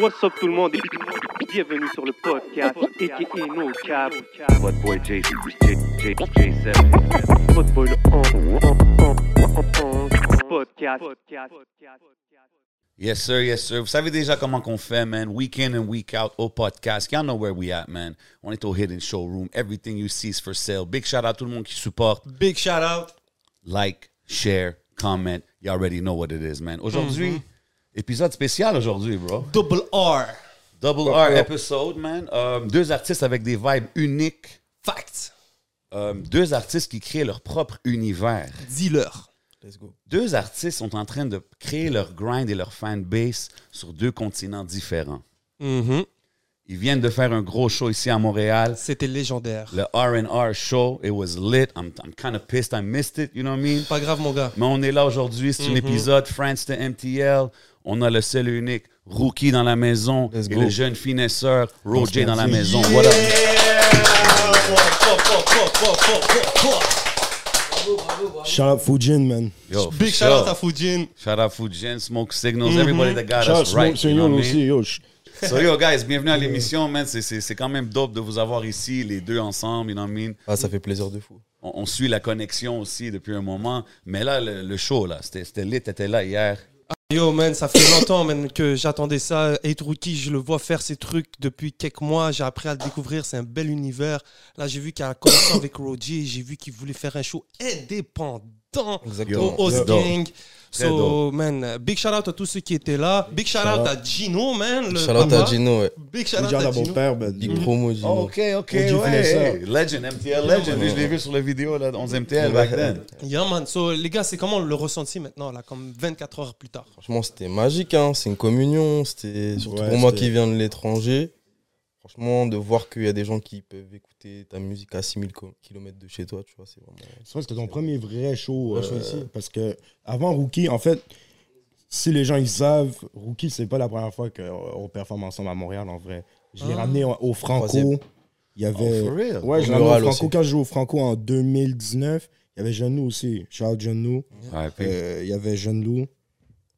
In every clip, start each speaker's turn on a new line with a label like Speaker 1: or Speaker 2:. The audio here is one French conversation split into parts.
Speaker 1: What's up tout le monde et bienvenue sur le podcast et No Cap.
Speaker 2: Votre boy J, J, J, J7.
Speaker 1: Votre boy le on, podcast.
Speaker 3: Yes, sir, yes, sir. Vous savez déjà comment qu'on fait, man. Week in and week out au podcast. Y'all know where we at, man. On est au Hidden Showroom. Everything you see is for sale. Big shout out à tout le monde qui supporte.
Speaker 4: Big shout out.
Speaker 3: Like, share, comment. You already know what it is, man. Aujourd'hui, épisode spécial aujourd'hui, bro.
Speaker 4: Double R.
Speaker 3: Double R episode, man. Euh, deux artistes avec des vibes uniques.
Speaker 4: Facts.
Speaker 3: Euh, deux artistes qui créent leur propre univers.
Speaker 4: Dealer. Let's go.
Speaker 3: Deux artistes sont en train de créer leur grind et leur fanbase sur deux continents différents. Ils viennent de faire un gros show ici à Montréal.
Speaker 4: C'était légendaire.
Speaker 3: Le R&R show, it was lit. I'm, I'm kind of pissed I missed it, you know what I mean?
Speaker 4: Pas grave, mon gars.
Speaker 3: Mais on est là aujourd'hui, c'est
Speaker 5: Mhm.
Speaker 3: un épisode France de MTL. On a le seul et unique Rookie dans la maison
Speaker 5: Let's
Speaker 3: et
Speaker 5: go.
Speaker 3: le jeune finesseur Roger dans la maison.
Speaker 4: Yeah!
Speaker 3: What up?
Speaker 5: Shout out Fujin, man.
Speaker 3: Yo, for
Speaker 4: Big shout
Speaker 3: sure.
Speaker 4: out à Fujin.
Speaker 3: Shout out Fujin, Smoke Signals, everybody that got
Speaker 5: Mhm. Shout out
Speaker 3: us right.
Speaker 5: Smoke
Speaker 3: you know
Speaker 5: Signal
Speaker 3: what I mean?
Speaker 5: aussi, yo. je-
Speaker 3: So yo guys, bienvenue à l'émission, man. C'est- C'est c'est quand même dope de vous avoir ici, les deux ensemble, you know what I mean?
Speaker 6: Ah, ça fait plaisir de fou.
Speaker 3: On, on suit la connexion aussi depuis un moment. Mais là, le, le show, là, c'était c'était lit, t'étais là hier.
Speaker 4: Yo, man, ça fait longtemps man, que j'attendais ça. Hate Rookie, je le vois faire ses trucs depuis quelques mois. J'ai appris à le découvrir. C'est un bel univers. Là, j'ai vu qu'il a commencé avec Roger. J'ai vu qu'il voulait faire un show indépendant
Speaker 6: Exactement.
Speaker 4: au Host
Speaker 3: Très dope.
Speaker 4: Gang.
Speaker 3: Très
Speaker 4: So, man, big shout out à tous ceux qui étaient là. Big shout out
Speaker 5: Shout-out.
Speaker 4: à Gino, man. le
Speaker 6: Shout out
Speaker 4: papa.
Speaker 6: à Gino, ouais.
Speaker 4: Big shout
Speaker 5: Shout
Speaker 4: out à
Speaker 5: out à mon
Speaker 4: Gino.
Speaker 5: père, man.
Speaker 6: Big promo, Gino.
Speaker 3: Oh, OK, OK,
Speaker 5: OG finesseur.
Speaker 3: ouais. Legend, MTL Legend. Lui, je l'ai vu sur la vidéo, là, 11 MTL back then.
Speaker 4: Yeah, man. So, les gars, c'est comment le ressenti maintenant, là, comme 24 heures plus tard
Speaker 6: Franchement, c'était magique, hein. C'est une communion. C'était surtout
Speaker 5: Ouais,
Speaker 6: pour moi
Speaker 5: c'était-
Speaker 6: qui viens de l'étranger. Franchement, de voir qu'il y a des gens qui peuvent écouter ta musique à 6000 km de chez toi, tu vois, c'est vraiment.
Speaker 5: Je pense que C'était ton premier vrai show.
Speaker 6: Vrai show
Speaker 5: euh,
Speaker 6: ici.
Speaker 5: Parce que avant Rookie, en fait, si les gens ils savent, Rookie, c'est pas la première fois qu'on performe ensemble à Montréal, en vrai. Je l'ai
Speaker 4: Ah.
Speaker 5: ramené au au Franco.
Speaker 6: Troisième.
Speaker 5: Il y avait.
Speaker 3: Oh, for real?
Speaker 5: Ouais, je l'ai ramené
Speaker 6: Au
Speaker 5: au
Speaker 6: Mural
Speaker 5: Franco.
Speaker 6: aussi.
Speaker 5: Quand je jouais au Franco en 2019, il y avait Jeune Lou aussi. Shout out Jeune Lou.
Speaker 3: Ouais, puis-
Speaker 5: Euh, Il y avait Jeune Lou.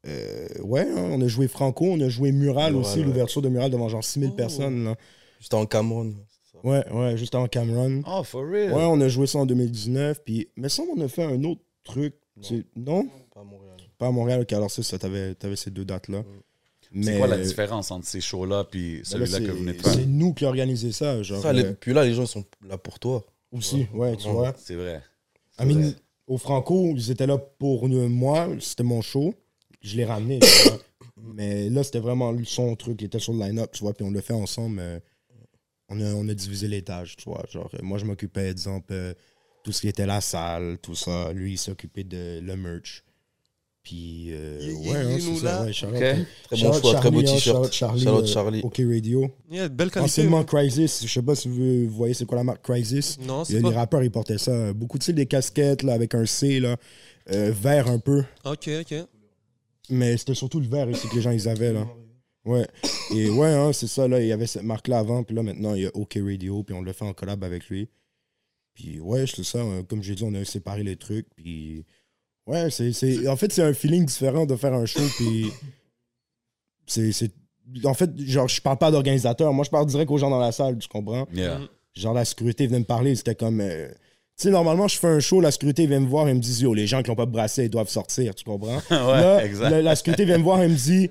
Speaker 5: Euh, ouais, hein, on a joué Franco, on a joué Mural,
Speaker 6: Mural,
Speaker 5: aussi,
Speaker 6: ouais.
Speaker 5: l'ouverture de Mural devant genre 6000
Speaker 4: Oh.
Speaker 5: personnes. là.
Speaker 6: J'étais en Cameroun. c'est ça.
Speaker 5: Ouais, ouais, juste en Cameron.
Speaker 3: Oh, for real.
Speaker 5: Ouais, on a joué ça en 2019. Puis, mais ça, on a fait un autre truc. tu sais, Non,
Speaker 6: Pas à Montréal.
Speaker 5: pas à Montréal. Ok, alors ça, ça t'avais, t'avais ces deux dates-là.
Speaker 3: C'est
Speaker 5: Mais-
Speaker 3: quoi la différence entre ces shows-là puis
Speaker 5: Ben là,
Speaker 3: celui-là que vous venez de
Speaker 5: c'est,
Speaker 3: faire?
Speaker 5: c'est nous qui organisons ça, genre.
Speaker 6: Ça, les-
Speaker 5: euh,
Speaker 6: Puis là, les gens ils sont là pour toi.
Speaker 5: aussi, ouais, tu
Speaker 6: Ouais.
Speaker 5: vois.
Speaker 3: C'est vrai.
Speaker 5: I mean, au Franco, ils étaient là pour nous, moi. C'était mon show. Je l'ai ramené. tu vois. Mais là, c'était vraiment son truc. Il était sur le line-up, tu vois. Puis on l'a fait ensemble. euh, on, a, on a divisé les tâches, tu vois. Genre, euh, moi, je m'occupais, exemple, euh, tout ce qui était la salle, tout ça. Lui, il s'occupait de le merch. Puis, euh,
Speaker 4: Il- il-
Speaker 5: ouais, hein,
Speaker 4: il nous
Speaker 5: c'est ça.
Speaker 4: l'a.
Speaker 5: ouais, shout-out.
Speaker 3: OK?
Speaker 6: Très
Speaker 5: Shout
Speaker 6: bon
Speaker 5: out
Speaker 6: choix, très beau
Speaker 5: Charlie, hein,
Speaker 6: t-shirt.
Speaker 5: shout out Charlie,
Speaker 6: Shout out
Speaker 5: euh,
Speaker 6: Charlie.
Speaker 5: OK Radio.
Speaker 4: Yeah, belle qualité.
Speaker 5: Anciennement Crisis. Je sais pas si vous voyez c'est quoi la marque Crisis.
Speaker 4: Non,
Speaker 5: Il y a
Speaker 4: c'est
Speaker 5: Les
Speaker 4: pas.
Speaker 5: rappeurs, ils portaient ça. euh, Beaucoup, tu sais, des casquettes là, avec un C, là, euh, vert un peu.
Speaker 4: Ok, ok.
Speaker 5: Mais c'était surtout le vert ici que les gens, ils avaient. Là. Ouais. Et ouais, hein, c'est ça. Là, il y avait cette marque-là avant. Puis là, maintenant, il y a OK Radio. Puis on le fait en collab avec lui. Puis ouais, c'est ça. hein, Comme j'ai dit, on a séparé les trucs. Puis ouais, c'est, c'est- en fait, c'est un feeling différent de faire un show. Puis c'est, c'est- En fait, genre, je parle pas d'organisateur. Moi, je parle direct aux gens dans la salle. Tu comprends?
Speaker 3: Yeah.
Speaker 5: Genre, la sécurité venait me parler, c'était comme. euh, tu sais, normalement, je fais un show, la sécurité vient me voir et me dit Yo, les gens qui n'ont pas brassé, ils doivent sortir, tu comprends
Speaker 3: ouais,
Speaker 5: Là,
Speaker 3: exact.
Speaker 5: la, la sécurité vient me voir et me dit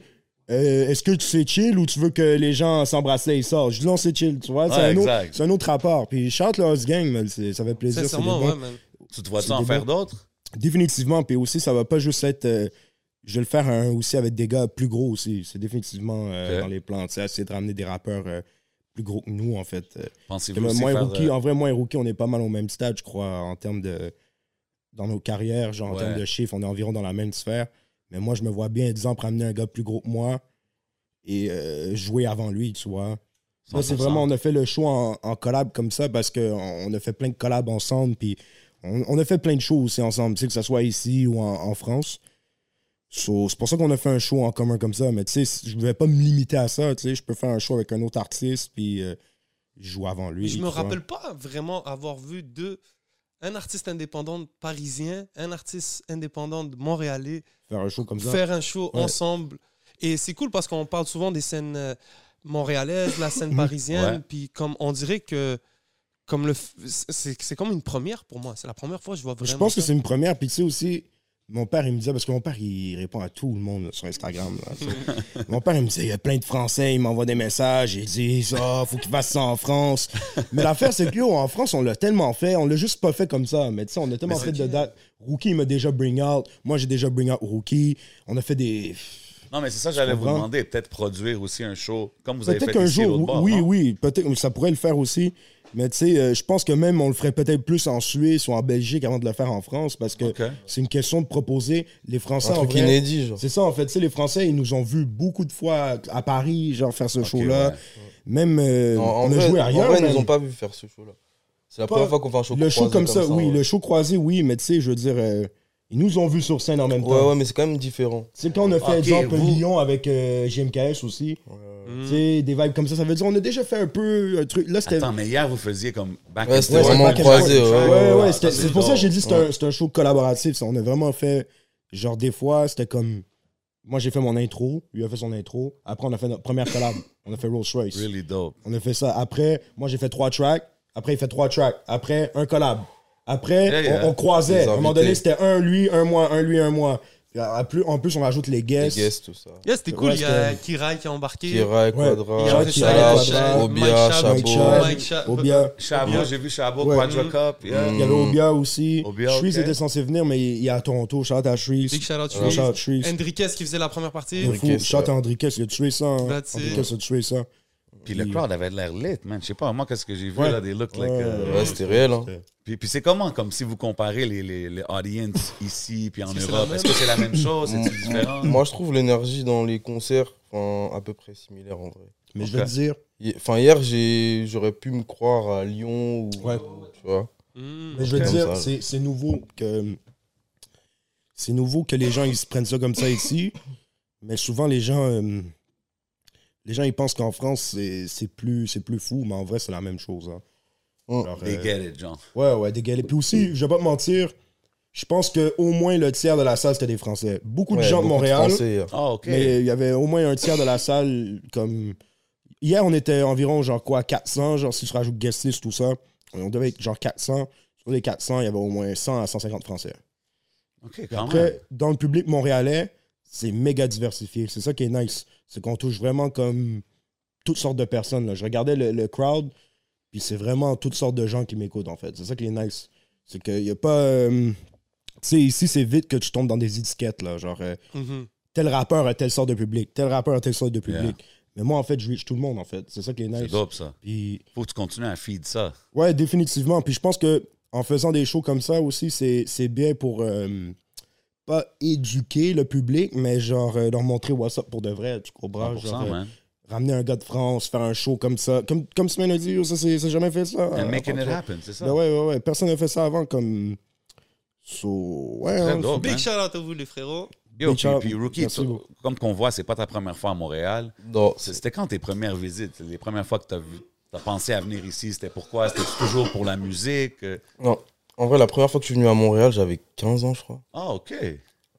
Speaker 5: Euh, Est-ce que tu sais chill ou tu veux que les gens s'embrassent et ils sortent Je dis Non, c'est chill, tu vois. c'est
Speaker 3: Ouais,
Speaker 5: un, autre-
Speaker 3: exact.
Speaker 5: c'est un autre rapport. Puis, shout le House Gang, man, c'est- ça fait plaisir. c'est des
Speaker 4: Sincèrement,
Speaker 5: bons-
Speaker 4: ouais, man.
Speaker 3: Tu te vois-tu
Speaker 5: c'est
Speaker 3: en
Speaker 5: des
Speaker 3: faire
Speaker 5: bons-
Speaker 3: d'autres?
Speaker 5: Définitivement, puis aussi, ça va pas juste être. euh, je vais le faire un- aussi avec des gars plus gros aussi. C'est définitivement euh,
Speaker 3: Ok.
Speaker 5: dans les plans. Tu sais, essayer de ramener des rappeurs euh, plus gros que nous, en fait. euh,
Speaker 3: Pensez-vous
Speaker 5: moi
Speaker 3: aussi
Speaker 5: moi et
Speaker 3: faire...
Speaker 5: Rookie,
Speaker 3: euh,
Speaker 5: en vrai, moi et Rookie, on est pas mal au même stade, je crois, en termes de. Dans nos carrières, genre en
Speaker 3: Ouais.
Speaker 5: termes de chiffres, on est environ dans la même sphère. Mais moi, je me vois bien, disons, ramener un gars plus gros que moi et euh, jouer avant lui, tu vois.
Speaker 3: 100%.
Speaker 5: Ça, hein. c'est vraiment, on a fait le show en, en collab comme ça parce qu'on on a fait plein de collabs ensemble, puis on, on a fait plein de shows aussi ensemble, tu sais, que ce soit ici ou en, en France. So, c'est pour ça qu'on a fait un show en commun comme ça, mais tu sais, je vais pas me limiter à ça, tu sais, je peux faire un show avec un autre artiste, puis euh, jouer avant lui.
Speaker 4: je
Speaker 5: tu
Speaker 4: me
Speaker 5: vois.
Speaker 4: rappelle pas vraiment avoir vu deux, un artiste indépendant parisien, un artiste indépendant de montréalais
Speaker 5: Faire un show comme ça.
Speaker 4: faire un show
Speaker 5: Ouais.
Speaker 4: ensemble. Et c'est cool parce qu'on parle souvent des scènes euh, montréalaises, la
Speaker 5: Mhm.
Speaker 4: scène parisienne,
Speaker 3: Ouais.
Speaker 4: puis comme on dirait que comme le f- c'est c'est comme une première pour moi. C'est la première fois que je vois vraiment.
Speaker 5: Je pense que
Speaker 4: ça.
Speaker 5: c'est une première. Puis tu sais aussi, mon père, il me disait, parce que mon père, il répond à tout le monde là, sur Instagram. là, tu sais. mon père, il me disait, il y a plein de Français, il m'envoie des messages, il dit, ça, faut qu'il fasse ça en France. Mais l'affaire, c'est que, yo, en France, on l'a tellement fait, on l'a juste pas fait comme ça. Mais tu sais, on a tellement
Speaker 3: Mais c'est
Speaker 5: fait de dates. Rookie, il m'a déjà bring out. Moi, j'ai déjà bring out Rookie. On a fait des.
Speaker 3: Non, mais c'est ça que j'allais
Speaker 5: Je
Speaker 3: vous
Speaker 5: comprends.
Speaker 3: demander. Peut-être produire aussi un show comme vous avez
Speaker 5: Peut-être
Speaker 3: fait
Speaker 5: qu'un
Speaker 3: ici
Speaker 5: jour,
Speaker 3: l'autre bord, hein.
Speaker 5: oui,
Speaker 3: non?
Speaker 5: oui, peut-être, ça pourrait le faire aussi. Mais tu sais, euh, je pense que même on le ferait peut-être plus en Suisse ou en Belgique avant de le faire en France parce que
Speaker 3: OK.
Speaker 5: c'est une question de proposer. Les Français, en
Speaker 6: Un truc
Speaker 5: vrai,
Speaker 6: inédit, genre.
Speaker 5: c'est ça en fait. Tu sais, les Français, ils nous ont vu beaucoup de fois à Paris, genre faire ce
Speaker 3: OK,
Speaker 5: show-là.
Speaker 3: ouais.
Speaker 5: Même euh,
Speaker 6: En- en
Speaker 5: on
Speaker 6: vrai-
Speaker 5: a joué
Speaker 6: En
Speaker 5: ailleurs.
Speaker 6: vrai, ils
Speaker 5: même.
Speaker 6: nous ont pas vu faire ce show-là. C'est la
Speaker 5: Pas-
Speaker 6: première fois qu'on fait un show
Speaker 5: le show
Speaker 6: croisé
Speaker 5: comme ça, oui,
Speaker 6: ouais.
Speaker 5: le show croisé, oui, mais tu sais, je veux dire, euh, ils nous ont vu sur scène en même
Speaker 6: Ouais,
Speaker 5: temps.
Speaker 6: ouais, mais c'est quand même différent.
Speaker 5: Tu sais, quand on a fait
Speaker 3: OK,
Speaker 5: exemple
Speaker 3: vous-
Speaker 5: Lyon avec euh, JMKS aussi,
Speaker 4: Mm.
Speaker 5: tu sais, des vibes comme ça, ça veut dire on a déjà fait un peu un truc. Là, c'était
Speaker 3: Attends, mais hier, vous faisiez comme back
Speaker 6: Ouais,
Speaker 3: and
Speaker 6: c'était
Speaker 3: forth.
Speaker 6: vraiment
Speaker 5: back and
Speaker 6: croisé.
Speaker 5: forth.
Speaker 6: ouais,
Speaker 5: Ouais,
Speaker 6: ouais,
Speaker 5: ouais,
Speaker 6: ouais.
Speaker 5: c'était-
Speaker 3: ça,
Speaker 5: c'est
Speaker 3: c'est
Speaker 5: pour ça que j'ai dit c'est
Speaker 6: Ouais.
Speaker 5: un, c'est un show collaboratif. ça. On a vraiment fait, genre des fois, c'était comme, moi j'ai fait mon intro, lui a fait son intro, après on a fait notre première collab, on a fait Rolls Royce.
Speaker 3: Really dope.
Speaker 5: On a fait ça. Après, moi j'ai fait trois tracks, après il fait trois tracks, après un collab. Après,
Speaker 3: Yeah, yeah.
Speaker 5: on, on croisait.
Speaker 6: Des
Speaker 5: À un moment
Speaker 6: invités.
Speaker 5: donné, c'était un lui, un moi, un lui, un moi. Puis, à- à plus- En plus, on rajoute les
Speaker 6: Les
Speaker 5: guests.
Speaker 6: guests, tout ça.
Speaker 4: Yeah, c'était cool.
Speaker 5: Ouais,
Speaker 4: Il y a
Speaker 5: c'était-
Speaker 4: Kira qui a embarqué.
Speaker 6: Kira,
Speaker 4: Il y
Speaker 6: Quadra,
Speaker 4: a
Speaker 5: Kira,
Speaker 4: Kira,
Speaker 5: Quadra,
Speaker 4: Mike
Speaker 6: Obia,
Speaker 4: Chab-
Speaker 5: Mike
Speaker 6: Chabot.
Speaker 5: Chab.
Speaker 4: Mike Chab-
Speaker 5: Obia.
Speaker 3: Chabot, j'ai vu Chabot,
Speaker 5: Ouais. Mm.
Speaker 3: Quadra Cup. yeah.
Speaker 5: Il y avait Obia aussi.
Speaker 3: Obia,
Speaker 5: Shreeze
Speaker 3: ok.
Speaker 5: était censé venir, mais il il est à Toronto. Shout out à Shreeze.
Speaker 4: Big shout out
Speaker 5: Gros shout
Speaker 4: Shreeze.
Speaker 5: out Shreeze.
Speaker 4: Enriquez qui faisait la première partie.
Speaker 5: De
Speaker 6: Enriquez,
Speaker 5: fou.
Speaker 6: ça.
Speaker 5: Shout out à Enriquez, il a tué ça. hein.
Speaker 4: That's it.
Speaker 5: Enriquez a tué ça.
Speaker 3: Puis le crowd avait l'air lit, man. Je sais pas, moi, qu'est-ce que j'ai vu,
Speaker 5: Ouais.
Speaker 3: là, des looks like...
Speaker 5: Ouais.
Speaker 3: euh,
Speaker 6: Ouais, c'était réel, hein.
Speaker 3: Puis, puis c'est comment, comme si vous comparez les, les, les audiences ici puis en
Speaker 4: Est-ce que c'est la
Speaker 3: Europe?
Speaker 4: même?
Speaker 3: Est-ce que c'est la même chose? C'est différent?
Speaker 6: Moi, je trouve l'énergie dans les concerts enfin, à peu près similaire en vrai.
Speaker 5: Mais je vais
Speaker 3: Ok.
Speaker 5: te dire,
Speaker 6: Hi- Enfin, hier, j'ai- j'aurais pu me croire à Lyon ou.
Speaker 5: Ouais.
Speaker 6: Tu vois.
Speaker 4: Mm.
Speaker 5: mais je vais te
Speaker 6: Comme ça, là.
Speaker 5: dire, c'est c'est nouveau que c'est nouveau que les gens ils se prennent ça comme ça ici, mais souvent les gens euh, les gens ils pensent qu'en France c'est c'est plus c'est plus fou, mais en vrai c'est la même chose. hein.
Speaker 6: Mm.
Speaker 5: Genre,
Speaker 3: They
Speaker 5: euh,
Speaker 3: get it, genre.
Speaker 5: Ouais, ouais, des galets. Puis aussi, je vais pas te mentir, je pense que au moins le tiers de la salle, c'était des Français. Beaucoup de
Speaker 6: Ouais,
Speaker 5: gens de
Speaker 6: beaucoup
Speaker 5: Montréal,
Speaker 6: Français, hier.
Speaker 3: Ah, OK.
Speaker 5: mais il y avait au moins un tiers de la salle comme... Hier, on était environ, genre quoi, 400, genre si je rajoute guest list, tout ça, on devait être genre 400. Sur les 400, il y avait au moins 100 à 150 Français.
Speaker 3: OK,
Speaker 5: Puis
Speaker 3: quand
Speaker 5: après,
Speaker 3: même.
Speaker 5: dans le public montréalais, c'est méga diversifié. C'est ça qui est nice. C'est qu'on touche vraiment comme toutes sortes de personnes. là. Je regardais le, le crowd, puis c'est vraiment toutes sortes de gens qui m'écoutent, en fait. C'est ça qui est nice. C'est qu'il n'y a pas... euh, tu sais, ici, c'est vite que tu tombes dans des étiquettes, là. Genre, euh,
Speaker 3: Mm-hmm.
Speaker 4: Mhm.
Speaker 5: tel rappeur a telle sorte de public, tel rappeur a telle sorte de public. Mais moi, en fait, je reach tout le monde, en fait. C'est ça qui est
Speaker 3: C'est
Speaker 5: nice.
Speaker 3: dope, ça.
Speaker 5: Puis
Speaker 3: Faut que tu continues à feed ça.
Speaker 5: Ouais, définitivement. Puis je pense que en faisant des shows comme ça aussi, c'est c'est bien pour euh, pas éduquer le public, mais genre euh, leur montrer what's up pour de vrai. Tu comprends?
Speaker 3: 100%,
Speaker 5: Genre, euh,
Speaker 3: man.
Speaker 5: ramener un gars de France, faire un show comme ça. Comme, comme Semaine a dit, oh, ça, c'est- ça a jamais fait ça.
Speaker 3: And
Speaker 5: Euh,
Speaker 3: making
Speaker 5: en
Speaker 3: it
Speaker 5: France.
Speaker 3: happen, c'est ça?
Speaker 5: Ben ouais, ouais, ouais. Personne n'a fait ça avant comme. So, ouais.
Speaker 3: Très
Speaker 5: hein,
Speaker 3: dope,
Speaker 4: Big
Speaker 3: man.
Speaker 4: shout out à vous, les frérots.
Speaker 3: Yo,
Speaker 5: Big
Speaker 3: puis,
Speaker 5: shout-
Speaker 3: puis Rookie,
Speaker 5: Merci
Speaker 3: tu-
Speaker 5: beaucoup.
Speaker 3: comme qu'on voit, c'est pas ta première fois à Montréal.
Speaker 6: Non,
Speaker 3: C'est- C'était quand tes premières visites? Les premières fois que t'as vu- t'as pensé à venir ici, c'était pourquoi? C'était toujours pour la musique? euh?
Speaker 6: non. En vrai, la première fois que je suis venu à Montréal, j'avais 15 ans, je crois.
Speaker 3: Ah, OK.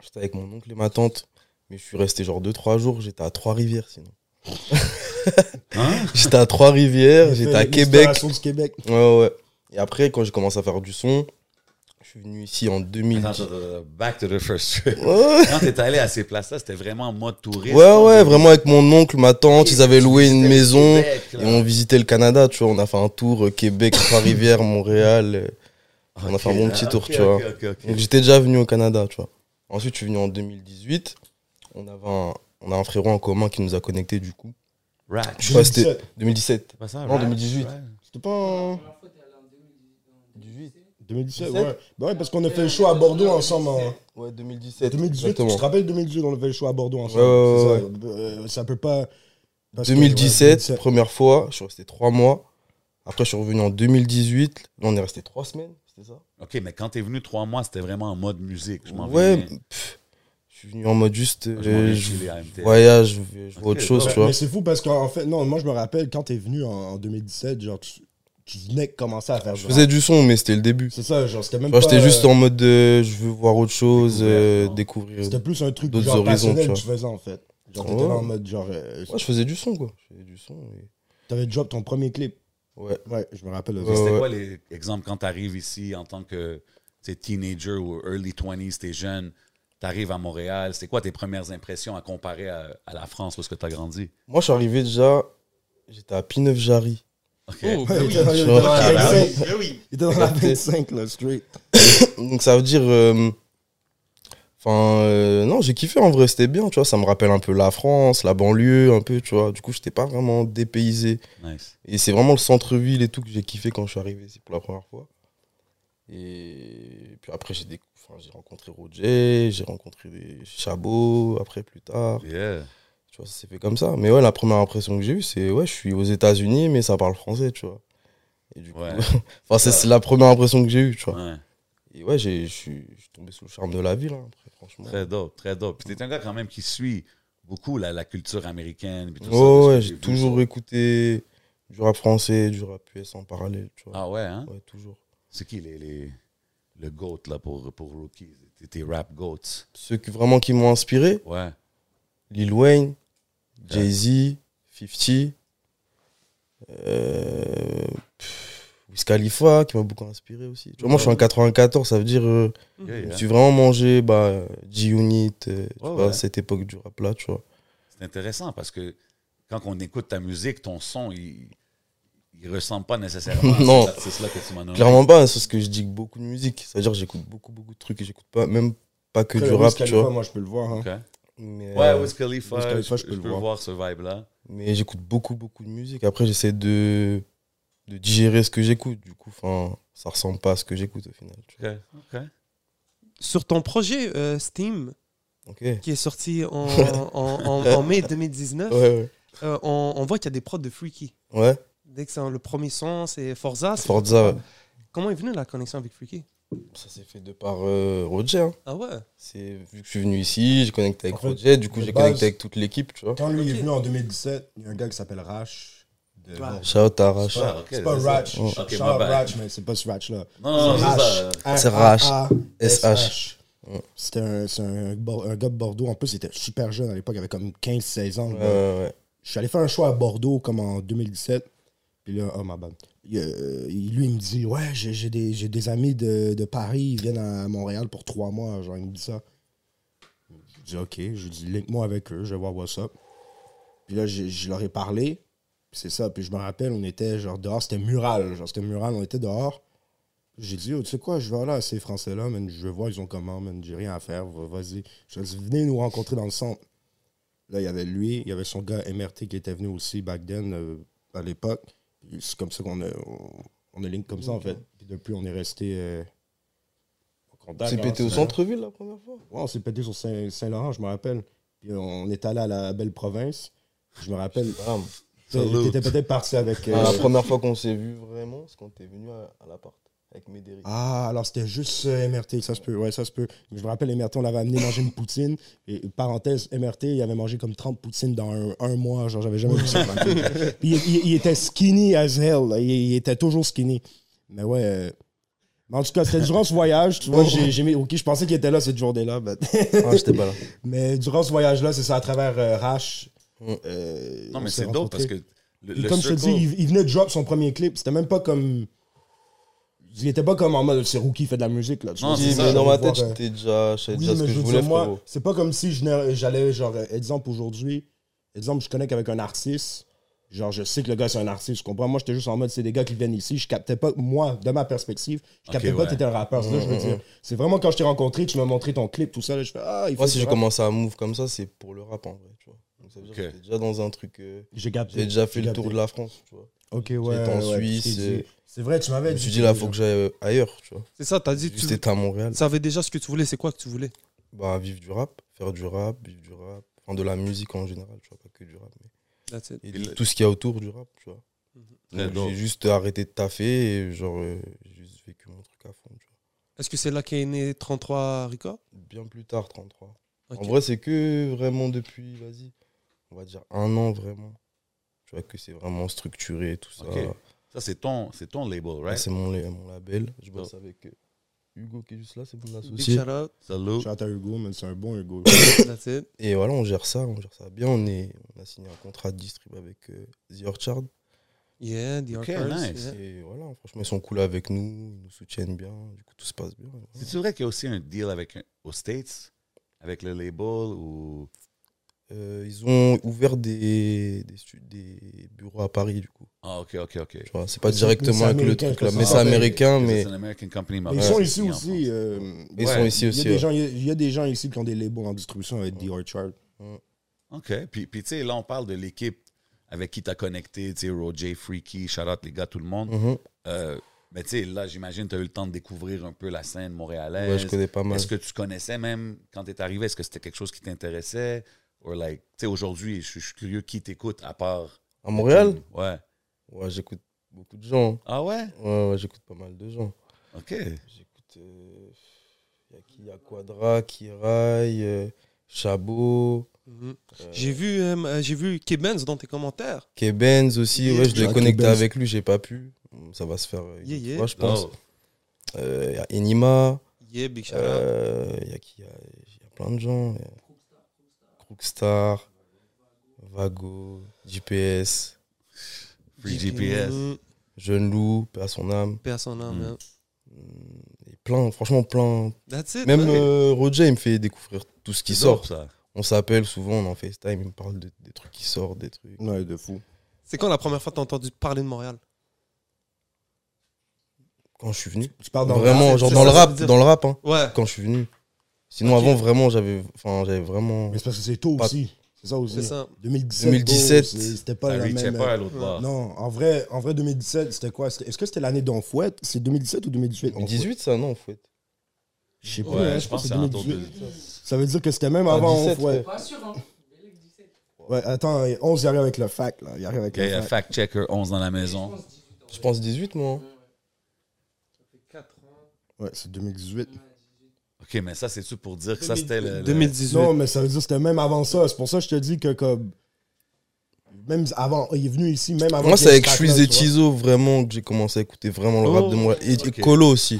Speaker 6: J'étais avec mon oncle et ma tante. Mais je suis resté genre 2-3 jours. J'étais à Trois-Rivières sinon.
Speaker 3: Hein?
Speaker 6: J'étais à Trois-Rivières, j'étais à
Speaker 5: Fait
Speaker 6: Québec.
Speaker 5: l'exploration du Québec.
Speaker 6: Ouais, ouais. Et après, quand j'ai commencé à faire du son, je suis venu ici en 2000.
Speaker 3: Attends, attends, attends, back to the first trip.
Speaker 6: Ouais,
Speaker 3: Quand t'es allé à ces places-là, c'était vraiment en mode touriste.
Speaker 6: Ouais,
Speaker 3: hein,
Speaker 6: ouais,
Speaker 3: de-
Speaker 6: vraiment avec mon oncle, ma tante, ils avaient loué une
Speaker 3: C'était
Speaker 6: maison et
Speaker 3: Québec, là.
Speaker 6: on visitait le Canada, tu vois. On a fait un tour euh, Québec, Trois-Rivières, Montréal. euh. on a fait un
Speaker 3: Ok,
Speaker 6: bon
Speaker 3: ah,
Speaker 6: petit
Speaker 3: ok,
Speaker 6: tour, tu
Speaker 3: ok,
Speaker 6: vois.
Speaker 3: ok, ok.
Speaker 6: Donc j'étais déjà venu au Canada, tu vois. Ensuite, je suis venu en 2018. On avait un, on a un frérot en commun qui nous a connectés du coup.
Speaker 3: Rat.
Speaker 6: Je crois que c'était 2017.
Speaker 3: C'est pas ça,
Speaker 6: Non,
Speaker 3: rat,
Speaker 6: 2018.
Speaker 3: rat.
Speaker 5: C'était pas hein? en
Speaker 6: 2018
Speaker 5: 2017,
Speaker 6: 17?
Speaker 5: ouais. Ben ouais, parce qu'on a fait le show à Bordeaux ensemble. en-
Speaker 6: Ouais, 2017.
Speaker 5: 2018, tu
Speaker 6: exactement.
Speaker 5: te rappelles 2018, on a fait le show à Bordeaux ensemble.
Speaker 6: Ouais, ouais,
Speaker 5: C'est ça. Euh, ça peut pas. Parce que, ouais,
Speaker 6: 2017, première fois, je suis resté trois mois. Après, je suis revenu en 2018. Là, on est resté trois semaines, c'était ça
Speaker 3: OK, mais quand t'es venu trois mois, c'était vraiment en mode musique. Je m'en
Speaker 6: Ouais,
Speaker 3: venais.
Speaker 6: pff, je suis venu en mode juste.
Speaker 3: Moi,
Speaker 6: euh,
Speaker 3: je m'en vais
Speaker 6: je
Speaker 3: chiller à MTL.
Speaker 6: voyage, je vais- je vois
Speaker 3: Ok,
Speaker 6: autre chose,
Speaker 3: ouais,
Speaker 6: tu
Speaker 5: Mais
Speaker 6: vois.
Speaker 5: c'est fou parce qu'en en fait, non, moi je me rappelle quand t'es venu en, en 2017, genre tu, tu venais de commencer à faire
Speaker 6: Je
Speaker 5: du
Speaker 6: faisais
Speaker 5: rap.
Speaker 6: du son, mais c'était le début.
Speaker 5: C'est ça, genre c'était même
Speaker 6: Tu vois,
Speaker 5: pas.
Speaker 6: j'étais juste
Speaker 5: euh,
Speaker 6: en mode euh, je veux voir autre chose, euh, découvrir.
Speaker 5: C'était plus un truc
Speaker 6: d'autres
Speaker 5: genre
Speaker 6: horizons,
Speaker 5: passionnel
Speaker 6: tu
Speaker 5: que
Speaker 6: vois.
Speaker 5: tu faisais en fait. Genre t'étais
Speaker 6: Ouais.
Speaker 5: là en mode genre. euh,
Speaker 6: Ouais, je faisais du son, quoi. Je faisais du son. et-
Speaker 5: T'avais drop ton premier clip.
Speaker 6: Ouais.
Speaker 5: Ouais, je me rappelle. de
Speaker 6: Ouais,
Speaker 5: ça.
Speaker 3: C'était
Speaker 6: ouais.
Speaker 3: quoi les exemples quand t'arrives ici en tant que tu sais, teenager ou early 20s, t'es jeune, t'arrives à Montréal, c'est quoi tes premières impressions à comparer à, à la France où est-ce que t'as grandi?
Speaker 6: Moi, je suis arrivé déjà, j'étais à P9-Jarry.
Speaker 3: OK.
Speaker 4: Oh, ben
Speaker 5: Ouais,
Speaker 4: oui.
Speaker 5: il était dans- il
Speaker 3: bah
Speaker 5: était dans la
Speaker 6: Ok,
Speaker 5: 25,
Speaker 4: Ben oui.
Speaker 5: il était dans la 25, là, street.
Speaker 6: Donc ça veut dire. euh, Enfin, euh, non, j'ai kiffé en vrai, c'était bien, tu vois. Ça me rappelle un peu la France, la banlieue, un peu, tu vois. Du coup, j'étais pas vraiment dépaysé.
Speaker 3: Nice.
Speaker 6: Et c'est vraiment le centre-ville et tout que j'ai kiffé quand je suis arrivé ici pour la première fois. Et puis après, j'ai décou- enfin, j'ai rencontré Roger, j'ai rencontré des Chabot, après plus tard.
Speaker 3: Yeah.
Speaker 6: Tu vois, ça s'est fait comme ça. Mais ouais, la première impression que j'ai eue, c'est ouais, je suis aux États-Unis, mais ça parle français, tu vois. Et du coup,
Speaker 3: Ouais.
Speaker 6: enfin, c'est c'est la première impression que j'ai eue, tu vois.
Speaker 3: Ouais.
Speaker 6: Et ouais, j'ai- je suis je suis tombé sous le charme de la ville, hein, après, franchement.
Speaker 3: Très dope, très dope. Puis t'es un gars quand même qui suit beaucoup la, la culture américaine. puis tout ça,
Speaker 6: Ouais,
Speaker 5: Oh,
Speaker 3: de ce que
Speaker 6: ouais,
Speaker 3: j'ai
Speaker 6: j'ai
Speaker 3: vu,
Speaker 6: toujours
Speaker 3: ça.
Speaker 6: écouté du rap français, du rap US en parallèle, tu vois.
Speaker 3: Ah ouais, hein?
Speaker 6: Ouais, toujours.
Speaker 3: C'est qui les, les- le GOAT là, pour, pour Rookie? T'es- Tes rap GOATs.
Speaker 6: Ceux qui, vraiment qui m'ont inspiré,
Speaker 3: Ouais.
Speaker 5: Mm-hmm.
Speaker 6: Lil Wayne, Jay-Z, 50, euh, pff, Wiz Khalifa, qui m'a beaucoup inspiré aussi. Tu vois, moi, je suis en 94, ça veut dire... euh,
Speaker 3: Yeah,
Speaker 6: Je me
Speaker 3: yeah.
Speaker 6: suis vraiment mangé bah, euh, G-Unit, euh, tu
Speaker 3: Ouais,
Speaker 6: vois,
Speaker 3: ouais.
Speaker 6: cette époque du rap là, tu vois.
Speaker 3: C'est intéressant parce que quand on écoute ta musique, ton son, il, il ressemble pas nécessairement à
Speaker 6: Non.
Speaker 3: cet artiste-là que tu m'as nommé.
Speaker 6: Clairement pas, hein, c'est parce que je dis beaucoup de musique. C'est-à-dire que j'écoute beaucoup, beaucoup de trucs et j'écoute pas, même pas que
Speaker 5: Après,
Speaker 6: du
Speaker 5: Wiz
Speaker 6: rap, tu
Speaker 5: Khalifa,
Speaker 6: vois.
Speaker 5: Moi, je peux le voir. hein.
Speaker 3: Ok.
Speaker 6: Mais,
Speaker 3: Ouais,
Speaker 6: euh,
Speaker 3: Wiz Khalifa,
Speaker 5: Wiz Khalifa,
Speaker 3: je, je peux voir, ce vibe-là.
Speaker 6: mais j'écoute beaucoup, beaucoup de musique. Après, j'essaie de, de digérer ce que j'écoute. Du coup, enfin, ça ressemble pas à ce que j'écoute au final. tu
Speaker 3: Ok, ok.
Speaker 4: Sur ton projet euh, Steam,
Speaker 6: vois. Ok. Ouais,
Speaker 4: qui est sorti en, en, en- en mai 2019,
Speaker 6: ouais.
Speaker 4: euh, on, on voit qu'il y a des prods de Freaky.
Speaker 6: Ouais,
Speaker 4: Dès que c'est un- le premier son, c'est Forza. c'est-
Speaker 6: Forza. ouais.
Speaker 4: Comment est venue la connexion avec Freaky
Speaker 6: Ça s'est fait de par euh, Roger. hein.
Speaker 4: Ah ouais
Speaker 6: C'est vu que je suis venu ici, j'ai connecté
Speaker 5: En
Speaker 6: avec
Speaker 5: fait,
Speaker 6: Roger. Du coup,
Speaker 5: de
Speaker 6: j'ai
Speaker 5: base-
Speaker 6: connecté avec toute l'équipe, tu vois.
Speaker 5: Quand lui il est
Speaker 4: Ok.
Speaker 5: venu en 2017, il y a un gars qui s'appelle Rash. de-
Speaker 4: Rash.
Speaker 5: bon,
Speaker 6: Ciao, Tarash.
Speaker 5: C'est pas,
Speaker 3: ok,
Speaker 5: c'est pas
Speaker 3: c'est ça.
Speaker 5: Ratch.
Speaker 6: Oh.
Speaker 3: Ok,
Speaker 5: Shout
Speaker 3: my
Speaker 5: out
Speaker 3: bad.
Speaker 5: Ratch, mais c'est pas ce Ratch-là.
Speaker 3: Non, non, non, c'est ça.
Speaker 6: C'est Rash.
Speaker 5: S-H.
Speaker 6: Ouais.
Speaker 5: C'était un, c'est un, Bo- un gars de Bordeaux. En plus, il était super jeune à l'époque. Il avait comme 15-16 ans. le
Speaker 6: Ouais,
Speaker 5: gars.
Speaker 6: Euh, ouais. ouais.
Speaker 5: Je suis allé faire un choix à Bordeaux comme en 2017. Puis là, oh my bad. Il, euh, il- lui, il me dit Ouais, j'ai j'ai des, j'ai des amis de, de Paris, ils viennent à Montréal pour trois mois. Genre, il me dit ça. Je dis Ok, je dis Link-moi avec eux, je vais voir what's up. Puis là, j'ai- je leur ai parlé. Puis c'est ça. Puis je me rappelle, on était genre dehors, c'était mural. Genre, c'était mural, on était dehors. J'ai dit, Oh, tu sais quoi, je vais aller à ces Français-là, man. je vais voir, ils ont comment, man. j'ai rien à faire, va- vas-y. Je leur ai dit, venez nous rencontrer dans le centre. Là, il y avait lui, il y avait son gars MRT qui était venu aussi back then, euh, à l'époque. Puis C'est comme ça qu'on a, on, on a link comme ça, en fait. Puis depuis, on est resté euh, en contact. hein,
Speaker 6: hein, C'est pété au
Speaker 5: Ouais.
Speaker 6: centre-ville la première fois.
Speaker 5: Ouais, on s'est pété sur Saint- Saint-Laurent, je me rappelle. Puis on est allé à la belle province. Je me rappelle,
Speaker 6: Ah,
Speaker 5: t'étais peut-être parti avec... euh,
Speaker 6: la première fois qu'on s'est vu vraiment, c'est quand t'es venu à, à l'appart avec Médéric.
Speaker 5: Ah, alors c'était juste euh, MRT, ça se peut, ouais, ça se peut. Je me rappelle, MRT, on l'avait amené manger une poutine. Et euh, parenthèse, MRT, il avait mangé comme 30 poutines dans un, un mois, genre j'avais jamais vu ça. de ma vie. Puis il, il- il était skinny as hell, là. Il, il était toujours skinny. Mais ouais. euh, mais en tout cas, c'était durant ce voyage, tu vois, j'ai j'ai mis. Ok, je pensais qu'il était là cette journée-là, mais-
Speaker 6: Ah, j'étais pas là.
Speaker 5: mais durant ce voyage-là, c'est ça, à travers euh, Rash.
Speaker 6: Mm.
Speaker 5: euh,
Speaker 3: Non,
Speaker 5: on
Speaker 3: mais
Speaker 5: s'est
Speaker 3: c'est dope parce
Speaker 5: rencontrés.
Speaker 3: que le,
Speaker 5: Puis
Speaker 3: le
Speaker 5: comme je te dis,
Speaker 3: circle-
Speaker 5: il, il venait de drop son premier clip. C'était même pas comme. Il était pas comme en mode c'est Rookie qui fait de la musique. Là, tu
Speaker 3: Non,
Speaker 5: vois,
Speaker 3: c'est
Speaker 6: Oui,
Speaker 3: ça,
Speaker 6: mais dans ma
Speaker 5: j'allais voir,
Speaker 6: tête,
Speaker 5: euh,
Speaker 6: j'étais déjà, je savais
Speaker 5: Oui,
Speaker 6: déjà ce
Speaker 5: mais
Speaker 6: que
Speaker 5: je
Speaker 6: je
Speaker 5: veux
Speaker 6: voulais.
Speaker 5: dire, moi,
Speaker 6: frérot.
Speaker 5: c'est pas comme si je n'ai- j'allais, genre, euh, exemple aujourd'hui, exemple, je connecte avec un artiste. Genre, je sais que le gars, c'est un artiste, je comprends. Moi, j'étais juste en mode, c'est des gars qui viennent ici. Je captais pas, moi, de ma perspective, je
Speaker 3: Ok,
Speaker 5: captais pas
Speaker 3: ouais.
Speaker 5: que t'étais un rappeur. C'est ça que
Speaker 6: Mm,
Speaker 5: je veux dire. C'est vraiment quand je t'ai rencontré, tu m'as montré ton clip, tout ça. Là, je fais, ah, il faut
Speaker 6: Moi,
Speaker 5: que
Speaker 6: si
Speaker 5: je
Speaker 6: je
Speaker 5: rappe.
Speaker 6: commence à move comme ça, c'est pour le rap en vrai. Tu vois. Donc, ça veut dire
Speaker 3: Ok.
Speaker 6: que j'étais déjà dans un truc. euh,
Speaker 5: J'ai capté.
Speaker 6: J'ai déjà fait
Speaker 5: j'ai
Speaker 6: le
Speaker 5: capté.
Speaker 6: tour de la France. Tu vois.
Speaker 5: Ok, ouais.
Speaker 6: J'étais en
Speaker 5: ouais,
Speaker 6: Suisse,
Speaker 5: je t'ai dit.
Speaker 6: euh,
Speaker 5: C'est vrai, tu
Speaker 6: Je
Speaker 5: m'avais
Speaker 6: me
Speaker 5: dit.
Speaker 6: suis dit là, faut que j'aille euh, ailleurs. Tu vois.
Speaker 4: C'est ça, t'as dit,
Speaker 6: Juste
Speaker 4: tu
Speaker 6: été à Montréal.
Speaker 4: savais déjà ce que tu voulais, c'est quoi que tu voulais
Speaker 6: Bah, vivre du rap, faire du rap, vivre du rap, enfin de la musique en général. Tu vois, pas que du rap. Mais
Speaker 4: That's it.
Speaker 5: Et
Speaker 3: Il-
Speaker 6: tout ce qu'il y a autour du rap, tu vois.
Speaker 4: Mhm.
Speaker 3: Très
Speaker 6: Donc,
Speaker 3: dope.
Speaker 6: J'ai juste arrêté de taffer et genre, euh, j'ai juste vécu mon truc à fond, tu vois.
Speaker 4: Est-ce que c'est là qu'est né 33 Records
Speaker 6: Bien plus tard, 33.
Speaker 4: Ok.
Speaker 6: En vrai, c'est que vraiment depuis, vas-y, on va dire un an vraiment. Tu vois que c'est vraiment structuré, tout ça.
Speaker 3: Ok. Ça, c'est ton, c'est ton label,
Speaker 6: Là,
Speaker 3: right?
Speaker 6: C'est mon, la- mon label. Je bosse avec euh, Hugo qui est juste là, c'est mon
Speaker 4: Big
Speaker 6: associé.
Speaker 4: shout out.
Speaker 3: Salut.
Speaker 5: Shout out à Hugo, man, c'est un bon Hugo.
Speaker 4: That's it.
Speaker 6: Et voilà, on gère ça, on gère ça bien. On, est, on a signé un contrat de distrib avec euh, The Orchard.
Speaker 4: Yeah, the
Speaker 3: Ok,
Speaker 4: Archives,
Speaker 3: nice.
Speaker 4: yeah.
Speaker 6: Et voilà, franchement, ils sont cool avec nous, ils nous soutiennent bien, du coup, tout se passe bien. voilà.
Speaker 3: C'est vrai qu'il y a aussi un deal avec un- aux States, avec le label ou.
Speaker 6: Euh, ils ont ouvert des, des, stu- des bureaux à Paris, du coup.
Speaker 3: Ah, ok, ok, ok.
Speaker 6: Tu vois, c'est pas
Speaker 5: Mais
Speaker 6: directement
Speaker 5: c'est
Speaker 6: avec le
Speaker 5: américain
Speaker 6: truc
Speaker 5: que
Speaker 6: là,
Speaker 5: ça Ah,
Speaker 6: mais c'est
Speaker 5: s'appelle.
Speaker 6: américain,
Speaker 3: Because
Speaker 6: mais
Speaker 3: it's an American company, mais
Speaker 5: Mais ils
Speaker 3: ouais,
Speaker 5: sont
Speaker 3: c'est
Speaker 5: ici
Speaker 3: en France.
Speaker 5: aussi. euh,
Speaker 6: ils
Speaker 3: Ouais.
Speaker 6: sont ici
Speaker 5: Il y, a
Speaker 6: aussi.
Speaker 5: des
Speaker 6: ouais.
Speaker 5: gens, il y a- il y a des gens ici qui ont des labels en distribution avec The Orchard.
Speaker 3: OK. Puis, puis tu sais, là, on parle de l'équipe avec qui tu as connecté, tu sais, Roger, Freaky, Charlotte, les gars, tout le monde.
Speaker 6: Mhm.
Speaker 3: Euh, mais tu sais, là, j'imagine, tu as eu le temps de découvrir un peu la scène montréalaise.
Speaker 6: Ouais, je connais pas mal.
Speaker 3: Est-ce que tu connaissais même quand tu es arrivé? Est-ce que c'était quelque chose qui t'intéressait? Ou, like, tu sais, aujourd'hui, je suis- je suis curieux qui t'écoute à part.
Speaker 6: À Montréal
Speaker 3: Ouais.
Speaker 6: Ouais, j'écoute beaucoup de gens.
Speaker 3: Ah ouais?
Speaker 6: Ouais, ouais, j'écoute pas mal de gens.
Speaker 3: OK.
Speaker 6: J'écoute. Il y a qui Y a Quadra, Kirai, euh, Chabot,
Speaker 4: Mhm.
Speaker 6: euh,
Speaker 4: J'ai vu, euh, euh, j'ai vu Kebenz dans tes commentaires.
Speaker 6: Kebenz aussi.
Speaker 4: Yeah.
Speaker 6: Ouais, je
Speaker 5: Jacques
Speaker 6: l'ai connecté
Speaker 5: Kebenz.
Speaker 6: avec lui, j'ai pas pu. Ça va se faire euh, une
Speaker 4: Yeah,
Speaker 6: autre
Speaker 4: yeah.
Speaker 6: fois, je pense.
Speaker 3: Oh.
Speaker 6: Il y a Enima.
Speaker 4: Yeah, big shout out.
Speaker 6: Euh, Il y, a qui- il y a- il y a plein de gens. il y a- Crookstar, Vago, GPS,
Speaker 3: Free GPS.
Speaker 4: Mhm.
Speaker 6: Jeune Loup, paix à son âme.
Speaker 4: Paix à son âme,
Speaker 3: Mhm.
Speaker 4: hein.
Speaker 6: hum, Et plein, franchement, plein.
Speaker 4: That's it.
Speaker 6: Même
Speaker 4: ouais.
Speaker 6: euh, Roger, il me fait découvrir tout ce qui
Speaker 3: C'est
Speaker 6: sort.
Speaker 3: dope, ça.
Speaker 6: On s'appelle souvent, on est en FaceTime, il me parle de- des trucs qui sortent, des trucs.
Speaker 5: Ouais, de fou.
Speaker 4: C'est quand la première fois que t'as entendu parler de Montréal
Speaker 6: Quand je suis venu.
Speaker 5: Tu parles Ah, dans
Speaker 6: Vraiment,
Speaker 4: rap,
Speaker 6: genre
Speaker 4: c'est
Speaker 6: dans
Speaker 4: ça,
Speaker 6: le
Speaker 4: ça
Speaker 6: rap,
Speaker 4: veut dire.
Speaker 6: dans le rap, hein,
Speaker 4: Ouais.
Speaker 6: quand je suis venu. Sinon,
Speaker 4: Ok.
Speaker 6: avant, vraiment, j'avais enfin, j'avais vraiment.
Speaker 5: Mais c'est parce que c'est tôt
Speaker 6: Pas-
Speaker 5: aussi. C'est ça aussi.
Speaker 4: C'est ça.
Speaker 5: 2017.
Speaker 6: 2017,
Speaker 5: oh, c'est- C'était
Speaker 3: Ça
Speaker 5: pas la
Speaker 3: reachait
Speaker 5: même. euh,
Speaker 3: pas à l'autre
Speaker 4: Ouais.
Speaker 3: bord.
Speaker 5: Non, en vrai, en vrai 2017, c'était quoi C'était- Est-ce que c'était l'année d'Enfouette C'est 2017 ou 2018 Enfouette
Speaker 6: 18, ça, non, en fait.
Speaker 5: Je sais pas.
Speaker 3: Ouais,
Speaker 5: hein,
Speaker 3: je pense que c'est un tour
Speaker 5: 2018.
Speaker 3: de.
Speaker 5: Ça veut dire que c'était même
Speaker 6: Ah,
Speaker 5: avant
Speaker 6: 17,
Speaker 5: Enfouette.
Speaker 6: frère.
Speaker 5: Ouais, attends, 11, il arrive avec le fac, là. Il arrive avec
Speaker 3: Il y
Speaker 5: le
Speaker 3: a
Speaker 5: fac.
Speaker 3: Fact Checker 11 dans la maison.
Speaker 6: Je pense 18, moi. hein.
Speaker 5: Ouais, c'est 2018.
Speaker 3: OK, mais ça, c'est-tu pour dire que ça, c'était le... le-
Speaker 4: 2018.
Speaker 5: Non, mais ça veut dire que c'était même avant ça. C'est pour ça que je te dis que, comme. Même avant. Il est venu ici, même avant.
Speaker 6: Moi,
Speaker 5: qu'il y
Speaker 6: c'est
Speaker 5: ait
Speaker 6: avec
Speaker 5: ce
Speaker 6: Shreeze
Speaker 5: fac-là,
Speaker 6: et
Speaker 5: tu vois.
Speaker 6: Tizo vraiment que j'ai commencé à écouter vraiment le
Speaker 4: Oh,
Speaker 6: rap de moi. Et, et
Speaker 3: ok.
Speaker 6: Colo aussi.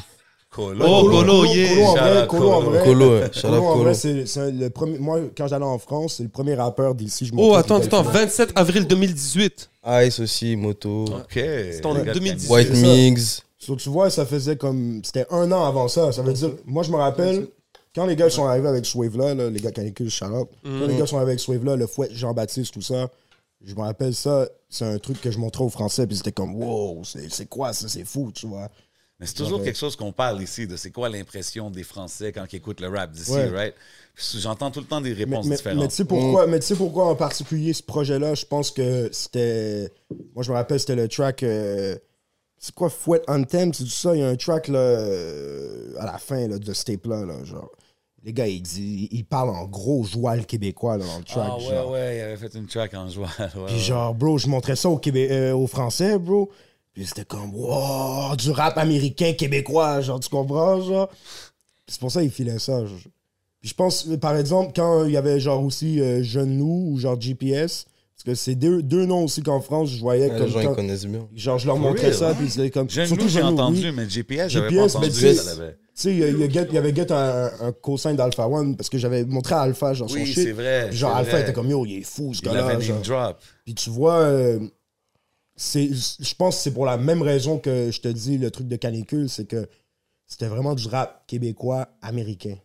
Speaker 4: Oh,
Speaker 3: Colo.
Speaker 5: Colo,
Speaker 4: Colo,
Speaker 5: Colo,
Speaker 4: yeah.
Speaker 5: Colo, en vrai,
Speaker 3: Shout-out
Speaker 5: Colo, en vrai.
Speaker 6: Colo, ouais. Shout out
Speaker 5: Colo, en
Speaker 6: Colo.
Speaker 5: vrai, c'est c'est le premier. Moi, quand j'allais en France, c'est le premier rappeur d'ici. je
Speaker 4: Oh,
Speaker 5: montrais
Speaker 4: attends,
Speaker 5: qui
Speaker 4: attends.
Speaker 5: était-
Speaker 4: 27 avril 2018.
Speaker 6: Ice aussi, Moto.
Speaker 3: OK. C'est
Speaker 4: en 2018.
Speaker 6: White
Speaker 4: c'est ça.
Speaker 6: Mix.
Speaker 5: So, tu vois, ça faisait comme. C'était un an avant ça. Ça veut dire. Moi, je me rappelle, quand les gars sont arrivés avec Swave là, là, les gars canicules, Charlotte, quand les gars sont arrivés avec Swave là, le fouet, Jean-Baptiste, tout ça, je me rappelle ça, c'est un truc que je montrais aux Français, puis c'était comme, wow, c'est c'est quoi ça, c'est fou, tu vois.
Speaker 3: Mais c'est toujours quelque chose qu'on parle ici, de c'est quoi l'impression des Français quand ils écoutent le rap d'ici,
Speaker 5: Ouais.
Speaker 3: right? Puis J'entends tout le temps des
Speaker 5: Mais,
Speaker 3: réponses
Speaker 5: mais- mais tu
Speaker 3: différentes.
Speaker 5: sais pourquoi, mais tu sais pourquoi en particulier ce projet-là, je pense que c'était. Moi, je me rappelle, c'était le track. euh, c'est quoi, Fouet Anthem, c'est tout ça. Il y a un track là, euh, à la fin là, de ce tape-là. Là, genre, les gars, ils, disent- ils parlent en gros joie le québécois là, dans le track.
Speaker 3: Ah ouais,
Speaker 5: genre.
Speaker 3: ouais, il avait fait une track en joie. ouais,
Speaker 5: Puis
Speaker 3: ouais.
Speaker 5: genre, bro, je montrais ça aux, Québé- euh, aux Français, bro. Puis c'était comme, wow, du rap américain québécois, genre, tu comprends, genre. Puis c'est pour ça qu'ils filaient ça. je- Puis je pense, euh, par exemple, quand il y avait genre aussi euh, Jeune Loup ou genre GPS, parce que c'est deux, deux noms aussi qu'en France, je voyais
Speaker 3: Ah,
Speaker 6: Ouais,
Speaker 5: comme.
Speaker 6: les gens,
Speaker 5: quand-
Speaker 6: ils connaissent bien.
Speaker 5: genre, je leur
Speaker 3: For
Speaker 5: montrais
Speaker 3: real,
Speaker 5: ça,
Speaker 3: hein?
Speaker 5: puis c'était comme.
Speaker 3: Jeune
Speaker 5: surtout
Speaker 3: Loup, j'ai
Speaker 5: Jeune Loup,
Speaker 3: entendu,
Speaker 5: oui.
Speaker 3: mais GPS, j'avais pas
Speaker 5: GPS, mais
Speaker 3: entendu.
Speaker 5: tu sais,
Speaker 3: ça l'avait.
Speaker 5: Tu sais, il y a- il y a Get- il y avait Get un, un cosign d'Alpha One, parce que j'avais montré à Alpha, genre, son
Speaker 3: Oui,
Speaker 5: shit.
Speaker 3: c'est vrai.
Speaker 5: Puis Genre,
Speaker 3: c'est
Speaker 5: Alpha
Speaker 3: vrai.
Speaker 5: était comme, yo, il est fou, ce
Speaker 3: Il
Speaker 5: gars-là.
Speaker 3: avait
Speaker 5: genre.
Speaker 3: name drop.
Speaker 5: Puis tu vois, euh, c'est, je pense que c'est pour la même raison que je te dis le truc de canicule, c'est que c'était vraiment du rap québécois américain.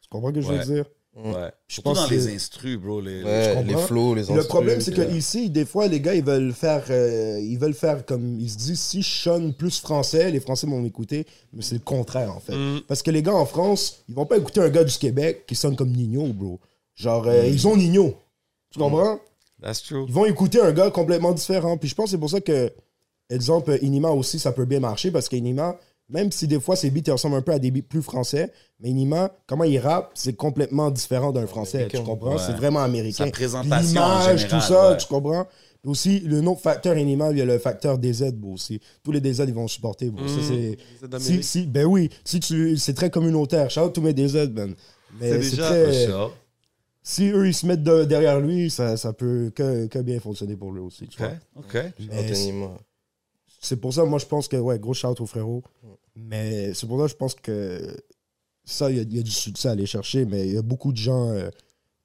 Speaker 5: Tu comprends ce que je
Speaker 3: Ouais.
Speaker 5: veux dire?
Speaker 3: Ouais.
Speaker 5: Mm. Je
Speaker 3: Surtout
Speaker 5: pense
Speaker 3: dans
Speaker 5: que-
Speaker 3: les instrus, bro. les- les-
Speaker 6: Ouais,
Speaker 5: comprends.
Speaker 6: les flows, les
Speaker 5: Le
Speaker 6: instrus,
Speaker 5: problème, c'est
Speaker 6: ouais.
Speaker 5: qu'ici, des fois, les gars, ils veulent faire, euh, ils veulent faire comme ils se disent, si je sonne plus français, les Français vont m'écouter, mais c'est le contraire, en fait.
Speaker 4: Mm.
Speaker 5: Parce que les gars en France, ils vont pas écouter un gars du Québec qui sonne comme Nino, bro. Genre, euh, ils ont Nino. Tu comprends?
Speaker 3: That's true.
Speaker 5: Ils vont écouter un gars complètement différent. Puis je pense que c'est pour ça que, exemple, Inima aussi, ça peut bien marcher parce qu'Inima, Même si des fois, ses beats ils ressemblent un peu à des beats plus français, mais Nima, comment il rappe, c'est complètement différent d'un français. Tu comprends?
Speaker 3: Ouais.
Speaker 5: C'est vraiment américain.
Speaker 3: Sa présentation en
Speaker 5: L'image,
Speaker 3: général,
Speaker 5: tout ça,
Speaker 3: ouais.
Speaker 5: tu comprends? Puis aussi, le autre facteur Nima, il y a le facteur des aides, bro, aussi. Tous les DZ, ils vont supporter, bro. Ça,
Speaker 4: Mhm.
Speaker 5: c'est...
Speaker 4: Les aides d'Amérique.
Speaker 5: Si, si, ben oui, si tu, c'est très communautaire. Shout out to mes DZ, man. Mais
Speaker 4: C'est
Speaker 5: c'est
Speaker 4: déjà-
Speaker 5: très-
Speaker 3: Ça.
Speaker 5: si eux, ils se mettent de- derrière lui, ça, ça peut que, que bien fonctionner pour lui aussi. tu
Speaker 3: OK,
Speaker 5: vois.
Speaker 3: OK.
Speaker 5: Mais
Speaker 6: Anthony,
Speaker 5: c'est-
Speaker 6: moi.
Speaker 5: c'est pour ça, moi, je pense que, ouais, gros shout au frérot. Mais c'est pour ça, je pense que ça, il y, a- il y a du succès à aller chercher, mais il y a beaucoup de gens euh,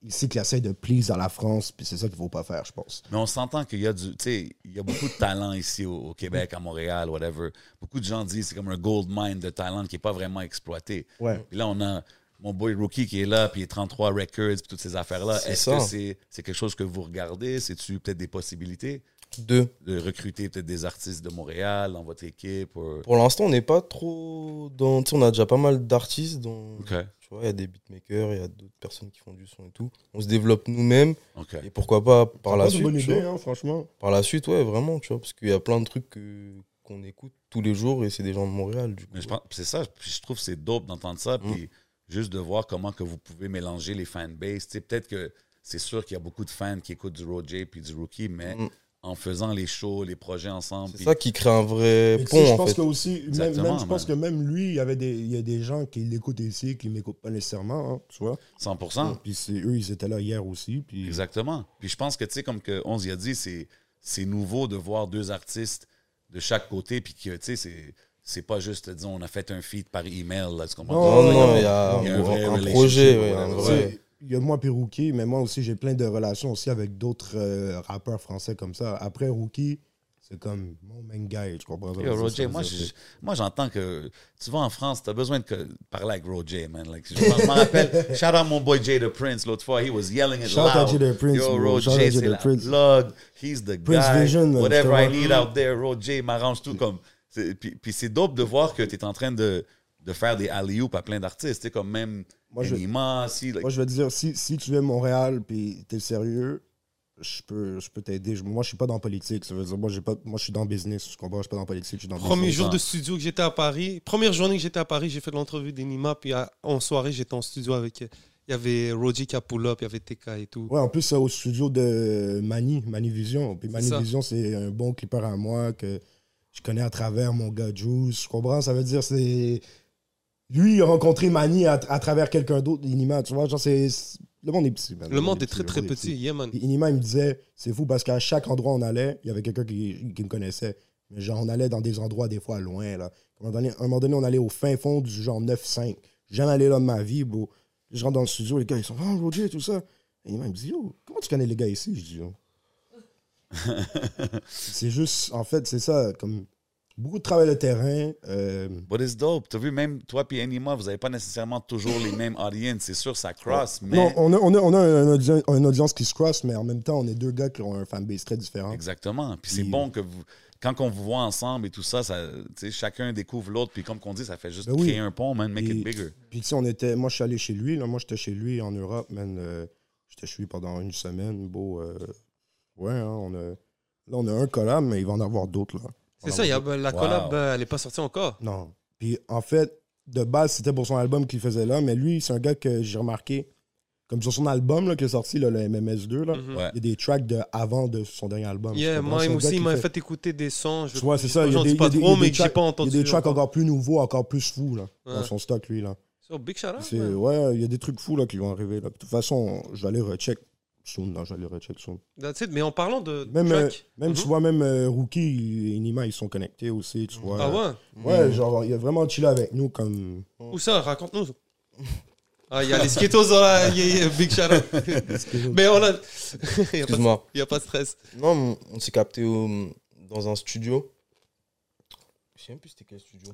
Speaker 5: ici qui essaient de please à la France, puis c'est ça qu'il ne faut pas faire, je pense.
Speaker 3: Mais on s'entend qu'il y a du, tu sais, il y a beaucoup de talent ici au, au Québec, à Montréal, whatever. Beaucoup de gens disent que c'est comme un gold mine de talent qui n'est pas vraiment exploité.
Speaker 5: Ouais.
Speaker 3: Puis là, on a mon boy Rookie qui est là, puis il est 33 Records, puis toutes ces affaires-là.
Speaker 6: C'est
Speaker 3: Est-ce
Speaker 6: ça.
Speaker 3: que c'est c'est quelque chose que vous regardez? C'est-tu peut-être des possibilités
Speaker 6: Deux.
Speaker 3: de recruter peut-être des artistes de Montréal dans votre équipe? Ou...
Speaker 6: Pour l'instant, on n'est pas trop dans. tu sais, on a déjà pas mal d'artistes. Dont,
Speaker 3: OK.
Speaker 6: Tu vois, il y a des beatmakers, il y a d'autres personnes qui font du son et tout. On se développe nous-mêmes.
Speaker 3: OK.
Speaker 6: Et pourquoi pas par la
Speaker 5: C'est
Speaker 6: suite.
Speaker 5: une bonne
Speaker 6: tu vois.
Speaker 5: idée, hein, franchement.
Speaker 6: Par la suite, ouais, vraiment, tu vois, parce qu'il y a plein de trucs que- qu'on écoute tous les jours et c'est des gens de Montréal, du coup.
Speaker 3: Mais je pense- c'est ça, puis je trouve que c'est dope d'entendre ça,
Speaker 6: Mm.
Speaker 3: puis juste de voir comment que vous pouvez mélanger les fanbases. Tu sais, peut-être que c'est sûr qu'il y a beaucoup de fans qui écoutent du Roger puis du Rookie, mais
Speaker 6: Mm.
Speaker 3: en faisant les shows, les projets ensemble,
Speaker 6: C'est
Speaker 3: puis
Speaker 6: ça qui crée un vrai
Speaker 5: Mais tu sais,
Speaker 6: pont,
Speaker 5: je
Speaker 6: en
Speaker 5: pense
Speaker 6: fait.
Speaker 5: que aussi, même,
Speaker 3: Exactement,
Speaker 5: même- je pense
Speaker 3: man.
Speaker 5: que même lui, il y avait des, il y a des gens qui l'écoutent ici, qui m'écoutent pas nécessairement, hein, tu vois.
Speaker 6: Ah.
Speaker 3: 100%.
Speaker 5: Puis c'est eux, ils étaient là hier aussi, puis
Speaker 3: Exactement. Puis je pense que, tu sais, comme que 11 y a dit, c'est, c'est nouveau de voir deux artistes de chaque côté, puis que, tu sais, c'est, c'est pas juste, disons, on a fait un feed par email, là, tu comprends?
Speaker 5: Non,
Speaker 6: Non, non, il y
Speaker 5: non,
Speaker 6: a
Speaker 5: il y
Speaker 3: a un vrai
Speaker 6: un,
Speaker 3: relationship,
Speaker 6: projet, ouais, un
Speaker 3: ouais,
Speaker 5: Tu
Speaker 6: vrai.
Speaker 5: sais, Il y a moi puis Rookie, mais moi aussi, j'ai plein de relations aussi avec d'autres euh, rappeurs français comme ça. Après Rookie, c'est comme mon main guy, tu comprends?
Speaker 3: Yo,
Speaker 5: C'est
Speaker 3: Roger,
Speaker 5: ça,
Speaker 3: moi,
Speaker 5: c'est-
Speaker 3: je- moi j'entends que tu vas en France, tu as besoin de que- parler avec Roger, man. Like, je m'en- je m'en rappelle, shout out mon boy Jay the Prince l'autre fois, he was yelling it
Speaker 5: Shout out
Speaker 3: loud.
Speaker 5: Jay the Prince,
Speaker 3: Yo,
Speaker 5: bro. Shout out
Speaker 3: Roger,
Speaker 5: Jay
Speaker 3: c'est
Speaker 5: the
Speaker 3: la
Speaker 5: Prince.
Speaker 3: plug, he's the
Speaker 5: Prince
Speaker 3: guy.
Speaker 5: Vision, man,
Speaker 3: Whatever I
Speaker 5: justement.
Speaker 3: need out there, Roger il m'arrange tout comme. c'est- Puis, puis c'est dope de voir que tu es en train de, de faire des alley à plein d'artistes, tu sais, comme même
Speaker 5: Moi, je-
Speaker 3: Anima, si, like,
Speaker 5: Moi, je veux dire, si, si tu es Montréal puis t'es sérieux, je peux, je peux t'aider. Je- Moi, je suis pas dans politique. Ça veut dire, moi, j'ai pas, moi, je suis dans business. Tu comprends? Je suis pas dans politique, je suis dans
Speaker 4: Premier
Speaker 5: business.
Speaker 4: jour de studio que j'étais à Paris, première journée que j'étais à Paris, j'ai fait l'entrevue d'Enima, puis à- en soirée, j'étais en studio avec. Il y avait Roger qui a pull up, il y avait TK et tout.
Speaker 5: Ouais, en plus, c'est au studio de Mani, Mani Vision. Puis Mani
Speaker 4: ça.
Speaker 5: Vision, c'est un bon clipper à moi que je connais à travers mon gars Juice. Je comprends, ça veut dire c'est. Lui, il a rencontré Mani à, à travers quelqu'un d'autre, Inima. Tu vois, genre, c'est. c'est- Le monde est petit. man.
Speaker 4: Le monde est
Speaker 5: le
Speaker 4: très très
Speaker 5: monde
Speaker 4: petit, yeah man.
Speaker 5: Puis Inima, il me disait, c'est fou parce qu'à chaque endroit où on allait, il y avait quelqu'un qui, qui me connaissait. Mais genre, on allait dans des endroits des fois loin, là. À un moment donné, à un moment donné, on allait au fin fond du genre 9-5. J'ai Jamais allé là de ma vie, bro. Je rentre dans le studio, les gars, ils sont, ah, Roger, tout ça. Et Inima, il me dit, yo, comment tu connais les gars ici? Je dis, yo. c'est juste, en fait, c'est ça, comme beaucoup de travail de terrain. euh,
Speaker 3: But it's dope. T'as vu, même toi puis Anima, vous n'avez pas nécessairement toujours les mêmes audiences. C'est sûr, ça cross, mais.
Speaker 5: Non, on a, on a, on a un audi- une audience qui se cross, mais en même temps, on est deux gars qui ont un fanbase très différent.
Speaker 3: Exactement. Puis c'est
Speaker 5: Hein? Puis- euh,
Speaker 3: bon que vous, quand on vous voit ensemble et tout ça, ça tu sais, chacun découvre l'autre. Puis comme qu'on dit, ça fait juste
Speaker 5: Ben oui.
Speaker 3: créer un pont, man, make
Speaker 5: Puis-
Speaker 3: it bigger.
Speaker 5: Puis tu sais, on était, moi je suis allé chez lui, là, moi j'étais chez lui en Europe, man, euh, j'étais chez lui pendant une semaine, beau, euh, ouais, hein, on a, là on a un collab, mais il va en avoir d'autres là.
Speaker 4: C'est ça, il y a, ben, la
Speaker 3: Wow.
Speaker 4: collab, ben, elle n'est pas sortie encore.
Speaker 5: Non. Puis en fait, de base c'était pour son album qu'il faisait là, mais lui c'est un gars que j'ai remarqué, comme sur son album là qui est sorti là, le MMS2 là,
Speaker 4: Mhm.
Speaker 3: Ouais.
Speaker 5: il y a des tracks de avant de son dernier album.
Speaker 4: Yeah,
Speaker 5: Tu comprends?
Speaker 4: moi
Speaker 5: C'est un gars
Speaker 4: aussi,
Speaker 5: qui
Speaker 4: il m'a
Speaker 5: fait-
Speaker 4: fait écouter des sons. Je
Speaker 5: Tu vois, c'est ça, il y a
Speaker 4: J'en
Speaker 5: des-
Speaker 4: dis
Speaker 5: il y a
Speaker 4: pas
Speaker 5: des- il y a
Speaker 4: trop,
Speaker 5: des
Speaker 4: mais que j'ai
Speaker 5: tracks-
Speaker 4: pas
Speaker 5: il y
Speaker 4: entendu. hein.
Speaker 5: a des tracks
Speaker 4: encore.
Speaker 5: encore plus nouveaux, encore plus fous là, dans
Speaker 4: Ouais.
Speaker 5: son stock lui là.
Speaker 4: So, Oh, big shout out,
Speaker 5: C'est-
Speaker 4: man.
Speaker 5: Ouais, il y a des trucs fous là qui vont arriver. Là. De toute façon, je vais aller recheck soon. Là, je vais aller recheck soon.
Speaker 4: That's it. Mais en parlant de
Speaker 5: Même,
Speaker 4: track.
Speaker 5: euh, même
Speaker 4: Mhm.
Speaker 5: tu vois, même euh, Rookie et Nima, ils sont connectés aussi. Tu vois.
Speaker 4: Ah ouais
Speaker 6: Mm.
Speaker 5: Ouais, genre, il a vraiment chillé avec nous comme.
Speaker 4: Où ça Raconte-nous. Ah, il y a les skitos dans la. yeah, yeah, big shout out. mais on a. Il n'y a, pas-
Speaker 6: Excuse-moi.
Speaker 4: y a pas de stress.
Speaker 6: Non, mais on s'est capté au- dans un studio. Je sais même plus c'était quel studio.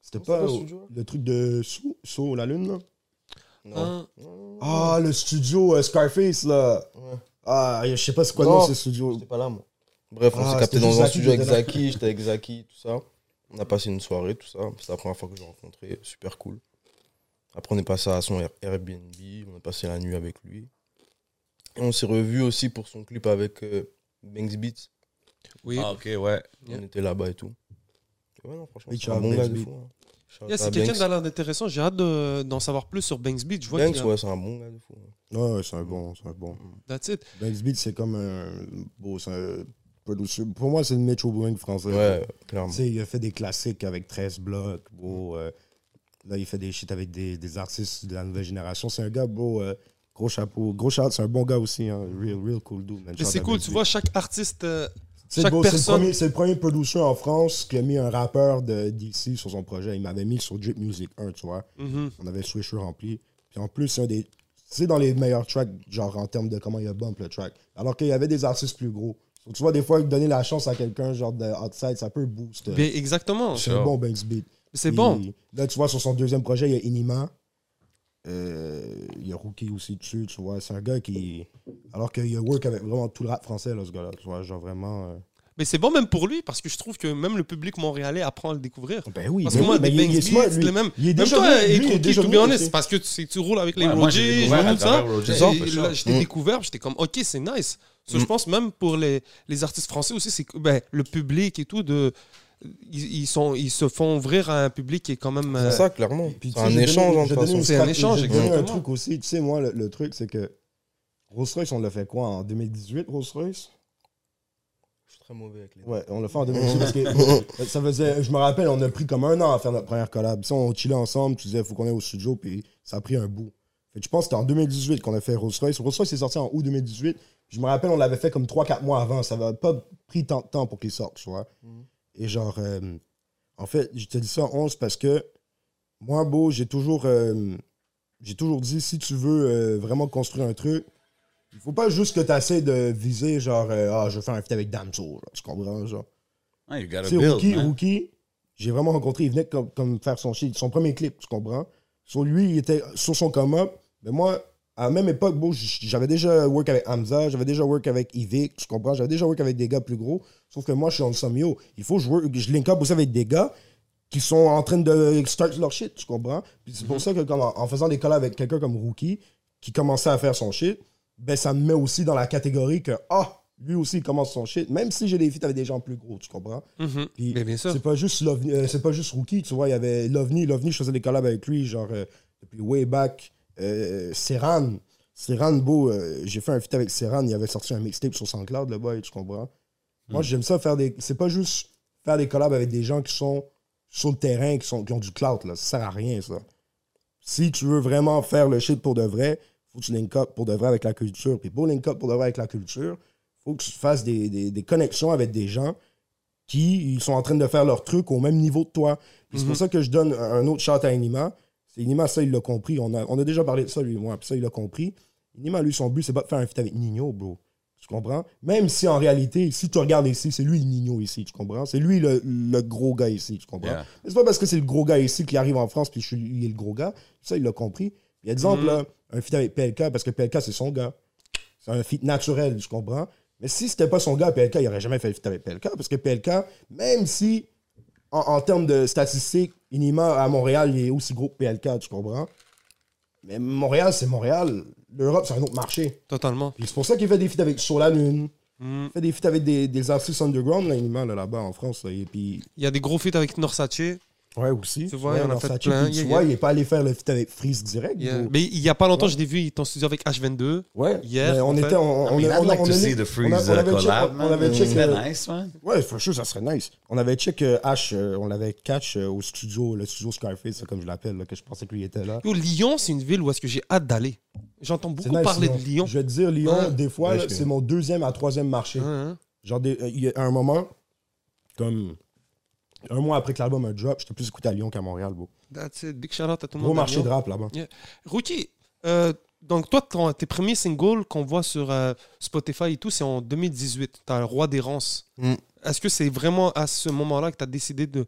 Speaker 5: C'était
Speaker 6: Comment
Speaker 5: pas
Speaker 6: s'appelle
Speaker 5: au-
Speaker 6: ce studio-là
Speaker 5: le truc de Sous, Sous la Lune là
Speaker 6: Non.
Speaker 4: Hein
Speaker 5: Ah, le studio euh, Scarface là
Speaker 6: Ouais.
Speaker 5: Ah, je sais pas c'est quoi le
Speaker 6: Non.
Speaker 5: nom de ce studio.
Speaker 6: J'étais pas là, moi. Bref, on
Speaker 5: Ah,
Speaker 6: s'est capté
Speaker 5: c'était
Speaker 6: dans
Speaker 5: juste
Speaker 6: un
Speaker 5: Zaki
Speaker 6: studio
Speaker 5: qui
Speaker 6: avec
Speaker 5: était là.
Speaker 6: Zaki, j'étais avec Zaki, tout ça. On a passé une soirée, tout ça. C'est la première fois que j'ai rencontré, super cool. Après, on est passé à son Air- Airbnb, on a passé la nuit avec lui. Et on s'est revu aussi pour son clip avec euh, Banks Beats.
Speaker 4: Oui.
Speaker 3: Ah, ok, ouais.
Speaker 4: Yeah.
Speaker 6: On était là-bas et tout. Et ouais, non, franchement,
Speaker 5: Oui,
Speaker 6: c'est
Speaker 5: tu
Speaker 6: un
Speaker 5: as
Speaker 6: bon
Speaker 5: Banks
Speaker 6: gars de
Speaker 5: Beats.
Speaker 6: fou, hein. Shout
Speaker 4: Yeah,
Speaker 6: out à
Speaker 4: c'est quelqu'un
Speaker 6: Banks.
Speaker 4: d'intéressant. intéressant. J'ai hâte de- d'en savoir plus sur Banks Beat. Je vois
Speaker 6: Banks,
Speaker 4: qu'il a-
Speaker 6: ouais, c'est un bon gars de fou. hein.
Speaker 5: Ouais, ouais, c'est un bon, c'est un bon.
Speaker 4: That's it.
Speaker 5: Banks Beat, c'est comme un. Bon, c'est un producer. Pour moi, c'est le Metro Boomin français.
Speaker 6: Ouais,
Speaker 5: Tu
Speaker 6: clairement.
Speaker 5: sais, il a fait des classiques avec 13 blocs, bro. euh, là, il fait des shit avec des, des artistes de la nouvelle génération. C'est un gars, bro, euh, gros chapeau. Gros shout, c'est un bon gars aussi. hein. Real, real cool dude, man.
Speaker 4: Mais
Speaker 5: Shout
Speaker 4: c'est
Speaker 5: out
Speaker 4: cool,
Speaker 5: à
Speaker 4: tu
Speaker 5: Banks
Speaker 4: vois, chaque artiste. euh,
Speaker 5: C'est
Speaker 4: Chaque
Speaker 5: beau, c'est
Speaker 4: personne-
Speaker 5: le, premier- c'est le premier producer en France qui a mis un rappeur de DC sur son projet. Il m'avait mis sur Drip Music 1, tu vois.
Speaker 4: mhm.
Speaker 5: On avait le switcher rempli. Puis en plus, c'est un des. C'est dans les meilleurs tracks, genre en termes de comment il a bump le track. Alors qu'il y avait des artistes plus gros. Donc, tu vois, des fois, donner la chance à quelqu'un, genre de outside, ça peut boost. euh,
Speaker 4: Bien, exactement.
Speaker 5: C'est un bon Banks Beat.
Speaker 4: C'est
Speaker 5: Puis,
Speaker 4: bon.
Speaker 5: Là, tu vois, sur son deuxième projet, il y a Inima. Euh, il y a Rookie aussi dessus, tu vois. C'est un gars qui. Alors qu'il a work avec vraiment tout le rap français, là, ce gars-là. Tu vois, genre vraiment. euh,
Speaker 4: Mais c'est bon même pour lui parce que je trouve que même le public montréalais apprend à le découvrir.
Speaker 5: Ben oui,
Speaker 4: Parce
Speaker 5: ben
Speaker 4: que moi,
Speaker 5: oui, mais
Speaker 4: des
Speaker 5: il- il est
Speaker 4: Banks
Speaker 5: smart,
Speaker 4: Beats,
Speaker 5: lui.
Speaker 4: le même.
Speaker 5: Il est
Speaker 4: Même
Speaker 5: déjà
Speaker 4: toi,
Speaker 5: venu, lui,
Speaker 4: et
Speaker 5: il est
Speaker 4: Rookie,
Speaker 5: déjà
Speaker 4: to be
Speaker 5: venu
Speaker 4: honest,
Speaker 5: aussi.
Speaker 4: parce que tu sais que tu roules avec les
Speaker 3: Ouais, moi, j'ai
Speaker 4: Roger,
Speaker 3: découvert à
Speaker 4: tout ça.
Speaker 3: travers Roger.
Speaker 4: Et
Speaker 3: C'est hein, ça, c'est
Speaker 4: là,
Speaker 3: ça.
Speaker 4: Je t'ai découvert, j'étais comme, ok, c'est nice. So,
Speaker 5: Mm.
Speaker 4: Je pense même pour les, les artistes français aussi, c'est que ben, le public et tout, de, ils, ils sont, ils se font ouvrir à un public qui est quand même. euh,
Speaker 6: C'est ça, clairement.
Speaker 5: Puis, tu
Speaker 6: C'est
Speaker 5: sais,
Speaker 6: un
Speaker 5: j'ai
Speaker 6: échange
Speaker 5: donné-
Speaker 6: entre
Speaker 5: j'ai
Speaker 6: façon.
Speaker 5: donné une
Speaker 4: C'est un
Speaker 5: strat-
Speaker 4: échange,
Speaker 5: j'ai donné un
Speaker 4: exactement.
Speaker 5: truc aussi. Tu sais, moi, le, le truc, c'est que Rolls Royce, on l'a fait quoi en 2018, Rolls Royce
Speaker 6: Je suis très mauvais avec les.
Speaker 5: Ouais, on l'a fait en 2018 parce que ça faisait. Je me rappelle, on a pris comme un an à faire notre première collab. Tu sais, on chillait ensemble, tu disais, faut qu'on aille au studio, puis ça a pris un bout. Fait que je pense que c'était en 2018 qu'on a fait Rolls Royce. Rolls Royce est sorti en août 2018. Je me rappelle, on l'avait fait comme 3-4 mois avant. Ça n'avait pas pris tant de temps pour qu'il sorte, tu vois. Et genre, euh, en fait, je te dis ça 11 parce que moi, beau, j'ai toujours, euh, j'ai toujours dit, si tu veux euh, vraiment construire un truc, il faut pas juste que tu essaies de viser, genre, euh, ah, je vais faire un feat avec Damso, genre, tu comprends, genre.
Speaker 3: Ah, you gotta
Speaker 5: Tu sais,
Speaker 3: build,
Speaker 5: Rookie,
Speaker 3: man.
Speaker 5: Rookie, j'ai vraiment rencontré, il venait comme, comme faire son shit, son premier clip, tu comprends? Sur lui, il était sur son come-up, mais moi, à la même époque, bon, j- j'avais déjà work avec Hamza, j'avais déjà work avec Ivic, tu comprends? J'avais déjà work avec des gars plus gros, sauf que moi, je suis en somio. Il faut que je, work- je link up aussi avec des gars qui sont en train de start leur shit, tu comprends? Puis c'est
Speaker 3: Mhm.
Speaker 5: pour ça que comme en, en faisant des collabs avec quelqu'un comme Rookie, qui commençait à faire son shit, ben ça me met aussi dans la catégorie que, ah, lui aussi, il commence son shit, même si j'ai des feats avec des gens plus gros, tu comprends?
Speaker 4: mhm.
Speaker 5: Puis,
Speaker 4: Mais bien sûr.
Speaker 5: C'est pas juste l'OVNI, euh, c'est pas juste Rookie, tu vois, il y avait l'OVNI, l'OVNI, je faisais des collabs avec lui, genre euh, depuis way back, euh, Serran, Serran, beau, euh, j'ai fait un feat avec Serran, il avait sorti un mixtape sur SoundCloud, le boy, tu comprends? Moi, j'aime ça faire des... C'est pas juste faire des collabs avec des gens qui sont sur le terrain, qui, sont, qui ont du clout, là, ça sert à rien, ça. Si tu veux vraiment faire le shit pour de vrai, faut que tu link up pour de vrai avec la culture. Puis pour link up pour de vrai avec la culture, faut que tu fasses des, des, des connexions avec des gens qui ils sont en train de faire leur truc au même niveau que toi. Puis C'est pour ça que je donne un autre chat à Inima. C'est Inima, ça, il l'a compris. On a, on a déjà parlé de ça, lui et moi. Puis ça, il l'a compris. Inima, lui, son but, c'est pas de faire un feat avec Nino, bro. Tu comprends? Même si en réalité, si tu regardes ici, c'est lui le Nino ici, tu comprends? C'est lui le, le gros gars ici, tu comprends?
Speaker 3: Yeah.
Speaker 5: Mais c'est pas parce que c'est le gros gars ici qui arrive en France puis je suis, il est le gros gars. Ça, il l'a compris. Puis, exemple, là, un feat avec PLK, parce que PLK, c'est son gars. C'est un feat naturel, je comprends. Mais si c'était pas son gars, PLK, il aurait jamais fait le feat avec PLK. Parce que PLK, même si, en, en termes de statistiques, Inima à Montréal, il est aussi gros que PLK, tu comprends. Mais Montréal, c'est Montréal. L'Europe, c'est un autre marché.
Speaker 4: Totalement.
Speaker 5: Puis c'est pour ça qu'il fait des feats avec Sur la Lune.
Speaker 4: Mm.
Speaker 5: Il fait des feats avec des, des artistes underground, là, Inima, là, là-bas, en France. là. Et puis,
Speaker 4: Il y a des gros feats avec Norsace.
Speaker 5: Ouais, aussi.
Speaker 4: Tu vois, il y en a
Speaker 5: alors,
Speaker 4: fait
Speaker 5: ça,
Speaker 4: plein.
Speaker 5: Tu
Speaker 4: Il y a-
Speaker 5: vois,
Speaker 4: il y
Speaker 5: il est pas allé faire le feat avec Freeze direct.
Speaker 4: Il y a-
Speaker 5: gros.
Speaker 4: Mais il y a pas longtemps, je l'ai vu, il était en studio avec H22.
Speaker 5: Ouais,
Speaker 4: Hier,
Speaker 5: mais on
Speaker 4: en fait.
Speaker 5: était. On,
Speaker 3: I
Speaker 5: on,
Speaker 3: mean,
Speaker 5: on,
Speaker 3: I'd like
Speaker 5: on,
Speaker 3: to
Speaker 5: on-
Speaker 3: see the
Speaker 5: on-
Speaker 3: Freeze
Speaker 5: on
Speaker 3: uh,
Speaker 5: avait check-
Speaker 3: collab,
Speaker 5: on- on avait
Speaker 3: man. Mm.
Speaker 5: check,
Speaker 3: Serait
Speaker 5: euh,
Speaker 3: nice, man.
Speaker 5: Ouais, for sure, ça serait nice. On avait check euh, H, euh, on l'avait catch euh, au studio, le studio Scarface, comme je l'appelle, là, que je pensais que lui était là.
Speaker 4: Yo, Lyon, c'est une ville où est-ce que j'ai hâte d'aller. J'entends
Speaker 5: C'est
Speaker 4: beaucoup
Speaker 5: nice,
Speaker 4: parler de Lyon.
Speaker 5: Je vais te dire, Lyon,
Speaker 4: Hein?
Speaker 5: des fois,
Speaker 6: Ouais,
Speaker 5: là,
Speaker 6: je-
Speaker 5: c'est mon deuxième à troisième marché.
Speaker 4: Hein, hein.
Speaker 5: Genre, des- euh, il y a un moment, comme un mois après que l'album a drop, j'étais plus écouté à Lyon qu'à Montréal, bro.
Speaker 4: That's it. Big shout out à tout le monde.
Speaker 5: Gros
Speaker 4: à
Speaker 5: marché
Speaker 4: Lyon.
Speaker 5: de rap là-bas.
Speaker 4: Rookie, euh, donc toi, ton- tes premiers singles qu'on voit sur euh, Spotify et tout, c'est en 2018. T'as le roi des rances.
Speaker 6: Mm.
Speaker 4: Est-ce que c'est vraiment à ce moment-là que t'as décidé de,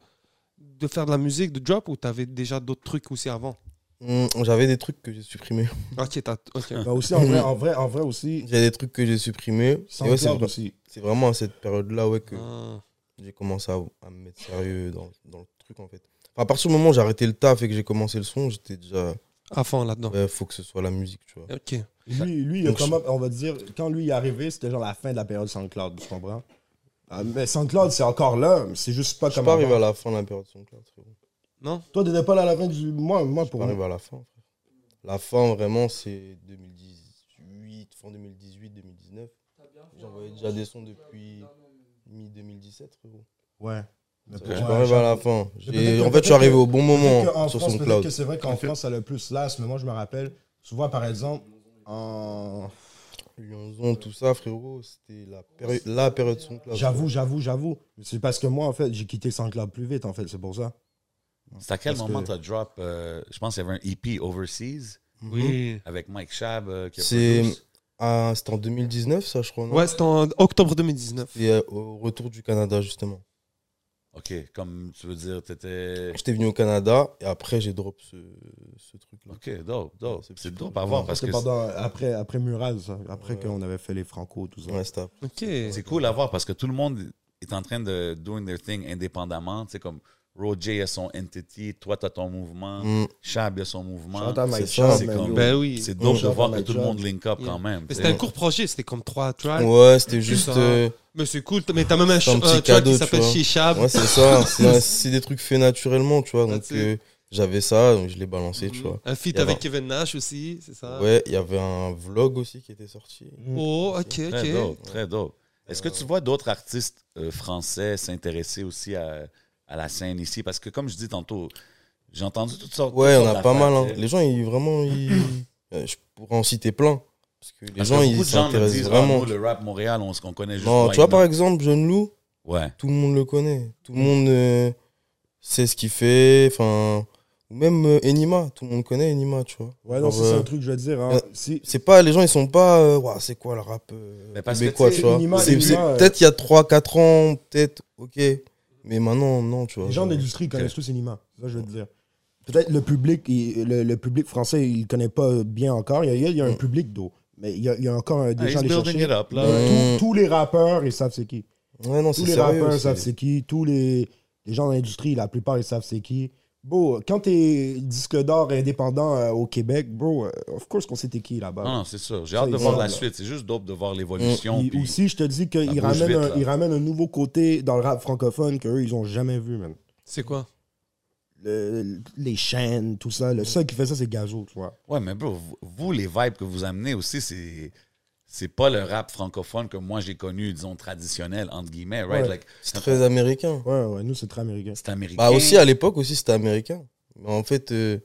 Speaker 4: de faire de la musique, de drop, ou t'avais déjà d'autres trucs aussi avant
Speaker 6: Hum, J'avais des trucs que j'ai supprimés.
Speaker 4: Ok, t'as. ok.
Speaker 6: Ah,
Speaker 5: Mais Ben, aussi, en vrai, en vrai, en vrai aussi,
Speaker 6: J'avais des trucs que j'ai supprimés. Et ouais, c'est
Speaker 5: SoundCloud aussi.
Speaker 6: c'est vraiment à cette période-là ouais, que
Speaker 4: Ah,
Speaker 6: j'ai commencé à, à me mettre sérieux dans, dans le truc en fait. Enfin, à partir du moment où j'ai arrêté le taf et que j'ai commencé le son, j'étais déjà.
Speaker 4: à fond là-dedans.
Speaker 6: Ouais, faut que ce soit la musique, tu vois.
Speaker 4: Ok.
Speaker 5: Lui, lui il a
Speaker 6: Donc,
Speaker 5: come up, on va dire, quand lui est arrivé, c'était genre la fin de la période SoundCloud, tu comprends? Ah, mais SoundCloud, c'est encore là, mais c'est juste pas
Speaker 6: Je suis
Speaker 5: comme.
Speaker 6: pas
Speaker 5: avant.
Speaker 6: arrivé à la fin de la période SoundCloud, frérot.
Speaker 4: Non
Speaker 5: Toi, t'étais pas là à la fin du mois, moi pour
Speaker 6: On arrive
Speaker 5: moi.
Speaker 6: à la fin. frère. La fin, vraiment, c'est 2018, fin 2018, 2019. J'envoyais déjà des sons depuis mi-2017, frérot.
Speaker 5: Ouais. Mais
Speaker 6: Je
Speaker 5: pour
Speaker 6: suis
Speaker 5: moi,
Speaker 6: pas arrivé à la
Speaker 5: j'avoue.
Speaker 6: fin.
Speaker 5: Mais
Speaker 6: J'ai-
Speaker 5: peut-être
Speaker 6: En
Speaker 5: que-
Speaker 6: fait, je suis arrivé au bon
Speaker 5: Peut-être qu'en
Speaker 6: moment sur
Speaker 5: France,
Speaker 6: son
Speaker 5: peut-être
Speaker 6: cloud.
Speaker 5: que c'est vrai qu'en France, ça a le plus l'as, mais moi, je me rappelle, souvent, par exemple, en...
Speaker 6: Lyonzon, tout ça, frérot, c'était la, péri- la période de son cloud.
Speaker 5: J'avoue, j'avoue, j'avoue. C'est parce que moi, en fait, j'ai quitté SoundCloud plus vite, en fait, c'est pour ça.
Speaker 3: C'est à quel
Speaker 5: Parce
Speaker 3: moment
Speaker 5: que-
Speaker 3: t'as drop, euh, je pense qu'il y avait un EP Overseas
Speaker 6: Mm-hmm.
Speaker 4: Oui.
Speaker 3: avec Mike Shab. euh, qui a
Speaker 6: C'est-
Speaker 3: produit.
Speaker 6: Ah, c'était en 2019, ça, je crois. non
Speaker 4: Ouais, c'était en octobre 2019.
Speaker 6: C'était euh, au retour du Canada, justement.
Speaker 3: OK, comme tu veux dire, t'étais...
Speaker 6: J'étais venu au Canada et après, j'ai drop ce, ce truc-là.
Speaker 3: OK, dope, dope.
Speaker 6: C'est-
Speaker 3: C'est dope à voir parce que
Speaker 5: C'était pendant- après, après Mural, ça. Après qu'on avait fait les Franco, tout ça.
Speaker 6: Ouais, c'était après.
Speaker 4: Ok.
Speaker 3: C'est cool à voir parce que tout le monde est en train de doing their thing indépendamment. Tu sais, comme Roger a son entity, toi, t'as ton mouvement,
Speaker 6: Mm.
Speaker 3: Chab a son mouvement.
Speaker 5: Shout out Mike
Speaker 3: C'est ça,
Speaker 5: Shab,
Speaker 3: c'est
Speaker 5: man,
Speaker 3: comme-
Speaker 5: yo.
Speaker 4: Ben oui.
Speaker 3: C'est dope
Speaker 5: Mm.
Speaker 3: de voir
Speaker 5: Shout
Speaker 3: que
Speaker 5: out
Speaker 3: tout le
Speaker 5: Mike Shab.
Speaker 3: monde link up
Speaker 4: Yeah.
Speaker 3: quand même.
Speaker 4: Mais
Speaker 3: tu
Speaker 4: c'était
Speaker 3: sais.
Speaker 4: un court projet, c'était comme trois tracks.
Speaker 6: Ouais, c'était juste.
Speaker 4: ça.
Speaker 6: euh,
Speaker 4: Mais c'est cool. Mais t'as même un,
Speaker 6: C'est
Speaker 4: ch-
Speaker 6: un petit
Speaker 4: un track
Speaker 6: cadeau,
Speaker 4: qui
Speaker 6: tu
Speaker 4: s'appelle
Speaker 6: vois.
Speaker 4: Shishab.
Speaker 6: euh, Ouais, c'est ça. C'est- C'est des trucs faits naturellement, tu vois. Donc,
Speaker 4: That's it.
Speaker 6: euh, j'avais ça, donc je l'ai balancé, tu
Speaker 4: Mhm.
Speaker 6: vois.
Speaker 4: Un feat
Speaker 6: Y a
Speaker 4: avec
Speaker 6: un-
Speaker 4: Kevin Nash aussi, c'est ça
Speaker 6: Ouais, il y avait un vlog aussi qui était sorti.
Speaker 4: Oh, ok,
Speaker 3: Très
Speaker 4: ok.
Speaker 3: dope, très dope. Est-ce que
Speaker 6: Euh,
Speaker 3: tu vois d'autres artistes euh, français s'intéresser aussi à, à la scène ici? Parce que comme je dis tantôt, j'ai entendu toutes sortes
Speaker 6: Ouais,
Speaker 3: toutes
Speaker 6: on
Speaker 3: sortes
Speaker 6: a pas
Speaker 3: d'affaires,
Speaker 6: mal. hein.
Speaker 3: tu sais.
Speaker 6: Les gens, ils vraiment. Ils... Euh, je pourrais en citer plein. Parce que les
Speaker 3: Parce que
Speaker 6: gens,
Speaker 3: beaucoup
Speaker 6: ils
Speaker 3: de gens me
Speaker 6: s'intéressent
Speaker 3: disent, Ah,
Speaker 6: vraiment.
Speaker 3: nous, le rap Montréal, on se qu'on connaît juste.
Speaker 6: Non, tu vois,
Speaker 3: White
Speaker 6: par
Speaker 3: Man.
Speaker 6: exemple, Jeune Loup,
Speaker 3: Ouais.
Speaker 6: tout le monde le connaît. Tout le monde euh, sait ce qu'il fait. Enfin. Ou même euh, Enima, tout le monde connaît Enima, tu vois.
Speaker 5: Ouais, non, c'est
Speaker 6: Genre,
Speaker 5: ça
Speaker 6: euh,
Speaker 5: le truc, que je veux dire. hein.
Speaker 6: euh,
Speaker 5: Si-
Speaker 6: C'est pas, les gens, ils sont pas, euh, Ouah, c'est quoi le rap euh,
Speaker 3: Mais parce que,
Speaker 6: québécois,
Speaker 3: tu sais,
Speaker 6: tu vois.
Speaker 5: Enima-
Speaker 6: C'est- c'est-
Speaker 5: Enima, euh,
Speaker 6: Peut-être il y a 3-4 ans, peut-être, ok. Mais maintenant, non, tu vois.
Speaker 5: Les gens de l'industrie connaissent tous Enima. Ça, je veux te dire. Peut-être le public, il- le, le public français, il connaît pas bien encore. Il y a, il y a un public d'eau. Mais il y a, il y a encore euh, des
Speaker 3: Mm. Ah,
Speaker 5: gens à
Speaker 3: he's
Speaker 5: aller
Speaker 3: building
Speaker 5: chercher.
Speaker 3: it up, là.
Speaker 5: Mais
Speaker 6: Ouais.
Speaker 5: tous- tous les rappeurs, ils savent c'est qui.
Speaker 6: Ouais, non,
Speaker 5: Tous
Speaker 6: c'est
Speaker 5: les
Speaker 6: sérieux.
Speaker 5: rappeurs
Speaker 6: c'est-
Speaker 5: savent c'est qui. Tous les, les gens de l'industrie, la plupart, ils savent c'est qui. Bro, quand t'es disque d'or indépendant euh, au Québec, bro, euh, of course qu'on sait t'es qui là-bas.
Speaker 3: Non, non, c'est sûr. J'ai
Speaker 5: Ça,
Speaker 3: hâte de
Speaker 5: ils
Speaker 3: voir
Speaker 5: sont,
Speaker 3: la
Speaker 5: là.
Speaker 3: suite. C'est juste dope de
Speaker 6: Mm.
Speaker 3: voir l'évolution.
Speaker 5: Puis
Speaker 3: puis-
Speaker 5: aussi, je te dis
Speaker 3: ça
Speaker 5: qu'ils
Speaker 3: bouge
Speaker 5: ramènent,
Speaker 3: vite,
Speaker 5: un-
Speaker 3: là.
Speaker 5: ils ramènent un nouveau côté dans le rap francophone qu'eux, ils ont jamais vu, man.
Speaker 4: C'est quoi
Speaker 5: Le- les chaînes, tout ça. Le seul qui fait ça, c'est Gazo, tu vois.
Speaker 3: Ouais, mais bro, vous- vous, les vibes que vous amenez aussi, c'est. C'est pas le rap francophone que moi j'ai connu, disons, traditionnel, entre guillemets, right?
Speaker 5: Ouais.
Speaker 3: Like,
Speaker 6: C'est très américain.
Speaker 5: Ouais, ouais, nous, c'est très américain.
Speaker 3: c'est américain.
Speaker 6: Bah, aussi, à l'époque, aussi, c'était américain. Mais en fait, euh,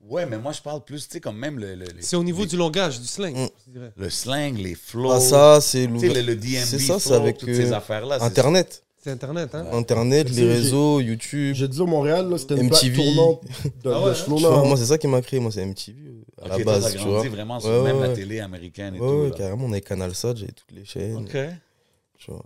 Speaker 3: Ouais, mais moi je parle plus, tu sais, comme même le, le, le-
Speaker 4: C'est au niveau
Speaker 3: les-
Speaker 4: du langage, du slang,
Speaker 6: Mm.
Speaker 4: je dirais.
Speaker 3: le slang, les flows.
Speaker 6: bah, ça, c'est
Speaker 3: tu sais, le,
Speaker 6: l'ouver-
Speaker 3: le DMV,
Speaker 6: C'est ça, c'est
Speaker 3: flow,
Speaker 6: avec
Speaker 3: toutes ces
Speaker 6: euh,
Speaker 3: affaires-là. c'est-
Speaker 6: Internet.
Speaker 4: C'est Internet, hein
Speaker 3: Ouais.
Speaker 6: Internet,
Speaker 5: Tu sais,
Speaker 6: les réseaux, YouTube.
Speaker 5: J'ai dit au Montréal, là, c'était une plaque
Speaker 6: MTV.
Speaker 5: tournante de,
Speaker 3: Ah ouais,
Speaker 5: de
Speaker 3: hein?
Speaker 5: Shlomo,
Speaker 6: Tu vois,
Speaker 5: hein.
Speaker 6: moi, c'est ça qui m'a créé. Moi, c'est MTV euh, à
Speaker 3: Ok,
Speaker 6: la
Speaker 3: toi, t'as
Speaker 6: base, tu vois.
Speaker 3: grandi vraiment sur
Speaker 6: Ouais,
Speaker 3: même
Speaker 6: ouais,
Speaker 3: la
Speaker 6: ouais.
Speaker 3: télé américaine et
Speaker 6: Ouais, ouais,
Speaker 3: tout. là.
Speaker 6: carrément, on avait Canal Sat, j'avais toutes les chaînes.
Speaker 3: Ok.
Speaker 6: Tu vois.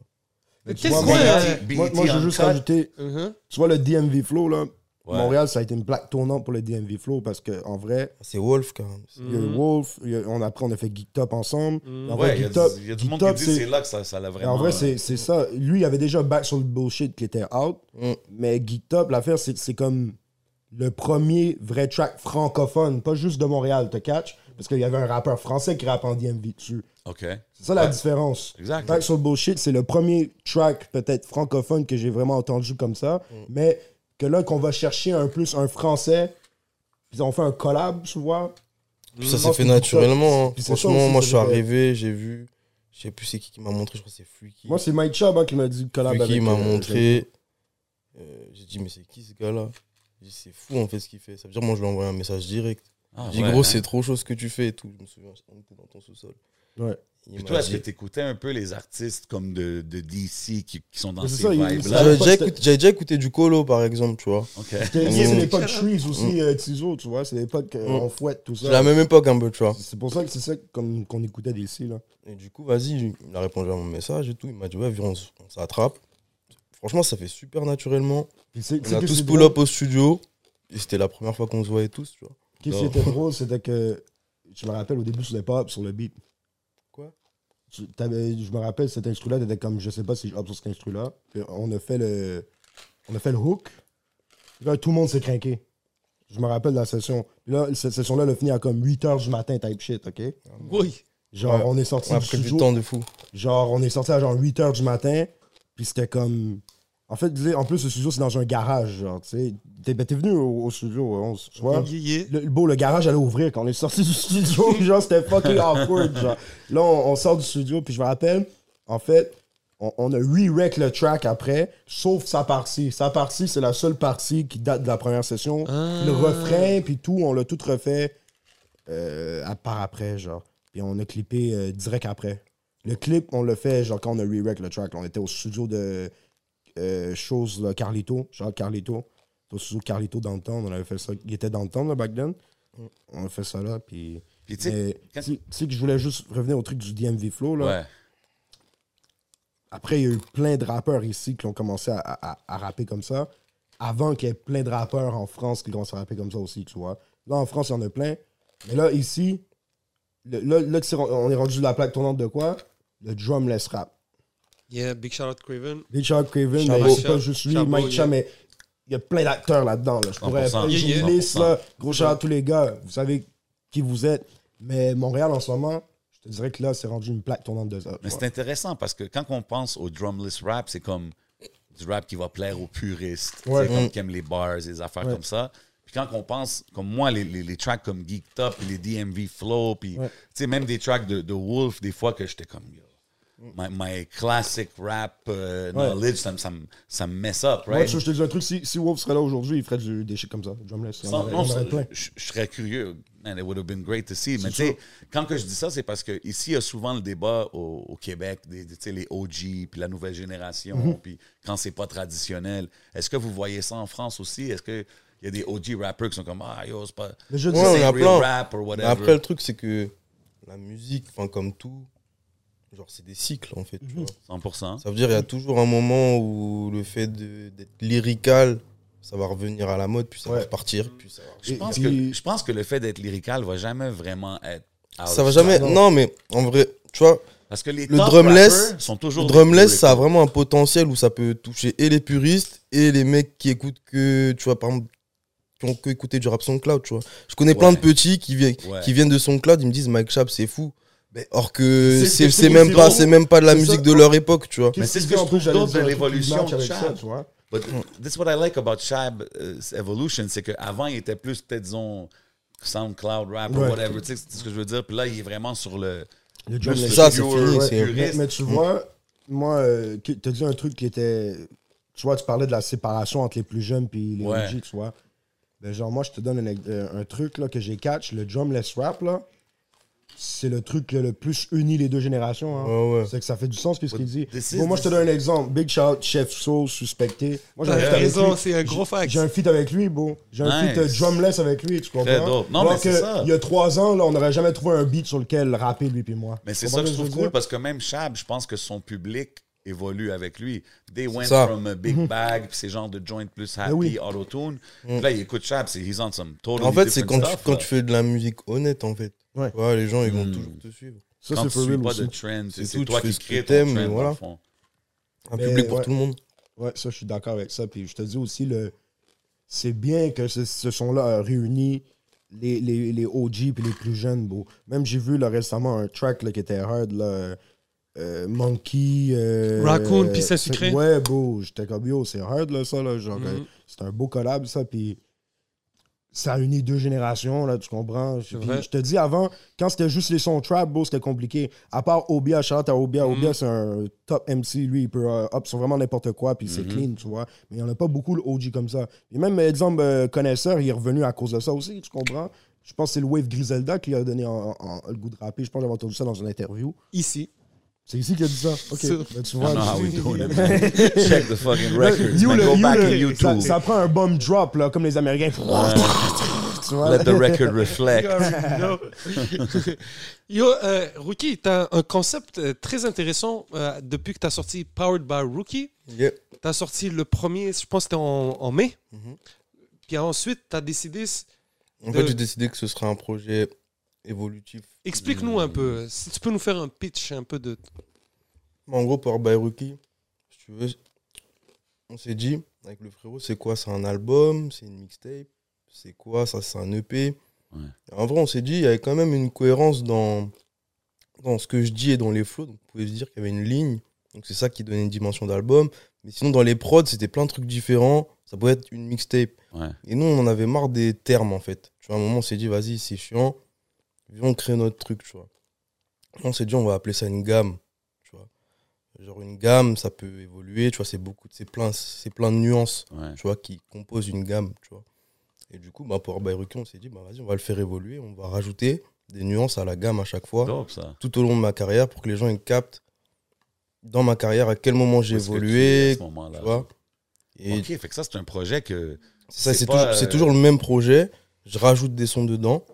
Speaker 4: Mais
Speaker 5: Tu
Speaker 4: qu'est-ce
Speaker 5: vois,
Speaker 4: que
Speaker 5: moi,
Speaker 4: c'est,
Speaker 3: BET,
Speaker 5: moi, moi, je veux juste
Speaker 3: Uncut.
Speaker 5: rajouter,
Speaker 4: Mhm.
Speaker 5: tu vois, le DMV Flow, là,
Speaker 3: Ouais.
Speaker 5: Montréal, ça a été une plaque tournante pour le DMV Flow parce qu'en vrai,
Speaker 6: C'est Wolf, quand même.
Speaker 3: Mm.
Speaker 5: il y a eu
Speaker 4: Mhm.
Speaker 5: Wolf, il y a- on, après, on a fait Geek Top ensemble.
Speaker 4: Mhm.
Speaker 5: Et
Speaker 3: Ouais,
Speaker 5: En vrai,
Speaker 3: il y a
Speaker 5: Geek Top,
Speaker 3: du- il y a du
Speaker 5: Geek
Speaker 3: monde qui
Speaker 5: Top,
Speaker 3: dit
Speaker 5: c'est-
Speaker 3: c'est là que ça ça l'a
Speaker 5: Et
Speaker 3: vraiment.
Speaker 5: en vrai, c'est c'est ça. Lui, il avait déjà back sur le bullshit qui était out.
Speaker 6: Mm.
Speaker 5: Mais Geek Top, l'affaire, c'est c'est comme le premier vrai track francophone, pas juste de Montréal, te catch, parce qu'il y avait un rappeur français qui rappe en DMV dessus.
Speaker 3: Ok.
Speaker 5: C'est ça la
Speaker 3: Ouais.
Speaker 5: différence.
Speaker 3: Exact.
Speaker 5: Back sur le bullshit, c'est le premier track peut-être francophone que j'ai vraiment entendu comme ça,
Speaker 6: Mm.
Speaker 5: mais que là, qu'on va chercher un plus un français, puis on fait un collab, tu vois.
Speaker 6: Puis ça
Speaker 5: Mm.
Speaker 6: s'est fait
Speaker 5: Puis
Speaker 6: naturellement. hein.
Speaker 5: puis c'est ça
Speaker 6: Franchement,
Speaker 5: aussi, ça
Speaker 6: moi, je suis
Speaker 5: devait-
Speaker 6: arrivé, j'ai vu. Je sais plus c'est qui qui m'a montré, je crois que c'est Fluky.
Speaker 5: Moi, c'est Mike Chubb hein, qui m'a dit de collab
Speaker 6: Fluky
Speaker 5: avec,
Speaker 6: m'a
Speaker 5: euh,
Speaker 6: montré. Euh, j'ai dit, mais c'est qui ce gars-là J'ai dit, c'est fou en fait ce qu'il fait. Ça veut dire, moi, je lui ai envoyé un message direct.
Speaker 3: Ah,
Speaker 6: J'ai dit,
Speaker 3: ouais,
Speaker 6: gros,
Speaker 3: hein.
Speaker 6: c'est trop chaud ce que tu fais et tout. Je me souviens, on était dans ton sous-sol.
Speaker 5: Ouais.
Speaker 6: Il
Speaker 3: Puis
Speaker 6: m'a
Speaker 3: toi, est-ce que
Speaker 6: dit-
Speaker 3: t'écoutais un peu les artistes comme de, de DC qui, qui sont dans
Speaker 5: Mais c'est
Speaker 3: ces
Speaker 5: ça, il-
Speaker 3: vibes-là?
Speaker 6: J'avais
Speaker 5: Là,
Speaker 6: déjà, écouté- j'avais déjà écouté du Colo, par exemple, tu vois.
Speaker 3: OK.
Speaker 5: C'est
Speaker 6: Mm.
Speaker 5: c'est l'époque Trees aussi, euh, Tizo, tu vois. C'est l'époque euh,
Speaker 6: Mm.
Speaker 5: on fouette, tout
Speaker 6: C'est la
Speaker 5: ça.
Speaker 6: même époque un peu, tu vois.
Speaker 5: C'est pour ça que c'est ça comme- qu'on écoutait d'ici, là.
Speaker 6: Et du coup, vas-y, il a répondu à mon message et tout. Il m'a dit, ouais, viens, on s- on s'attrape. Franchement, ça fait super naturellement.
Speaker 5: Puis c'est-
Speaker 6: On
Speaker 5: c'est
Speaker 6: a
Speaker 5: que
Speaker 6: tous
Speaker 5: c'est
Speaker 6: pull
Speaker 5: drôle.
Speaker 6: up au studio. Et c'était la première fois qu'on se voyait tous, tu vois.
Speaker 5: Qu'est-ce qui
Speaker 3: Non.
Speaker 5: était drôle, c'était que je me rappelle au début sur les pop, sur le beat.
Speaker 6: Quoi
Speaker 5: Tu- t'avais- Je me rappelle cet instru-là, t'étais comme je sais pas si je hop sur cet instru-là. Puis On a fait le. On a fait le hook. Puis Là, tout le monde s'est craqué. Je me rappelle la session. Puis Là, cette session-là, elle a fini à comme 8 h du matin, type shit, ok?
Speaker 4: Oui.
Speaker 5: Genre,
Speaker 6: Ouais.
Speaker 5: on est sorti
Speaker 6: On a
Speaker 5: du
Speaker 6: pris du
Speaker 5: studio.
Speaker 6: temps de fou.
Speaker 5: Genre, on est sorti à genre 8 h du matin, puis c'était comme En fait, tu sais, en plus, le studio, c'est dans un garage, genre, tu sais. T'es ben, t'es venu au, au studio, on se voit.
Speaker 4: Yeah, yeah.
Speaker 5: Le, le- beau, le garage allait ouvrir quand on est sorti du studio. genre, c'était fucking awkward. Genre. Là, on, on sort du studio, puis je me rappelle, en fait, on, on a re-rec le track après, sauf sa partie. Sa partie, c'est la seule partie qui date de la première session.
Speaker 4: Ah.
Speaker 5: Le
Speaker 3: Ah.
Speaker 5: refrain, puis tout, on l'a tout refait euh, à part après, genre. Puis on a clippé euh, direct après. Le clip, on l'a fait, genre, quand on a re-rec le track. là. on était au studio de euh, choses, là, Carlito, genre Carlito. Au studio Carlito dans le temps, on avait fait ça. Il était dans le temps, là, back then. On a fait ça là, puis...
Speaker 3: Puis Mm. tu sais,
Speaker 5: Mais,
Speaker 3: quand-
Speaker 5: Tu tu sais que je voulais juste revenir au truc du DMV Flow, là.
Speaker 3: ouais.
Speaker 5: Après, il y a eu plein de rappeurs ici qui ont commencé à, à- à rapper comme ça. Avant qu'il y ait plein de rappeurs en France qui commencent à rapper comme ça aussi, tu vois. Là, en France, il y en a plein. Mais là, ici, le- là, là que c'est- on est rendu de la plaque tournante de quoi Le drumless rap.
Speaker 4: Yeah, big shout out Craven.
Speaker 5: Richard Craven,
Speaker 4: Chabot.
Speaker 5: mais c'est pas juste lui,
Speaker 4: Chabot,
Speaker 5: Mike Cham,
Speaker 4: yeah.
Speaker 5: mais il y a plein d'acteurs là-dedans. Là. Je pourrais
Speaker 3: 100%.
Speaker 5: faire
Speaker 4: Yeah, yeah.
Speaker 5: une liste, là.
Speaker 3: 100%.
Speaker 5: Gros shout à tous les gars. Vous savez qui vous êtes. Mais Montréal, en ce moment, je te dirais que là, c'est rendu une plaque tournante de ça.
Speaker 3: Mais c'est intéressant parce que quand on pense au drumless rap, c'est comme du rap qui va plaire aux puristes, tu sais,
Speaker 5: Ouais.
Speaker 3: comme qui aiment les bars, les affaires comme ça. Puis quand on pense, comme moi, les, les, les tracks comme Geek Top, puis les DMV Flow, puis tu sais, même des tracks de, de Wolf, des fois que j'étais comme, yo,
Speaker 5: Mm.
Speaker 3: my, my classic rap euh, knowledge, ça, me- ça, me- ça me mess up,
Speaker 5: Moi,
Speaker 3: right?
Speaker 5: tu veux que je te dis un truc, si, si Wolf serait là aujourd'hui, il ferait du- des shit comme ça. Drumless. il y en
Speaker 3: Sans-
Speaker 5: aurait- il y
Speaker 3: non,
Speaker 5: en aurait
Speaker 3: ça,
Speaker 5: plein.
Speaker 3: je, je serais curieux. Man, it would have been great to see. Mais tu sais, quand que je dis ça, c'est parce que ici, il y a souvent le débat au, au Québec, des, des- tu sais, les OG, puis la nouvelle génération,
Speaker 6: Mm-hmm.
Speaker 3: puis quand c'est pas traditionnel. Est-ce que vous voyez ça en France aussi? Est-ce qu'il y a des OG rappers qui sont comme Ah, yo, c'est pas.
Speaker 5: Mais je
Speaker 3: c'est
Speaker 5: dis-
Speaker 6: Ouais, on
Speaker 3: real
Speaker 6: a plein.
Speaker 3: rap or
Speaker 6: Mais
Speaker 3: whatever.
Speaker 6: après, le truc, c'est que la musique, enfin, comme tout, genre, c'est des cycles, en fait. tu
Speaker 5: Mhm.
Speaker 6: vois.
Speaker 3: 100%.
Speaker 6: Ça veut dire il y a toujours un moment où le fait de- d'être lyrical, ça va revenir à la mode, puis ça
Speaker 5: Ouais.
Speaker 6: va repartir, puis ça va.
Speaker 3: Je
Speaker 5: Et
Speaker 3: pense,
Speaker 5: puis-
Speaker 3: que, je pense que le fait d'être lyrical va jamais vraiment être. out
Speaker 6: Ça
Speaker 3: of
Speaker 6: va jamais.
Speaker 3: style.
Speaker 6: Non, mais en vrai, tu vois,
Speaker 3: Parce que les
Speaker 6: Le
Speaker 3: top
Speaker 6: drumless-
Speaker 3: rappers sont
Speaker 6: le
Speaker 3: toujours. des
Speaker 6: drumless,
Speaker 3: cool
Speaker 6: ça a vraiment un potentiel où ça peut toucher et les puristes et les mecs qui écoutent que, tu vois, par exemple, qui ont que écouté du rap SoundCloud, tu vois. Je connais plein de
Speaker 3: Ouais.
Speaker 6: petits qui, vi-
Speaker 3: Ouais.
Speaker 6: qui viennent de SoundCloud, ils me disent Mike Chap, c'est fou. Mais or que
Speaker 3: C'est-
Speaker 6: c'est
Speaker 3: c'est-
Speaker 6: c'est même
Speaker 3: c'est-
Speaker 6: pas,
Speaker 3: c'est-
Speaker 6: c'est même pas de la
Speaker 5: c'est ça.
Speaker 6: musique de leur époque, tu vois.
Speaker 5: Qu'est-ce
Speaker 3: c'est ce
Speaker 5: qui
Speaker 3: que je
Speaker 5: fait, en plus,
Speaker 3: trouve
Speaker 5: j'allais
Speaker 3: d'autre
Speaker 5: dire
Speaker 3: de
Speaker 5: un truc qui
Speaker 3: l'évolution
Speaker 5: match
Speaker 3: de
Speaker 5: avec ça,
Speaker 3: Chad.
Speaker 5: tu vois.
Speaker 3: But that's what I like about Shab's evolution, c'est qu'avant, il était plus, peut-être, disons, SoundCloud rap ou
Speaker 5: Ouais.
Speaker 3: whatever, tu sais c'est ce que je veux dire. Puis là, il est vraiment sur le...
Speaker 5: Le
Speaker 3: Plus
Speaker 5: drumless.
Speaker 3: le
Speaker 6: ça, c'est
Speaker 3: pure,
Speaker 6: fini,
Speaker 3: le
Speaker 6: c'est-
Speaker 5: Mais,
Speaker 3: puriste.
Speaker 5: mais
Speaker 6: Mm.
Speaker 5: tu vois, moi, euh, qui- t'as dit un truc qui était. Tu vois, tu parlais de la séparation entre les plus jeunes puis les
Speaker 3: Ouais.
Speaker 5: OG, tu vois. Ben, genre, moi, je te donne un, ex- euh, un truc là, que j'ai catch. Le drumless rap, là, c'est le truc qui a le plus uni les deux générations. hein.
Speaker 6: Ouais, ouais.
Speaker 5: C'est que ça fait du sens, puis ce qu'il dit.
Speaker 3: this is-
Speaker 5: Bon, moi, je te
Speaker 3: this-
Speaker 5: donne un exemple. Big Shout, Chef Soul, suspecté. Moi, j'ai un
Speaker 4: T'as
Speaker 5: feat avec
Speaker 4: raison,
Speaker 5: lui.
Speaker 4: c'est un gros
Speaker 5: J'ai-
Speaker 4: fact.
Speaker 5: J'ai un feat avec lui, bon. J'ai un
Speaker 3: Nice.
Speaker 5: feat euh, drumless avec lui, tu comprends?
Speaker 3: Très dope. Non,
Speaker 5: Alors
Speaker 3: mais c'est
Speaker 5: que
Speaker 3: ça.
Speaker 5: Il y a trois ans, là, on n'aurait jamais trouvé un beat sur lequel rapper lui puis moi.
Speaker 3: Mais
Speaker 5: Tu
Speaker 3: c'est
Speaker 5: comprends
Speaker 3: ça que je
Speaker 5: ce
Speaker 3: trouve
Speaker 5: veux dire?
Speaker 3: cool, parce que même Shab, je pense que son public évolue avec lui. They went
Speaker 6: ça.
Speaker 3: from a big bag, puis ces genres de joint plus happy,
Speaker 5: Ben oui.
Speaker 3: auto-tune. Puis là, il écoute Shab, c'est he's on some totally
Speaker 6: En fait, c'est quand,
Speaker 3: different
Speaker 6: tu,
Speaker 3: stuff,
Speaker 6: quand
Speaker 3: là.
Speaker 6: tu fais de la musique honnête, en fait.
Speaker 5: Ouais. Hmm.
Speaker 6: Tu vois, les gens, ils vont toujours te suivre.
Speaker 5: Ça,
Speaker 3: Quand
Speaker 5: c'est
Speaker 3: tu
Speaker 5: for
Speaker 3: suis
Speaker 5: real
Speaker 3: pas
Speaker 5: aussi.
Speaker 3: de trend, c'est
Speaker 6: tout, tu
Speaker 3: toi
Speaker 6: fais
Speaker 3: qui
Speaker 6: ce que
Speaker 3: crée ton
Speaker 6: t'aimes,
Speaker 3: trend,
Speaker 6: voilà.
Speaker 3: dans le fond.
Speaker 6: Un
Speaker 5: Mais
Speaker 6: public pour
Speaker 5: ouais.
Speaker 6: tout le monde.
Speaker 5: Ouais, ça, je suis d'accord avec ça. Puis je te dis aussi, le... c'est bien que ce, ce son-là a réuni les, les, les OG puis les plus jeunes. Bro. Même j'ai vu là, récemment un track là, qui était hard, là, euh, Monkey. euh,
Speaker 4: Raccoon,
Speaker 5: euh,
Speaker 4: puis c'est sucré.
Speaker 5: Ouais, bro. J'étais comme yo, c'est hard, là, ça. Là, genre,
Speaker 4: Mhm.
Speaker 5: euh, c'est un beau collab, ça. Puis ça a uni deux générations, là, tu comprends? Puis
Speaker 4: vrai.
Speaker 5: je te dis, avant, quand c'était juste les sons trap, bro, c'était compliqué. À part Obia, shout à
Speaker 3: Mm-hmm.
Speaker 5: Obia. Obia, c'est un top MC, lui, il peut euh, hop sur vraiment n'importe quoi, puis
Speaker 3: Mm-hmm.
Speaker 5: c'est clean, tu vois. Mais il n'y en a pas beaucoup, le OG comme ça. Et même, exemple, euh, Connaisseur, il est revenu à cause de ça aussi, tu comprends? Je pense que c'est le Wave Griselda qui lui a donné en- en- le goût de rapper. Je pense que j'avais entendu ça dans une interview.
Speaker 4: Ici.
Speaker 5: C'est ici qu'il a dit ça. Ok.
Speaker 4: Sûr.
Speaker 5: Ben, tu
Speaker 3: I
Speaker 5: vois,
Speaker 3: don't know how we
Speaker 5: je-
Speaker 3: doing it, man. Check the fucking Ah, records,
Speaker 5: You
Speaker 3: man.
Speaker 5: le-
Speaker 3: Go
Speaker 5: you
Speaker 3: back
Speaker 5: le-
Speaker 3: in YouTube.
Speaker 5: ça, ça prend un bomb drop, là, comme les Américains. Tu vois?
Speaker 3: Let the record reflect.
Speaker 4: Yo, Yo, euh, Rookie, tu as un concept euh, très intéressant euh, depuis que tu as sorti Powered by Rookie.
Speaker 6: Yeah.
Speaker 4: Tu as sorti le premier, je pense que c'était en, en mai.
Speaker 6: Mhm.
Speaker 4: Puis ensuite, tu as décidé.
Speaker 6: En
Speaker 4: De-
Speaker 5: Euh.
Speaker 6: fait, j'ai décidé que ce serait un projet évolutif.
Speaker 4: Explique-nous un peu. Si tu peux nous faire un pitch un peu de.
Speaker 6: Mais En gros, Power by Rookie, si tu veux, on s'est dit, avec le frérot, c'est quoi C'est un album C'est une mixtape C'est quoi Ça, c'est un EP
Speaker 3: Ouais.
Speaker 6: En vrai, on s'est dit, il y avait quand même une cohérence dans, dans ce que je dis et dans les flots. Donc, on pouvait se dire qu'il y avait une ligne. Donc c'est ça qui donnait une dimension d'album. Mais sinon, dans les prods, c'était plein de trucs différents. Ça pouvait être une mixtape.
Speaker 3: Ouais.
Speaker 6: Et nous, on en avait marre des termes, en fait. Tu vois, à un moment, on s'est dit, vas-y, c'est chiant. Viens, on crée notre truc, tu vois. On s'est dit, on va appeler ça une gamme. Tu vois. Genre, une gamme, ça peut évoluer. Tu vois, c'est beaucoup, c'est plein, c'est plein de nuances
Speaker 3: Ouais.
Speaker 6: tu vois, qui compose une gamme, tu vois. Et du coup, bah, pour By Ruki, on s'est dit, bah, vas-y, on va le faire évoluer, on va rajouter des nuances à la gamme à chaque fois,
Speaker 3: Dope, ça.
Speaker 6: tout au long de ma carrière, pour que les gens ils captent dans ma carrière à quel moment j'ai
Speaker 3: Où est-ce que tu es à
Speaker 6: évolué,
Speaker 3: ce moment-là.
Speaker 6: tu vois. Et
Speaker 3: Ok, fait que ça, c'est un projet que.
Speaker 6: ça,
Speaker 3: c'est
Speaker 6: c'est
Speaker 3: pas,
Speaker 6: toujours, c'est
Speaker 3: euh,
Speaker 6: toujours le même projet, je rajoute des sons dedans.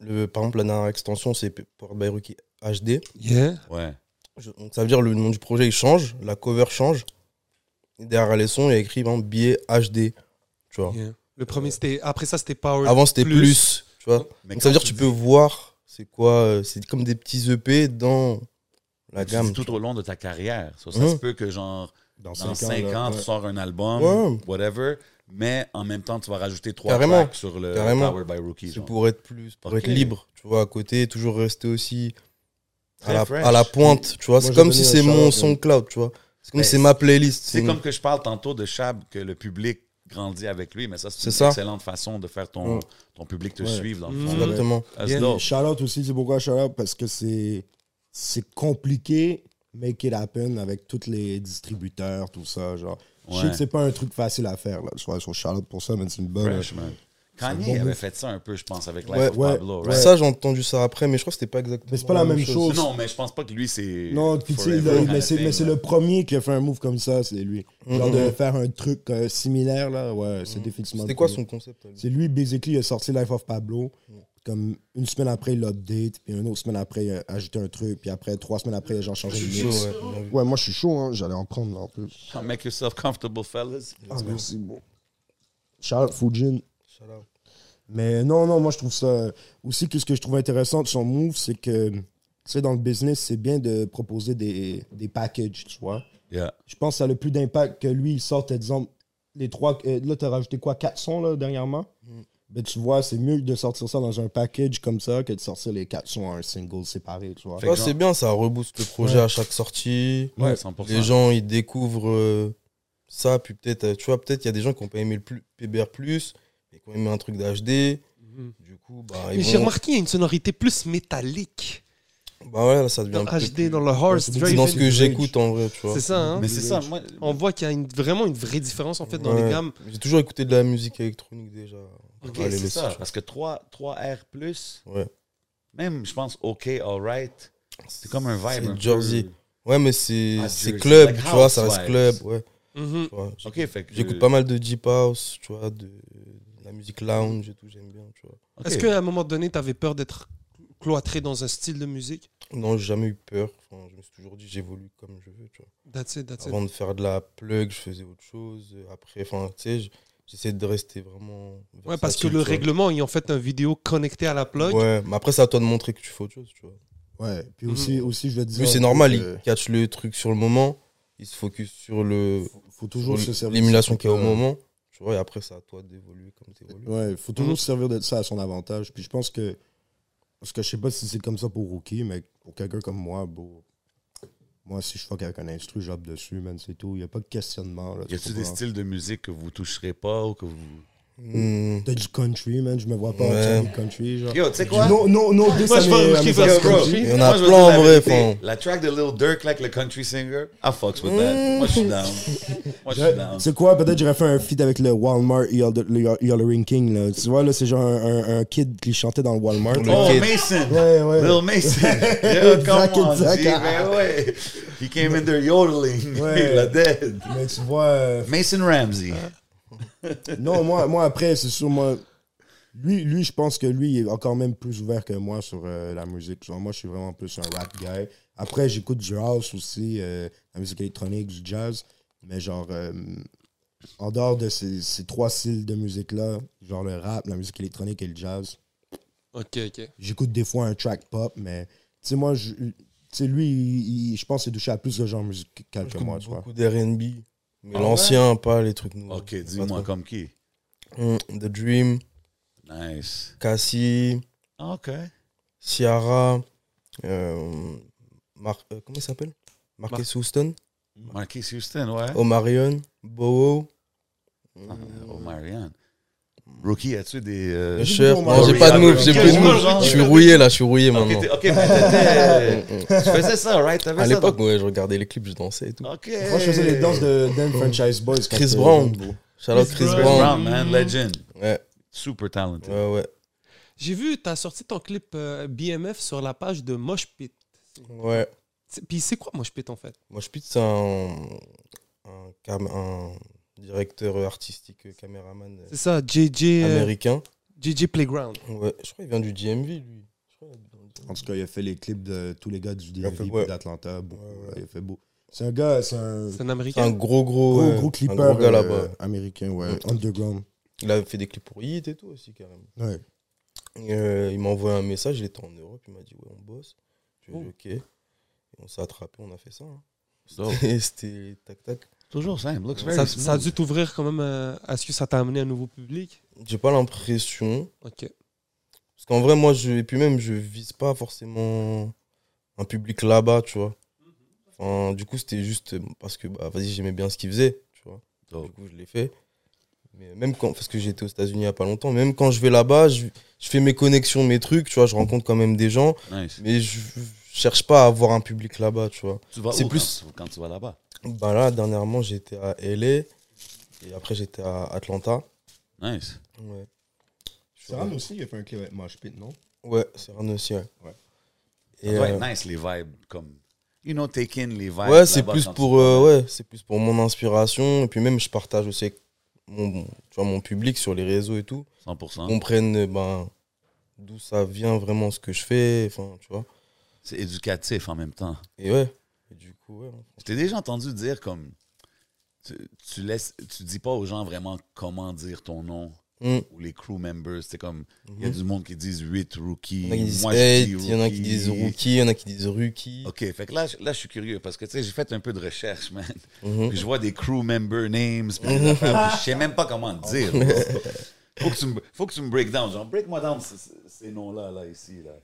Speaker 6: Le, par exemple, la dernière extension, c'est pour By Ruki HD.
Speaker 4: Yeah.
Speaker 3: Ouais.
Speaker 6: Je- donc, ça veut dire le nom du projet, il change, la cover change. Et derrière les sons, il y a écrit, par exemple, billet HD, tu vois.
Speaker 4: Yeah. Le premier, c'était. Après ça, c'était Power.
Speaker 6: Avant, c'était plus. tu vois.
Speaker 3: Mais
Speaker 6: Donc, ça veut
Speaker 3: quand
Speaker 6: dire que tu peux voir c'est quoi. euh, C'est comme des petits EP dans la
Speaker 3: dis-
Speaker 6: gamme.
Speaker 3: c'est tout au long de ta carrière. So, ça
Speaker 6: Mhm.
Speaker 3: se peut que, genre,
Speaker 5: Dans
Speaker 3: dans
Speaker 5: 5 ans.
Speaker 3: 5
Speaker 5: là,
Speaker 3: ans,
Speaker 5: ouais.
Speaker 3: tu sors un album,
Speaker 6: Ouais.
Speaker 3: whatever, mais en même temps, tu vas rajouter trois
Speaker 6: Carrément.
Speaker 3: tracks sur le
Speaker 6: Carrément.
Speaker 3: Power by Rookie.
Speaker 6: C'est
Speaker 3: genre.
Speaker 6: pour être plus, pour
Speaker 3: Ok.
Speaker 6: être libre, tu vois, à côté, toujours rester aussi
Speaker 3: Très
Speaker 6: à la,
Speaker 3: fresh.
Speaker 6: à la pointe, tu vois. C'est
Speaker 5: j'ai
Speaker 6: comme
Speaker 5: donné
Speaker 6: si
Speaker 5: un
Speaker 6: c'est mon
Speaker 5: shout-out,
Speaker 6: SoundCloud, tu vois. C'est comme
Speaker 3: Mais
Speaker 6: si c'est ma playlist.
Speaker 3: C'est
Speaker 6: une-
Speaker 3: comme que je parle tantôt de Chab, que le public grandit avec lui, mais ça, c'est
Speaker 6: C'est
Speaker 3: une
Speaker 6: ça.
Speaker 3: excellente façon de faire ton,
Speaker 5: Mm.
Speaker 3: ton public te
Speaker 5: Ouais.
Speaker 3: suivre, dans le
Speaker 4: Mm.
Speaker 3: fond.
Speaker 4: Exact.
Speaker 6: Exactement.
Speaker 3: That's
Speaker 4: Yeah.
Speaker 3: dope.
Speaker 5: Shout out aussi, c'est pourquoi shout out parce que c'est c'est compliqué, make it happen avec tous les distributeurs, tout ça. Genre, je sais
Speaker 3: Ouais.
Speaker 5: que c'est pas un truc facile à faire. Là. Soit sur shout out pour ça, mais c'est une bonne.
Speaker 3: Fresh, man. Kanye
Speaker 5: bon
Speaker 3: avait
Speaker 5: move.
Speaker 3: fait ça un peu, je pense, avec Life
Speaker 5: Ouais,
Speaker 3: of
Speaker 5: ouais,
Speaker 3: Pablo,
Speaker 5: ouais.
Speaker 3: right?
Speaker 6: Ça, j'ai entendu ça après, mais je crois que c'était pas exactement.
Speaker 5: Mais c'est pas la même chose.
Speaker 3: Non, mais je pense pas que lui, c'est.
Speaker 5: euh, Non, puis tu sais,
Speaker 3: forever
Speaker 5: le-
Speaker 3: kind
Speaker 5: mais
Speaker 3: of
Speaker 5: c'est
Speaker 3: thing,
Speaker 5: mais c'est
Speaker 3: là.
Speaker 5: le premier qui a fait un move comme ça, c'est lui.
Speaker 6: Mhm.
Speaker 5: Genre de faire un truc euh, similaire, là, ouais, c'est
Speaker 6: Mhm.
Speaker 5: définitivement.
Speaker 6: C'était
Speaker 5: le
Speaker 6: quoi
Speaker 5: premier.
Speaker 6: son Mm. concept à lui
Speaker 5: C'est lui, basically, il a sorti Life of Pablo.
Speaker 6: Ouais.
Speaker 5: Comme une semaine après, il l'update, puis une autre semaine après, il a ajouté un truc, puis après, trois semaines après, il a genre changé
Speaker 6: Je
Speaker 5: le
Speaker 6: suis
Speaker 5: mix.
Speaker 6: chaud, ouais, bien vu.
Speaker 5: Ouais, moi, je suis chaud, hein, j'allais en prendre, là, en plus.
Speaker 3: Come Make yourself comfortable, fellas.
Speaker 5: Ah, merci, bon. Charles Fujin.
Speaker 6: Shout out.
Speaker 5: Mais non, non, moi, je trouve ça. Aussi, que ce que je trouve intéressant de son move, c'est que, tu sais, dans le business, c'est bien de proposer des, des packages, tu vois.
Speaker 3: Yeah.
Speaker 5: Je pense que ça a le plus d'impact que lui, il sorte, exemple, les trois. euh, Là, t'as rajouté quoi, quatre sons, là, dernièrement?
Speaker 6: Mm.
Speaker 5: Ben, tu vois, c'est mieux de sortir ça dans un package comme ça que de sortir les quatre sons à un single séparé, tu vois.
Speaker 3: Fait
Speaker 6: Ouais,
Speaker 3: que genre-
Speaker 6: c'est bien, ça rebooste le projet à chaque sortie.
Speaker 3: Ouais, 100%.
Speaker 6: les gens ils découvrent euh, ça puis peut-être euh, tu vois peut-être il y a des gens qui n'ont pas aimé le plus, PBR plus mais qui ont aimé un truc d'HD
Speaker 4: Mhm.
Speaker 6: du coup bah,
Speaker 4: Mais
Speaker 6: ils
Speaker 4: j'ai
Speaker 6: vont-
Speaker 4: remarqué, il y a une sonorité plus métallique
Speaker 6: bah ouais là, ça devient
Speaker 4: dans
Speaker 6: un peu
Speaker 4: HD,
Speaker 6: plus-
Speaker 4: dans le horse
Speaker 5: c'est
Speaker 6: c'est
Speaker 4: driven.
Speaker 6: dans ce que j'écoute en vrai tu vois
Speaker 4: C'est ça, hein?
Speaker 3: Mais c'est ça, moi.
Speaker 4: On voit qu'il y a une- vraiment une vraie différence, en fait, dans les
Speaker 6: Ouais.
Speaker 4: gammes.
Speaker 6: j'ai toujours écouté de la musique électronique déjà
Speaker 3: Ok,
Speaker 6: Allez,
Speaker 3: c'est
Speaker 6: laisse-
Speaker 3: ça. Parce que 3, 3R, plus,
Speaker 6: ouais
Speaker 3: même, je pense, OK, alright, c'est comme un vibe.
Speaker 6: C'est
Speaker 3: un peu-
Speaker 6: Jersey. ouais mais c'est
Speaker 3: Ah,
Speaker 6: c'est
Speaker 3: Jersey.
Speaker 6: club
Speaker 3: Like
Speaker 6: tu vois
Speaker 3: house
Speaker 6: ça reste
Speaker 3: vibes.
Speaker 6: club ouais
Speaker 4: Mhm.
Speaker 6: tu vois. J'écoute-
Speaker 3: Ok, fait que.
Speaker 6: j'écoute pas mal de deep house tu vois de, de la musique lounge et tout j'aime bien tu vois
Speaker 3: Ok.
Speaker 4: Est-ce qu'à un moment donné, tu avais peur d'être cloîtré dans un style de musique
Speaker 6: non j'ai jamais eu peur Enfin, je me suis toujours dit j'évolue comme je veux tu vois
Speaker 4: That's it, that's it.
Speaker 6: Avant de faire de la plug, je faisais autre chose. Après, enfin, tu sais, je- j'essaie de rester vraiment.
Speaker 4: Ouais,
Speaker 6: versatile,
Speaker 4: parce que
Speaker 6: tu
Speaker 4: le
Speaker 6: vois.
Speaker 4: règlement, ils ont fait une vidéo connectée à la plug.
Speaker 6: Ouais, mais après, c'est à toi de montrer que tu fais autre chose, tu vois.
Speaker 5: Ouais, puis
Speaker 4: Mhm.
Speaker 5: aussi, aussi je vais te dire.
Speaker 6: Mm-hmm. Lui, c'est normal,
Speaker 5: euh,
Speaker 6: il catch le truc sur le moment, il se focus sur le.
Speaker 5: faut, faut toujours
Speaker 6: sur
Speaker 5: se servir.
Speaker 6: L'émulation
Speaker 5: de-
Speaker 6: qu'il y a au moment, tu vois, et après, c'est à toi d'évoluer comme tu évolues.
Speaker 5: Ouais, faut
Speaker 3: Mm.
Speaker 5: toujours se servir de ça à son avantage. Puis je pense que. Parce que je sais pas si c'est comme ça pour Rookie, mais pour quelqu'un comme moi, bon. Moi, si je fuck avec un instru, j'op dessus, man, c'est tout. Il a pas de questionnement. Là,
Speaker 3: Y a-tu des
Speaker 5: comprends?
Speaker 3: styles de musique que vous toucherez pas ou que vous.
Speaker 6: Hmm.
Speaker 5: T'as du country, man. Je me vois pas
Speaker 6: Ouais.
Speaker 5: chanter du country,
Speaker 6: Ah.
Speaker 5: genre.
Speaker 3: Yo, tu sais quoi?
Speaker 5: Non, non, non,
Speaker 3: Moi, je vais
Speaker 5: des
Speaker 3: Ricky Vasco.
Speaker 6: Vasco.
Speaker 3: bro.
Speaker 6: Il y en a
Speaker 3: Moi, je vais dire
Speaker 6: plein,
Speaker 3: la
Speaker 6: en vrai,
Speaker 3: vérité.
Speaker 6: enfin.
Speaker 3: La track de Lil Durk, like le country singer, I fucks
Speaker 6: Mm.
Speaker 3: with that. Moi, je suis down. Moi, je suis down.
Speaker 5: C'est quoi, peut-être j'aurais fait un feat avec le Walmart Yollering King, là. Tu vois, là, c'est genre un, un- un kid qui chantait dans le Walmart.
Speaker 6: Le
Speaker 5: là.
Speaker 3: Oh,
Speaker 6: kid.
Speaker 3: Mason!
Speaker 5: Ouais, ouais.
Speaker 3: Lil Mason! Yo,
Speaker 5: Exact,
Speaker 3: come on,
Speaker 5: exact.
Speaker 3: G, man, ouais. He came in there yodeling.
Speaker 5: Ouais.
Speaker 3: Il a dead.
Speaker 5: Mais tu vois, euh,
Speaker 3: Mason Ramsey.
Speaker 5: non, moi, moi après, c'est sûr, moi. Lui, lui, je pense que lui, il est encore même plus ouvert que moi sur euh, la musique. Genre, moi, je suis vraiment plus un rap guy. Après, j'écoute du house aussi, euh, la musique électronique, du jazz. Mais genre, euh, en dehors de ces, ces trois styles de musique-là, genre le rap, la musique électronique et le jazz,
Speaker 4: Ok, ok.
Speaker 5: j'écoute des fois un track pop, mais tu sais, moi, je- tu sais, lui, il- il- je pense qu'il est touché à plus de genres musicaux que
Speaker 6: J'écoute
Speaker 5: moi, tu vois.
Speaker 6: beaucoup d'RB, mais
Speaker 3: Ah ouais?
Speaker 6: l'ancien, pas les trucs nouveaux.
Speaker 3: Ok,
Speaker 6: Pas
Speaker 3: dis-moi
Speaker 6: trop.
Speaker 3: comme qui.
Speaker 6: Hmm, The Dream,
Speaker 3: Nice.
Speaker 6: Cassie,
Speaker 3: Ok.
Speaker 6: Ciara, euh, Mar- euh, comment il s'appelle Marcus Houston,
Speaker 3: Marquis Houston, ouais.
Speaker 6: Omarion, Bowo,
Speaker 3: Oh, Marianne. Rookie, as-tu des. euh,
Speaker 6: Usher.
Speaker 5: bon,
Speaker 6: Non, j'ai
Speaker 3: Omarion.
Speaker 6: pas de move, j'ai
Speaker 3: Ok,
Speaker 6: plus de
Speaker 3: bon,
Speaker 6: move.
Speaker 5: hein.
Speaker 3: genre.
Speaker 6: Je suis rouillé là, je suis rouillé
Speaker 3: Ok,
Speaker 6: maintenant. Hum,
Speaker 3: t'es- ok, mais t'étais- tu faisais ça, right? T'avais
Speaker 6: À
Speaker 3: ça
Speaker 6: l'époque,
Speaker 3: dans-
Speaker 6: ouais, je regardais les clips, je dansais et tout.
Speaker 3: Ok.
Speaker 5: Moi, je faisais les danses de Dan Franchise Boys. quand
Speaker 6: Chris
Speaker 5: j'étais
Speaker 6: Brown.
Speaker 5: jeune, bro.
Speaker 6: Shout out Chris
Speaker 3: Chris
Speaker 6: Brown.
Speaker 3: Brown, man, legend.
Speaker 6: Ouais,
Speaker 3: Super talented.
Speaker 6: ouais, ouais.
Speaker 4: J'ai vu, t'as sorti ton clip euh, BMF sur la page de Mosh Pit.
Speaker 6: Ouais.
Speaker 4: C'est- Puis c'est quoi Mosh Pit en fait
Speaker 6: Moi, je c'est un, un, cam- un directeur artistique, euh, caméraman euh,
Speaker 4: C'est ça, JJ, euh,
Speaker 6: américain.
Speaker 4: JJ Playground.
Speaker 6: Ouais, je crois qu'il vient du DMV, lui. Je crois qu'il vient du DMV.
Speaker 5: En tout cas, il a fait les clips de tous les gars du
Speaker 6: Il a fait-
Speaker 5: DMV
Speaker 6: ouais.
Speaker 5: puis d'Atlanta. Bon,
Speaker 6: Ouais, ouais.
Speaker 5: Il a fait beau. C'est un gars, c'est un
Speaker 4: C'est un
Speaker 6: C'est un
Speaker 4: américain.
Speaker 6: gros, gros,
Speaker 5: gros,
Speaker 6: ouais,
Speaker 5: gros
Speaker 6: un
Speaker 5: clipper
Speaker 6: gros gars
Speaker 5: euh,
Speaker 6: là-bas.
Speaker 5: américain, ouais.
Speaker 6: Mm.
Speaker 5: Underground.
Speaker 6: Il avait fait des clips pour Hit et tout aussi, carrément.
Speaker 5: Ouais.
Speaker 6: Et, euh, il m'a envoyé un message, il était en Europe, il m'a dit Ouais, on bosse. Je lui ai dit Ok. Et on s'est attrapé, on a fait ça. hein.
Speaker 3: So,
Speaker 6: Et c'était tac-tac.
Speaker 3: toujours simple. Looks very
Speaker 4: Ça,
Speaker 3: smooth.
Speaker 4: ça a dû t'ouvrir quand même. euh, Est-ce que ça t'a amené un nouveau public
Speaker 6: J'ai pas l'impression.
Speaker 4: Ok.
Speaker 6: Parce qu'en vrai, moi, je, et puis même, je vise pas forcément un public là-bas, tu vois. Enfin, du coup, c'était juste parce que, bah, vas-y, j'aimais bien ce qu'il faisait, tu vois.
Speaker 3: Dope.
Speaker 6: Du coup, je l'ai fait. Mais même quand, parce que j'étais aux États-Unis il y a pas longtemps, même quand je vais là-bas, je, je fais mes connexions, mes trucs, tu vois, je rencontre quand même des gens,
Speaker 3: Nice.
Speaker 6: mais je cherche pas à avoir un public là-bas, tu vois.
Speaker 3: Tu vas
Speaker 6: C'est
Speaker 3: où
Speaker 6: plus-
Speaker 3: quand, quand tu vas là-bas?
Speaker 6: Bah là, dernièrement, j'étais à LA et après, j'étais à Atlanta.
Speaker 3: Nice.
Speaker 6: Ouais,
Speaker 5: Serran aussi, il a fait un clip avec Mosh Pit, non
Speaker 6: ouais c'est Rano aussi, ouais.
Speaker 5: Ouais.
Speaker 6: Et,
Speaker 3: ça doit
Speaker 6: euh,
Speaker 3: être nice, les vibes, comme... You know, take in les vibes.
Speaker 6: Ouais, c'est
Speaker 3: là-bas
Speaker 6: plus
Speaker 3: quand
Speaker 6: pour
Speaker 3: tu-
Speaker 6: euh, ouais, c'est plus pour mon inspiration et puis même je partage aussi avec mon mon- tu vois mon public sur les réseaux et tout,
Speaker 3: 100%.
Speaker 6: qu'on prenne euh, ben d'où ça vient vraiment ce que je fais, enfin, tu vois.
Speaker 3: C'est éducatif en même temps.
Speaker 6: Et ouais. Et du coup, ouais.
Speaker 3: Je t'ai déjà entendu dire comme... Tu, tu laisses... Tu dis pas aux gens vraiment comment dire ton nom
Speaker 6: Mm.
Speaker 3: ou les crew members. C'est comme... Il y a
Speaker 6: Mhm.
Speaker 3: du monde qui disent 8 rookies.
Speaker 6: Il y en a qui disent
Speaker 3: Moi, je
Speaker 6: Eight,
Speaker 3: dis
Speaker 6: il y en a qui disent Rookie, il y en a qui disent Rookie.
Speaker 3: OK, fait que là, je- là, je suis curieux parce que, tu sais, j'ai fait un peu de recherche, man.
Speaker 6: Mhm.
Speaker 3: Puis je vois des crew member names, puis des affaires, puis je sais même pas comment te dire. faut, que tu me, faut que tu me break down, genre, break-moi down ce- ce- ces noms-là, là, ici, là.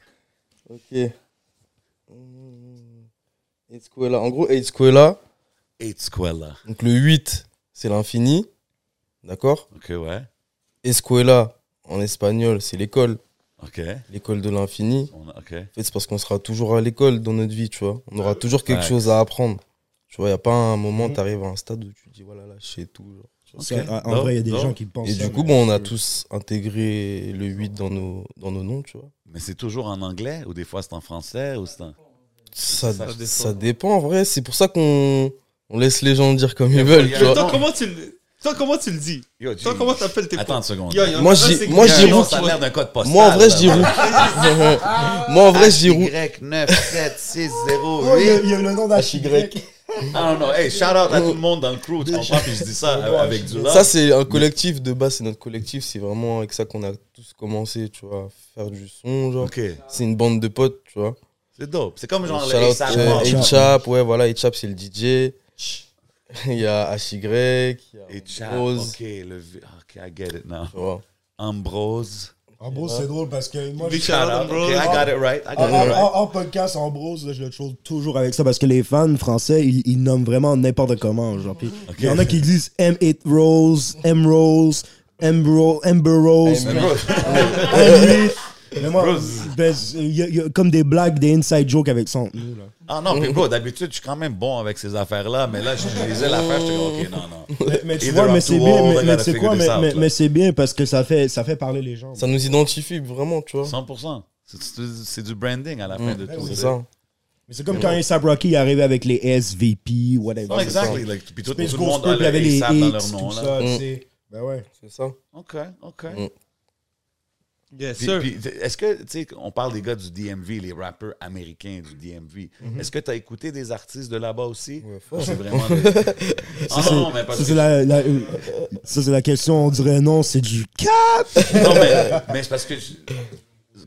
Speaker 6: OK. Mm. Eight Squella. En gros, Eight Squella,
Speaker 3: Eight Squella.
Speaker 6: donc le 8, c'est l'infini. D'accord
Speaker 3: OK, ouais.
Speaker 6: Escuela en espagnol, c'est l'école,
Speaker 3: OK.
Speaker 6: l'école de l'infini.
Speaker 3: On a- OK.
Speaker 6: En fait, c'est parce qu'on sera toujours à l'école dans notre vie, tu vois. On aura toujours quelque
Speaker 3: Ouais. Mhm.
Speaker 6: chose à apprendre. Tu vois, il n'y a pas un moment, tu arrives à un stade où tu dis, voilà, là, je sais tout. genre.
Speaker 5: Ça,
Speaker 3: Ok.
Speaker 5: ah, En en
Speaker 3: Non,
Speaker 5: vrai, il y a des
Speaker 3: non.
Speaker 5: gens qui pensent.
Speaker 6: Et
Speaker 5: ça,
Speaker 6: du coup,
Speaker 5: mais-
Speaker 6: bon, on a tous intégré le 8 dans nos, dans nos noms, tu vois.
Speaker 3: Mais c'est toujours en anglais ou des fois c'est en français ou c'est en... Ça
Speaker 6: Ça, ça,
Speaker 3: dépend.
Speaker 6: dépend. en vrai. C'est pour ça qu'on on laisse les gens dire comme ils veulent,
Speaker 3: y a-
Speaker 6: tu vois.
Speaker 3: Attends, comment
Speaker 4: tu le... Toi, comment tu le dis
Speaker 3: Yo, G,
Speaker 4: t'appelles tes
Speaker 3: Attends une seconde.
Speaker 6: Moi, j'ai- moi, j'ai
Speaker 3: Sinon,
Speaker 6: roux-
Speaker 3: ça a l'air d'un code postal.
Speaker 6: Moi, en vrai, je
Speaker 3: là. Ah,
Speaker 6: dis rookie. Moi, en vrai, je dis
Speaker 5: Oh,
Speaker 6: rookie.
Speaker 5: il y a-
Speaker 3: 9,
Speaker 5: il y a le nom d'HY.
Speaker 3: Ah non, non, hey, shout out à tout le monde dans le crew, tu comprends, puis je dis ça euh, avec du love.
Speaker 6: Oh, Ça, c'est un collectif de base, c'est notre collectif. C'est vraiment avec ça qu'on a tous commencé, tu vois, à faire du son. Genre,
Speaker 3: Ok,
Speaker 6: c'est une bande de potes, tu vois.
Speaker 3: c'est dope. C'est comme genre
Speaker 6: Shout
Speaker 3: le
Speaker 6: out
Speaker 3: ASAP
Speaker 6: euh,
Speaker 3: Mob.
Speaker 5: Chap.
Speaker 6: H-Chap, ouais, voilà, H-Chap, c'est le DJ. Il y a HY,
Speaker 3: Et
Speaker 6: il y a
Speaker 3: Chap,
Speaker 6: Rose,
Speaker 3: ok, le... vi- ok, I get it now.
Speaker 6: tu vois.
Speaker 3: Ambrose.
Speaker 5: Ambrose, Ah, c'est drôle parce que moi, je-
Speaker 3: Big shout out, Ah, ok, I got it right, I
Speaker 5: En,
Speaker 3: got it
Speaker 5: en-
Speaker 3: right.
Speaker 5: en- en podcast, Ambrose, là, je le trouve toujours avec ça parce que les fans français, ils, ils nomment vraiment n'importe comment. Genre, Puis il y en a qui disent M8 Rose, M Rose, M Ro- Amber Rose,
Speaker 6: Amber
Speaker 3: Ambrose. Euh,
Speaker 5: M8. Mais moi,
Speaker 3: Rose.
Speaker 5: ben, c'est- il y, a- il y a comme des blagues, des inside jokes avec son. nom, là.
Speaker 3: Ah non, puis bro, d'habitude, je suis quand même bon avec ces affaires-là, mais là, je lisais l'affaire, je suis ok, non, non.
Speaker 5: Mais, mais tu
Speaker 3: Either
Speaker 5: vois,
Speaker 3: I'm
Speaker 5: mais
Speaker 3: too
Speaker 5: c'est bien,
Speaker 3: old, I
Speaker 5: mais, mais
Speaker 3: gotta
Speaker 5: tu sais
Speaker 3: figure
Speaker 5: quoi,
Speaker 3: this
Speaker 5: mais,
Speaker 3: out,
Speaker 5: mais-
Speaker 3: là.
Speaker 5: mais c'est bien parce que ça fait, ça fait parler les gens.
Speaker 6: Ça nous identifie vraiment, tu vois.
Speaker 3: 100%. C'est- c'est- C'est du branding à la fin de
Speaker 5: ben
Speaker 3: tout
Speaker 5: oui.
Speaker 6: C'est
Speaker 3: ça.
Speaker 6: ça.
Speaker 5: Mais c'est comme quand A$AP Rocky est arrivé avec les SVP, whatever.
Speaker 3: Non, exactly.
Speaker 6: ça.
Speaker 3: like, puis tout, tout
Speaker 5: Space
Speaker 3: le
Speaker 5: Ghost
Speaker 3: monde
Speaker 5: Group,
Speaker 3: a
Speaker 5: il y avait
Speaker 3: le
Speaker 5: les
Speaker 3: ASAP dans leur
Speaker 5: X,
Speaker 3: nom,
Speaker 5: tout
Speaker 3: là.
Speaker 5: ça,
Speaker 6: Mm.
Speaker 5: tu sais. Ben ouais.
Speaker 6: C'est ça.
Speaker 3: Ok, ok.
Speaker 6: Mm.
Speaker 4: Yes,
Speaker 3: Puis-
Speaker 4: sir.
Speaker 3: puis, t- est-ce que, tu sais, on parle des gars du DMV, les rappeurs américains du DMV.
Speaker 5: Mhm.
Speaker 3: Est-ce que tu as écouté des artistes de là-bas aussi?
Speaker 6: Ouais,
Speaker 3: Ou c'est vraiment. des- Ah non, mais parce
Speaker 5: Ça, c'est
Speaker 3: que.
Speaker 5: la, la- euh, ça, c'est la question. On dirait non, c'est du cap.
Speaker 3: Non, mais, mais c'est parce que. je-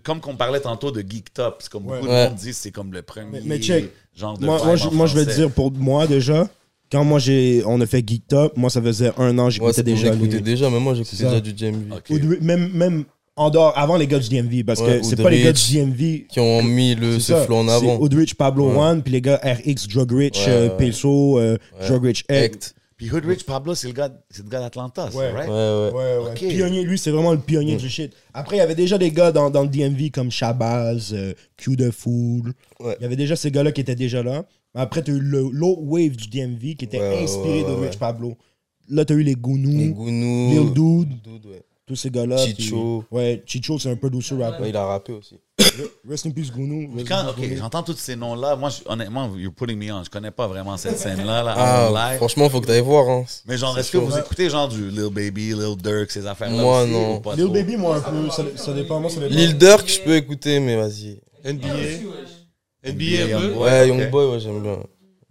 Speaker 3: Comme qu'on parlait tantôt de Geek Top, c'est comme
Speaker 5: Ouais.
Speaker 3: beaucoup
Speaker 6: Ouais.
Speaker 3: de monde dit, c'est comme le premier
Speaker 5: Mais- mais check.
Speaker 3: genre de.
Speaker 5: Moi,
Speaker 3: vibe
Speaker 5: moi,
Speaker 3: en
Speaker 5: je, moi, je vais te
Speaker 3: français.
Speaker 5: dire pour moi déjà. Quand moi, j'ai, on a fait Geek Top, moi, ça faisait un an,
Speaker 6: Moi,
Speaker 5: j'écoutais
Speaker 6: c'est déjà.
Speaker 5: déjà. les-
Speaker 6: J'écoutais déjà, mais moi, j'écoutais
Speaker 5: ça.
Speaker 6: déjà du JMV.
Speaker 3: Ok.
Speaker 5: Ou de- même, même en dehors, avant les gars du DMV, parce
Speaker 6: Ouais,
Speaker 5: que c'est pas les gars
Speaker 6: Goodrich.
Speaker 5: du DMV.
Speaker 6: Qui ont mis le,
Speaker 5: C'est
Speaker 6: ce
Speaker 5: ça,
Speaker 6: flow en
Speaker 5: c'est
Speaker 6: avant.
Speaker 5: Goodrich, Pablo
Speaker 6: Ouais.
Speaker 5: One, puis les gars RX, Drug Rich,
Speaker 6: Ouais,
Speaker 5: euh,
Speaker 6: ouais.
Speaker 5: Peso, euh, Drug Rich Act.
Speaker 6: Act.
Speaker 3: Puis Hoodrich Pablo, c'est le gars, c'est le gars d'Atlanta, c'est
Speaker 5: Ouais.
Speaker 3: right?
Speaker 6: Ouais, ouais. Mm.
Speaker 5: Ouais, ouais.
Speaker 3: Ok.
Speaker 5: Pionnier, lui, c'est vraiment le pionnier du shit. Après, il y avait déjà des gars dans, dans le DMV comme Shabazz, euh, Q de Fool.
Speaker 6: Ouais.
Speaker 5: Il y avait déjà ces gars-là qui étaient déjà là. Mais Après, t'as eu le- l'autre wave du DMV qui était
Speaker 6: Ouais, ouais,
Speaker 5: inspiré
Speaker 6: ouais,
Speaker 5: de
Speaker 6: ouais.
Speaker 5: Rich Pablo. Là, t'as eu les
Speaker 6: Les
Speaker 5: Gounou,
Speaker 6: Gounou.
Speaker 5: Lil Dude,
Speaker 6: Dude, ouais.
Speaker 5: tous ces gars-là.
Speaker 6: Chicho.
Speaker 5: puis- Ouais, Chicho, c'est un producer rapper.
Speaker 6: Ouais, il a rappé aussi.
Speaker 5: Rest in peace, Gounou.
Speaker 3: Puis
Speaker 5: Rest
Speaker 3: Quand,
Speaker 5: in
Speaker 3: ok,
Speaker 5: peace, Gounou.
Speaker 3: j'entends tous ces noms-là. Moi, je- honnêtement, you're putting me on. Je connais pas vraiment cette scène-là, là, en
Speaker 6: Ah,
Speaker 3: live.
Speaker 6: franchement, faut que t'ailles voir. Hein.
Speaker 3: Mais genre,
Speaker 6: C'est
Speaker 3: est-ce que
Speaker 6: chaud.
Speaker 3: vous écoutez genre du Lil Baby, Lil Durk, ces affaires-là
Speaker 6: Moi,
Speaker 3: aussi,
Speaker 6: non.
Speaker 3: ou pas
Speaker 5: Lil
Speaker 3: trop?
Speaker 5: Baby, moi, un peu. Ça, ça dépend. Moi, ça dépend.
Speaker 6: Lil Durk, je peux écouter, mais vas-y.
Speaker 4: NBA.
Speaker 3: NBA,
Speaker 4: NBA un peu.
Speaker 3: Ouais,
Speaker 6: hein. Ouais,
Speaker 3: ok.
Speaker 6: Youngboy, ouais, j'aime bien.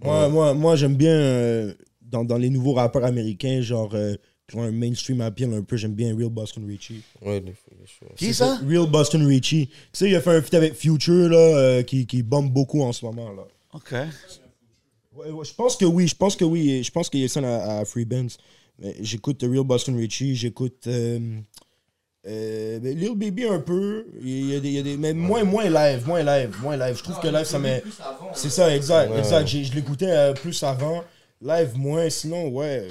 Speaker 5: Moi, moi, moi j'aime bien euh, dans, dans les nouveaux rappeurs américains, genre euh, qui ont un mainstream appeal un peu, j'aime bien Real Boston Richie.
Speaker 6: Ouais, il est fou, il est chaud.
Speaker 3: Qui ça?
Speaker 5: Real Boston Richie. Tu sais, il a fait un feat avec Future là, euh, qui, qui bombe beaucoup en ce moment. là.
Speaker 3: Ok.
Speaker 5: Ouais, ouais, je pense que oui, je pense que oui. Je pense qu'il y a ça à, à Free Bands. Mais J'écoute The Real Boston Richie, j'écoute euh, euh, ben, Lil Baby un peu. Il y a des, il y a des- mais moins, moins live, moins live, moins live. Je trouve que live, ça met. C'est ça, exact, exact. J'ai- Je l'écoutais euh, plus avant. Live, moins. Sinon, ouais.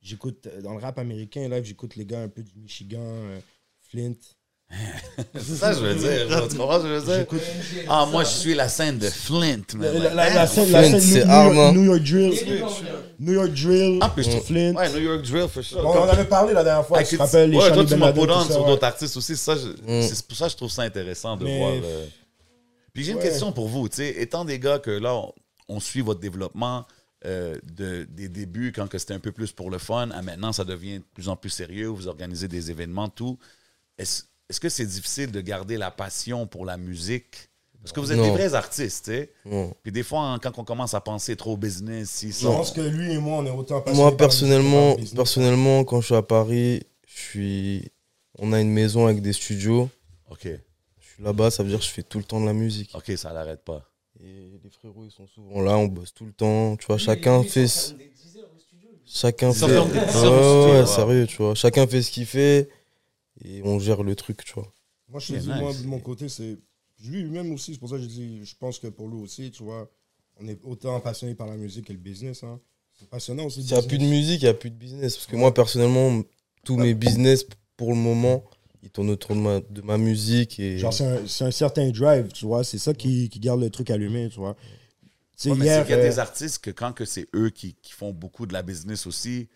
Speaker 5: J'écoute euh, dans le rap américain, live, j'écoute les gars un peu du Michigan, euh, Flint.
Speaker 3: C'est ça que je veux dire. là. Tu comprends ce que je veux dire? Ah, moi, je suis la scène de Flint, man.
Speaker 5: La, la-
Speaker 3: Like,
Speaker 5: la- la
Speaker 3: damn.
Speaker 5: scène, la
Speaker 6: Flint,
Speaker 5: scène
Speaker 6: c'est
Speaker 5: New,
Speaker 6: hard,
Speaker 5: York,
Speaker 6: non?
Speaker 5: New York Drill. New York Drill.
Speaker 3: Ah, puis je trouve-
Speaker 5: Flint.
Speaker 3: Ouais, New York Drill, for sure.
Speaker 5: Bon, on en avait parlé la dernière fois,
Speaker 3: Ah,
Speaker 5: tu te
Speaker 3: que-
Speaker 5: rappelles, les
Speaker 3: ouais,
Speaker 5: Charlie
Speaker 3: toi, tu
Speaker 5: Ben
Speaker 3: m'as
Speaker 5: Laden,
Speaker 3: put
Speaker 5: tout
Speaker 3: on
Speaker 5: ça,
Speaker 3: sur
Speaker 5: ouais.
Speaker 3: d'autres artistes aussi. Ça, je-
Speaker 6: Mm.
Speaker 3: C'est pour ça que je trouve ça intéressant de
Speaker 5: Mais-
Speaker 3: voir. euh. Puis j'ai une
Speaker 5: Ouais.
Speaker 3: question pour vous. tu sais, Étant des gars que là, on, on suit votre développement euh, de, des débuts, quand que c'était un peu plus pour le fun, à maintenant, ça devient de plus en plus sérieux. Vous organisez des événements, tout. Est-ce est-ce que c'est difficile de garder la passion pour la musique? Parce que vous êtes
Speaker 6: Non.
Speaker 3: des vrais artistes, tu sais.
Speaker 6: Non.
Speaker 3: Puis des fois, hein, quand on commence à penser trop au business, si
Speaker 5: Je
Speaker 3: ça.
Speaker 5: pense que lui et moi, on est autant passionnés par le
Speaker 6: Moi,
Speaker 5: business
Speaker 6: personnellement,
Speaker 5: que par le business.
Speaker 6: personnellement, quand je suis à Paris, je suis... on a une maison avec des studios.
Speaker 3: OK,
Speaker 6: Je suis là-bas, ça veut dire que je fais tout le temps de la musique.
Speaker 3: OK, ça l'arrête pas.
Speaker 6: Et les frérots, ils sont souvent là, on bosse tout le temps. Tu vois, chacun fait. ce- Chacun
Speaker 4: Ils
Speaker 6: fait.
Speaker 4: s'enferment des 10 heures au
Speaker 6: Ouais,
Speaker 3: studio,
Speaker 6: ouais,
Speaker 3: ouais.
Speaker 6: sérieux, tu vois. Chacun fait ce qu'il fait et on gère le truc, tu vois.
Speaker 5: Moi, je te
Speaker 3: Yeah,
Speaker 5: dis, moi,
Speaker 3: nice.
Speaker 5: de mon côté, c'est. Lui-même aussi, c'est pour ça que je dis, je pense que pour lui aussi, tu vois, on est autant passionné par la musique que le business. Hein. C'est passionnant aussi. le
Speaker 6: S'il n'y a plus
Speaker 5: business.
Speaker 6: de musique, il n'y a plus de business. Parce que moi, personnellement, tous mes business, pour le moment, ils tournent autour de ma, de ma musique. Et...
Speaker 5: Genre, c'est un, c'est un certain drive, tu vois, c'est ça qui, qui garde le truc allumé, tu vois. Tu sais,
Speaker 3: Ouais, mais
Speaker 5: hier,
Speaker 3: c'est qu'il y a
Speaker 5: euh,
Speaker 3: des artistes que quand que c'est eux qui, qui font beaucoup de la business aussi,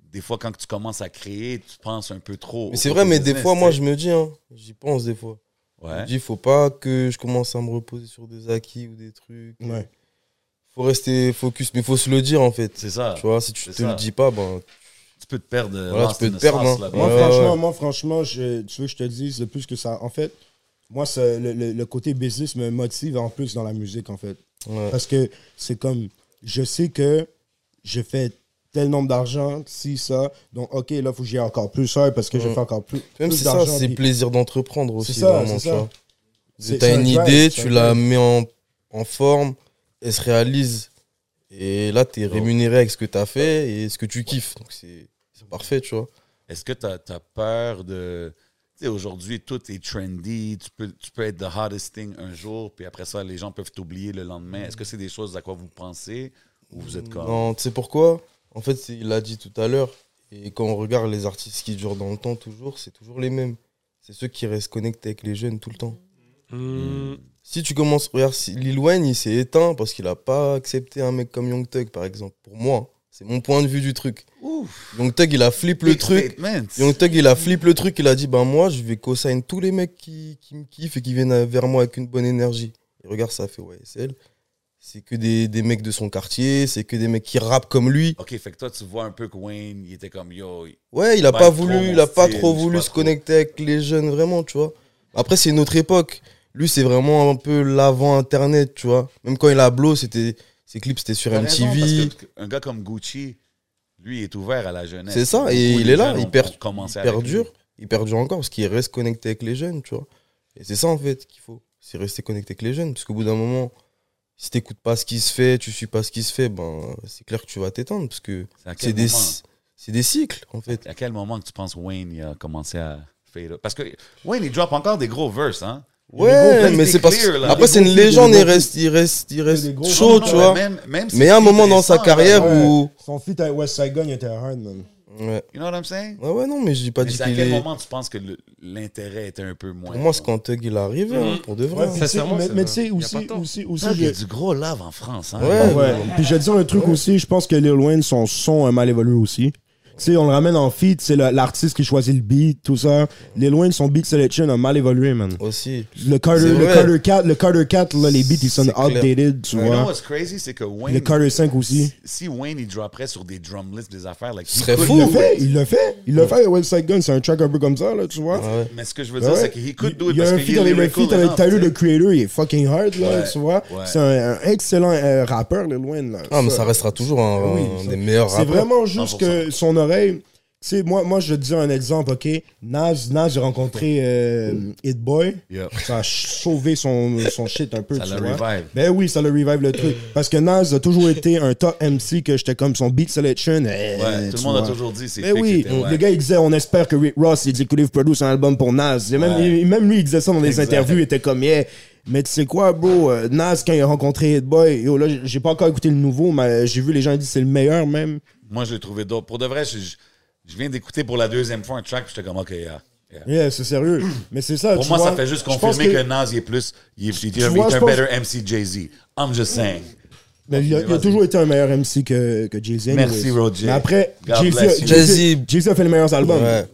Speaker 3: des fois quand tu commences à créer, tu penses un peu trop.
Speaker 6: Mais c'est vrai, mais des fois, moi, je me dis, hein, j'y pense des fois. Je
Speaker 3: Ouais.
Speaker 6: me dis, faut pas que je commence à me reposer sur des acquis ou des trucs.
Speaker 5: Ouais.
Speaker 6: Faut rester focus, mais faut se le dire, en fait.
Speaker 3: C'est ça.
Speaker 6: Tu vois, si tu
Speaker 3: Ah, c'est
Speaker 6: te
Speaker 3: ça.
Speaker 6: le dis pas, ben,
Speaker 3: Tu peux te perdre. euh,
Speaker 6: Voilà,
Speaker 3: lost
Speaker 6: tu peux
Speaker 3: in
Speaker 6: te
Speaker 3: the
Speaker 6: perdre,
Speaker 3: sauce,
Speaker 6: hein.
Speaker 3: là,
Speaker 5: Moi,
Speaker 6: Ouais,
Speaker 5: franchement,
Speaker 6: ouais.
Speaker 5: moi, franchement, je, tu veux que je te dise, le plus que ça. En fait, moi, ça- le, le- le côté business me motive en plus dans la musique, en fait.
Speaker 6: ouais.
Speaker 5: Parce que c'est comme, je sais que je fais tel nombre d'argent, si ça. Donc, OK, là, il faut que j'y aille encore plus ça parce que je
Speaker 6: Ouais.
Speaker 5: fais encore plus,
Speaker 6: Même
Speaker 5: plus
Speaker 6: c'est ça,
Speaker 5: d'argent.
Speaker 6: c'est
Speaker 5: puis-
Speaker 6: plaisir d'entreprendre aussi,
Speaker 5: C'est ça,
Speaker 6: vraiment,
Speaker 5: c'est
Speaker 6: tu
Speaker 5: ça.
Speaker 6: vois.
Speaker 5: C'est- c'est
Speaker 6: T'as
Speaker 5: un
Speaker 6: une
Speaker 5: drive,
Speaker 6: idée,
Speaker 5: c'est
Speaker 6: tu
Speaker 5: un
Speaker 6: la
Speaker 5: drive.
Speaker 6: mets en, en forme, elle se réalise. Et là, t'es rémunéré avec ce que t'as fait et ce que tu kiffes. Donc c'est c'est parfait, tu vois.
Speaker 3: Est-ce que tu as, peur de. Tu sais, aujourd'hui, tout est trendy. Tu peux, tu peux être the hottest thing un jour, puis après ça, les gens peuvent t'oublier le lendemain. Est-ce que c'est des choses à quoi vous pensez ou vous êtes comme.
Speaker 6: Non, tu sais pourquoi En fait, c'est- il l'a dit tout à l'heure. Et quand on regarde les artistes qui durent dans le temps, toujours, c'est toujours les mêmes. C'est ceux qui restent connectés avec les jeunes tout le temps.
Speaker 4: Hmm.
Speaker 6: Si tu commences, regarde, si Lil Wayne, il s'est éteint parce qu'il a pas accepté un mec comme Young Thug, par exemple. Pour moi, c'est mon point de vue du truc.
Speaker 3: Ouf!
Speaker 6: Young Thug, il a flippé le
Speaker 3: Big
Speaker 6: truc.
Speaker 3: statements.
Speaker 6: Young Thug, il a flippé le truc, il a dit Ben moi, je vais co-sign tous les mecs qui, qui me kiffent et qui viennent à- vers moi avec une bonne énergie. Et regarde, ça a fait YSL. C'est que des, des mecs de son quartier, c'est que des mecs qui rappent comme lui.
Speaker 3: Ok, fait que toi, tu vois un peu que Wayne, il était comme yo.
Speaker 6: Ouais, il a
Speaker 3: Pas
Speaker 6: pas
Speaker 3: trop
Speaker 6: voulu,
Speaker 3: mon
Speaker 6: il a pas
Speaker 3: style,
Speaker 6: trop
Speaker 3: je sais
Speaker 6: voulu
Speaker 3: pas
Speaker 6: se
Speaker 3: trop.
Speaker 6: connecter avec les jeunes, vraiment, tu vois. Après, c'est une autre époque. Lui, c'est vraiment un peu l'avant Internet, tu vois. Même quand il a blow, c'était, ses clips, c'était sur
Speaker 3: T'as
Speaker 6: MTV.
Speaker 3: raison, parce que Un gars comme Gucci, lui, il est ouvert à la jeunesse.
Speaker 6: C'est ça, et
Speaker 3: Beaucoup
Speaker 6: il
Speaker 3: de
Speaker 6: est là,
Speaker 3: jeunes
Speaker 6: il
Speaker 3: ont-
Speaker 6: perd-
Speaker 3: ont commencé
Speaker 6: il
Speaker 3: avec
Speaker 6: perdure,
Speaker 3: lui.
Speaker 6: il perdure encore parce qu'il reste connecté avec les jeunes, tu vois. Et c'est ça en fait qu'il faut, c'est rester connecté avec les jeunes, parce qu'au bout d'un moment, si t'écoutes pas ce qui se fait, tu suis pas ce qui se fait, ben c'est clair que tu vas t'éteindre, parce que
Speaker 3: C'est à quel
Speaker 6: c'est des,
Speaker 3: moment-
Speaker 6: c'est des cycles en fait.
Speaker 3: À quel moment que tu penses Wayne il a commencé à Fade up. Parce que Wayne, il drop encore des gros verses, hein? Les gros
Speaker 6: Ouais,
Speaker 3: verses,
Speaker 6: mais
Speaker 3: c'est
Speaker 6: c'est parce
Speaker 3: clear,
Speaker 6: que.
Speaker 3: là.
Speaker 6: Après, c'est une
Speaker 5: Des gros-
Speaker 6: légende,
Speaker 5: des
Speaker 6: il
Speaker 5: gros-
Speaker 6: reste, il reste, il
Speaker 5: des
Speaker 6: reste
Speaker 5: gros-
Speaker 3: Non,
Speaker 6: chaud, tu
Speaker 3: non,
Speaker 6: vois.
Speaker 3: Même, même si
Speaker 6: Mais il y a un
Speaker 3: c'est
Speaker 6: moment dans sa
Speaker 3: récent, là,
Speaker 6: carrière
Speaker 5: Ouais.
Speaker 6: où.
Speaker 5: Son feat avec West Saigon, il était hard, man.
Speaker 6: Ouais.
Speaker 3: You know what I'm saying?
Speaker 6: Ouais, ouais, non, mais j'ai pas
Speaker 3: Mais
Speaker 6: dit
Speaker 3: c'est à
Speaker 6: qu'il
Speaker 3: quel
Speaker 6: est.
Speaker 3: moment tu penses que le- l'intérêt était un peu moins?
Speaker 6: Pour moi, c'est quand Tug il arrive, hein, pour de vrai.
Speaker 5: Ouais, puis tu sais-
Speaker 4: sincèrement,
Speaker 5: mais,
Speaker 4: c'est
Speaker 5: mais
Speaker 4: vrai.
Speaker 5: tu sais,
Speaker 4: Y a
Speaker 5: aussi,
Speaker 4: pas tort.
Speaker 5: aussi, aussi,
Speaker 3: Putain, il y a
Speaker 5: je-
Speaker 3: du gros love en France, hein?
Speaker 6: Ouais.
Speaker 5: Ouais. Puis je vais te dire un truc aussi, je pense que Lil Wayne, son son est mal évolué aussi. Tu sais, on le ramène en feat, c'est le- l'artiste qui choisit le beat, tout ça. Lil Wayne, son beat selection a mal évolué, man.
Speaker 6: Aussi.
Speaker 5: Le Carter,
Speaker 6: C'est
Speaker 5: le
Speaker 6: vrai.
Speaker 5: Carter 4, le Carter 4, là, les beats, ils sonnent
Speaker 6: C'est clair.
Speaker 5: outdated, tu
Speaker 3: You know
Speaker 5: vois.
Speaker 3: what's crazy? C'est que Wayne...
Speaker 5: Le Carter 5 aussi.
Speaker 3: si, si Wayne, il dropperait sur des drum lists, des affaires, like, he
Speaker 6: Ce serait
Speaker 3: could
Speaker 6: fou.
Speaker 5: Il
Speaker 3: do
Speaker 5: l'a
Speaker 3: it.
Speaker 5: fait, il l'a fait. Il l'a fait avec Website Gun, c'est un track un peu comme ça, là, tu vois.
Speaker 6: Ouais.
Speaker 3: Mais ce que je veux
Speaker 5: Ben
Speaker 3: dire,
Speaker 5: ouais.
Speaker 3: c'est qu'il could do it
Speaker 5: Il y a
Speaker 3: parce
Speaker 5: un
Speaker 3: qu'il
Speaker 5: feat
Speaker 3: est
Speaker 5: avec, le
Speaker 3: lyrical
Speaker 5: feat avec
Speaker 3: enough,
Speaker 5: Tyler,
Speaker 3: tu
Speaker 5: the
Speaker 3: sais.
Speaker 5: Creator, il est fucking hard, là,
Speaker 3: Ouais,
Speaker 5: tu vois.
Speaker 3: ouais.
Speaker 5: C'est un, un excellent euh, rappeur, Lil Wayne, là.
Speaker 6: Ah, mais ça restera toujours un,
Speaker 5: Oui,
Speaker 6: un
Speaker 5: ça-
Speaker 6: des meilleurs
Speaker 5: C'est
Speaker 6: rappeurs.
Speaker 5: vraiment
Speaker 3: 100%.
Speaker 5: juste que son oreille. Tu sais, moi, moi, je te dis un exemple, OK? Nas, Nas j'ai rencontré euh, Hit Boy.
Speaker 3: Yeah.
Speaker 5: Ça a ch- sauvé son, son shit un peu,
Speaker 3: Ça
Speaker 5: tu
Speaker 3: l'a
Speaker 5: vois.
Speaker 3: revive.
Speaker 5: Ben oui, ça le revive le truc. Parce que Nas a toujours été un top MC que j'étais comme son beat selection. eh,
Speaker 3: Ouais, tout
Speaker 5: tu
Speaker 3: le monde a
Speaker 5: vois.
Speaker 3: toujours dit, c'est
Speaker 5: Ben oui, le gars, il disait, on espère que Rick Ross, il dit qu'il produit un album pour Nas. Et même,
Speaker 3: Ouais.
Speaker 5: il- même lui, il disait ça dans des
Speaker 3: Exact.
Speaker 5: interviews, il était comme, yeah. Mais tu sais quoi, bro, euh, Nas, quand il a rencontré Hit Boy, yo, là, j'ai pas encore écouté le nouveau, mais euh, j'ai vu les gens dire c'est le meilleur même.
Speaker 3: Moi, je l'ai trouvé dope. Pour de vrai, je, je- je viens d'écouter pour la deuxième fois un track, puis j'étais comme, OK, yeah. yeah.
Speaker 5: Yeah, c'est sérieux. mais c'est ça,
Speaker 3: Pour
Speaker 5: tu
Speaker 3: moi,
Speaker 5: vois,
Speaker 3: ça fait juste
Speaker 5: je pense
Speaker 3: confirmer que, Nas, il est plus... Il est, il est un-
Speaker 5: vois,
Speaker 3: il est
Speaker 5: je
Speaker 3: un
Speaker 5: pense-
Speaker 3: better MC Jay-Z. I'm just saying.
Speaker 5: Mais il, a, il a toujours été un meilleur MC que, que Jay-Z. anyways.
Speaker 3: Merci, Roger.
Speaker 5: Mais après,
Speaker 3: God
Speaker 5: Jay-Z
Speaker 3: bless
Speaker 5: a-
Speaker 3: you.
Speaker 5: Jay-Z Jay-Z a fait les meilleurs albums.
Speaker 6: Ouais.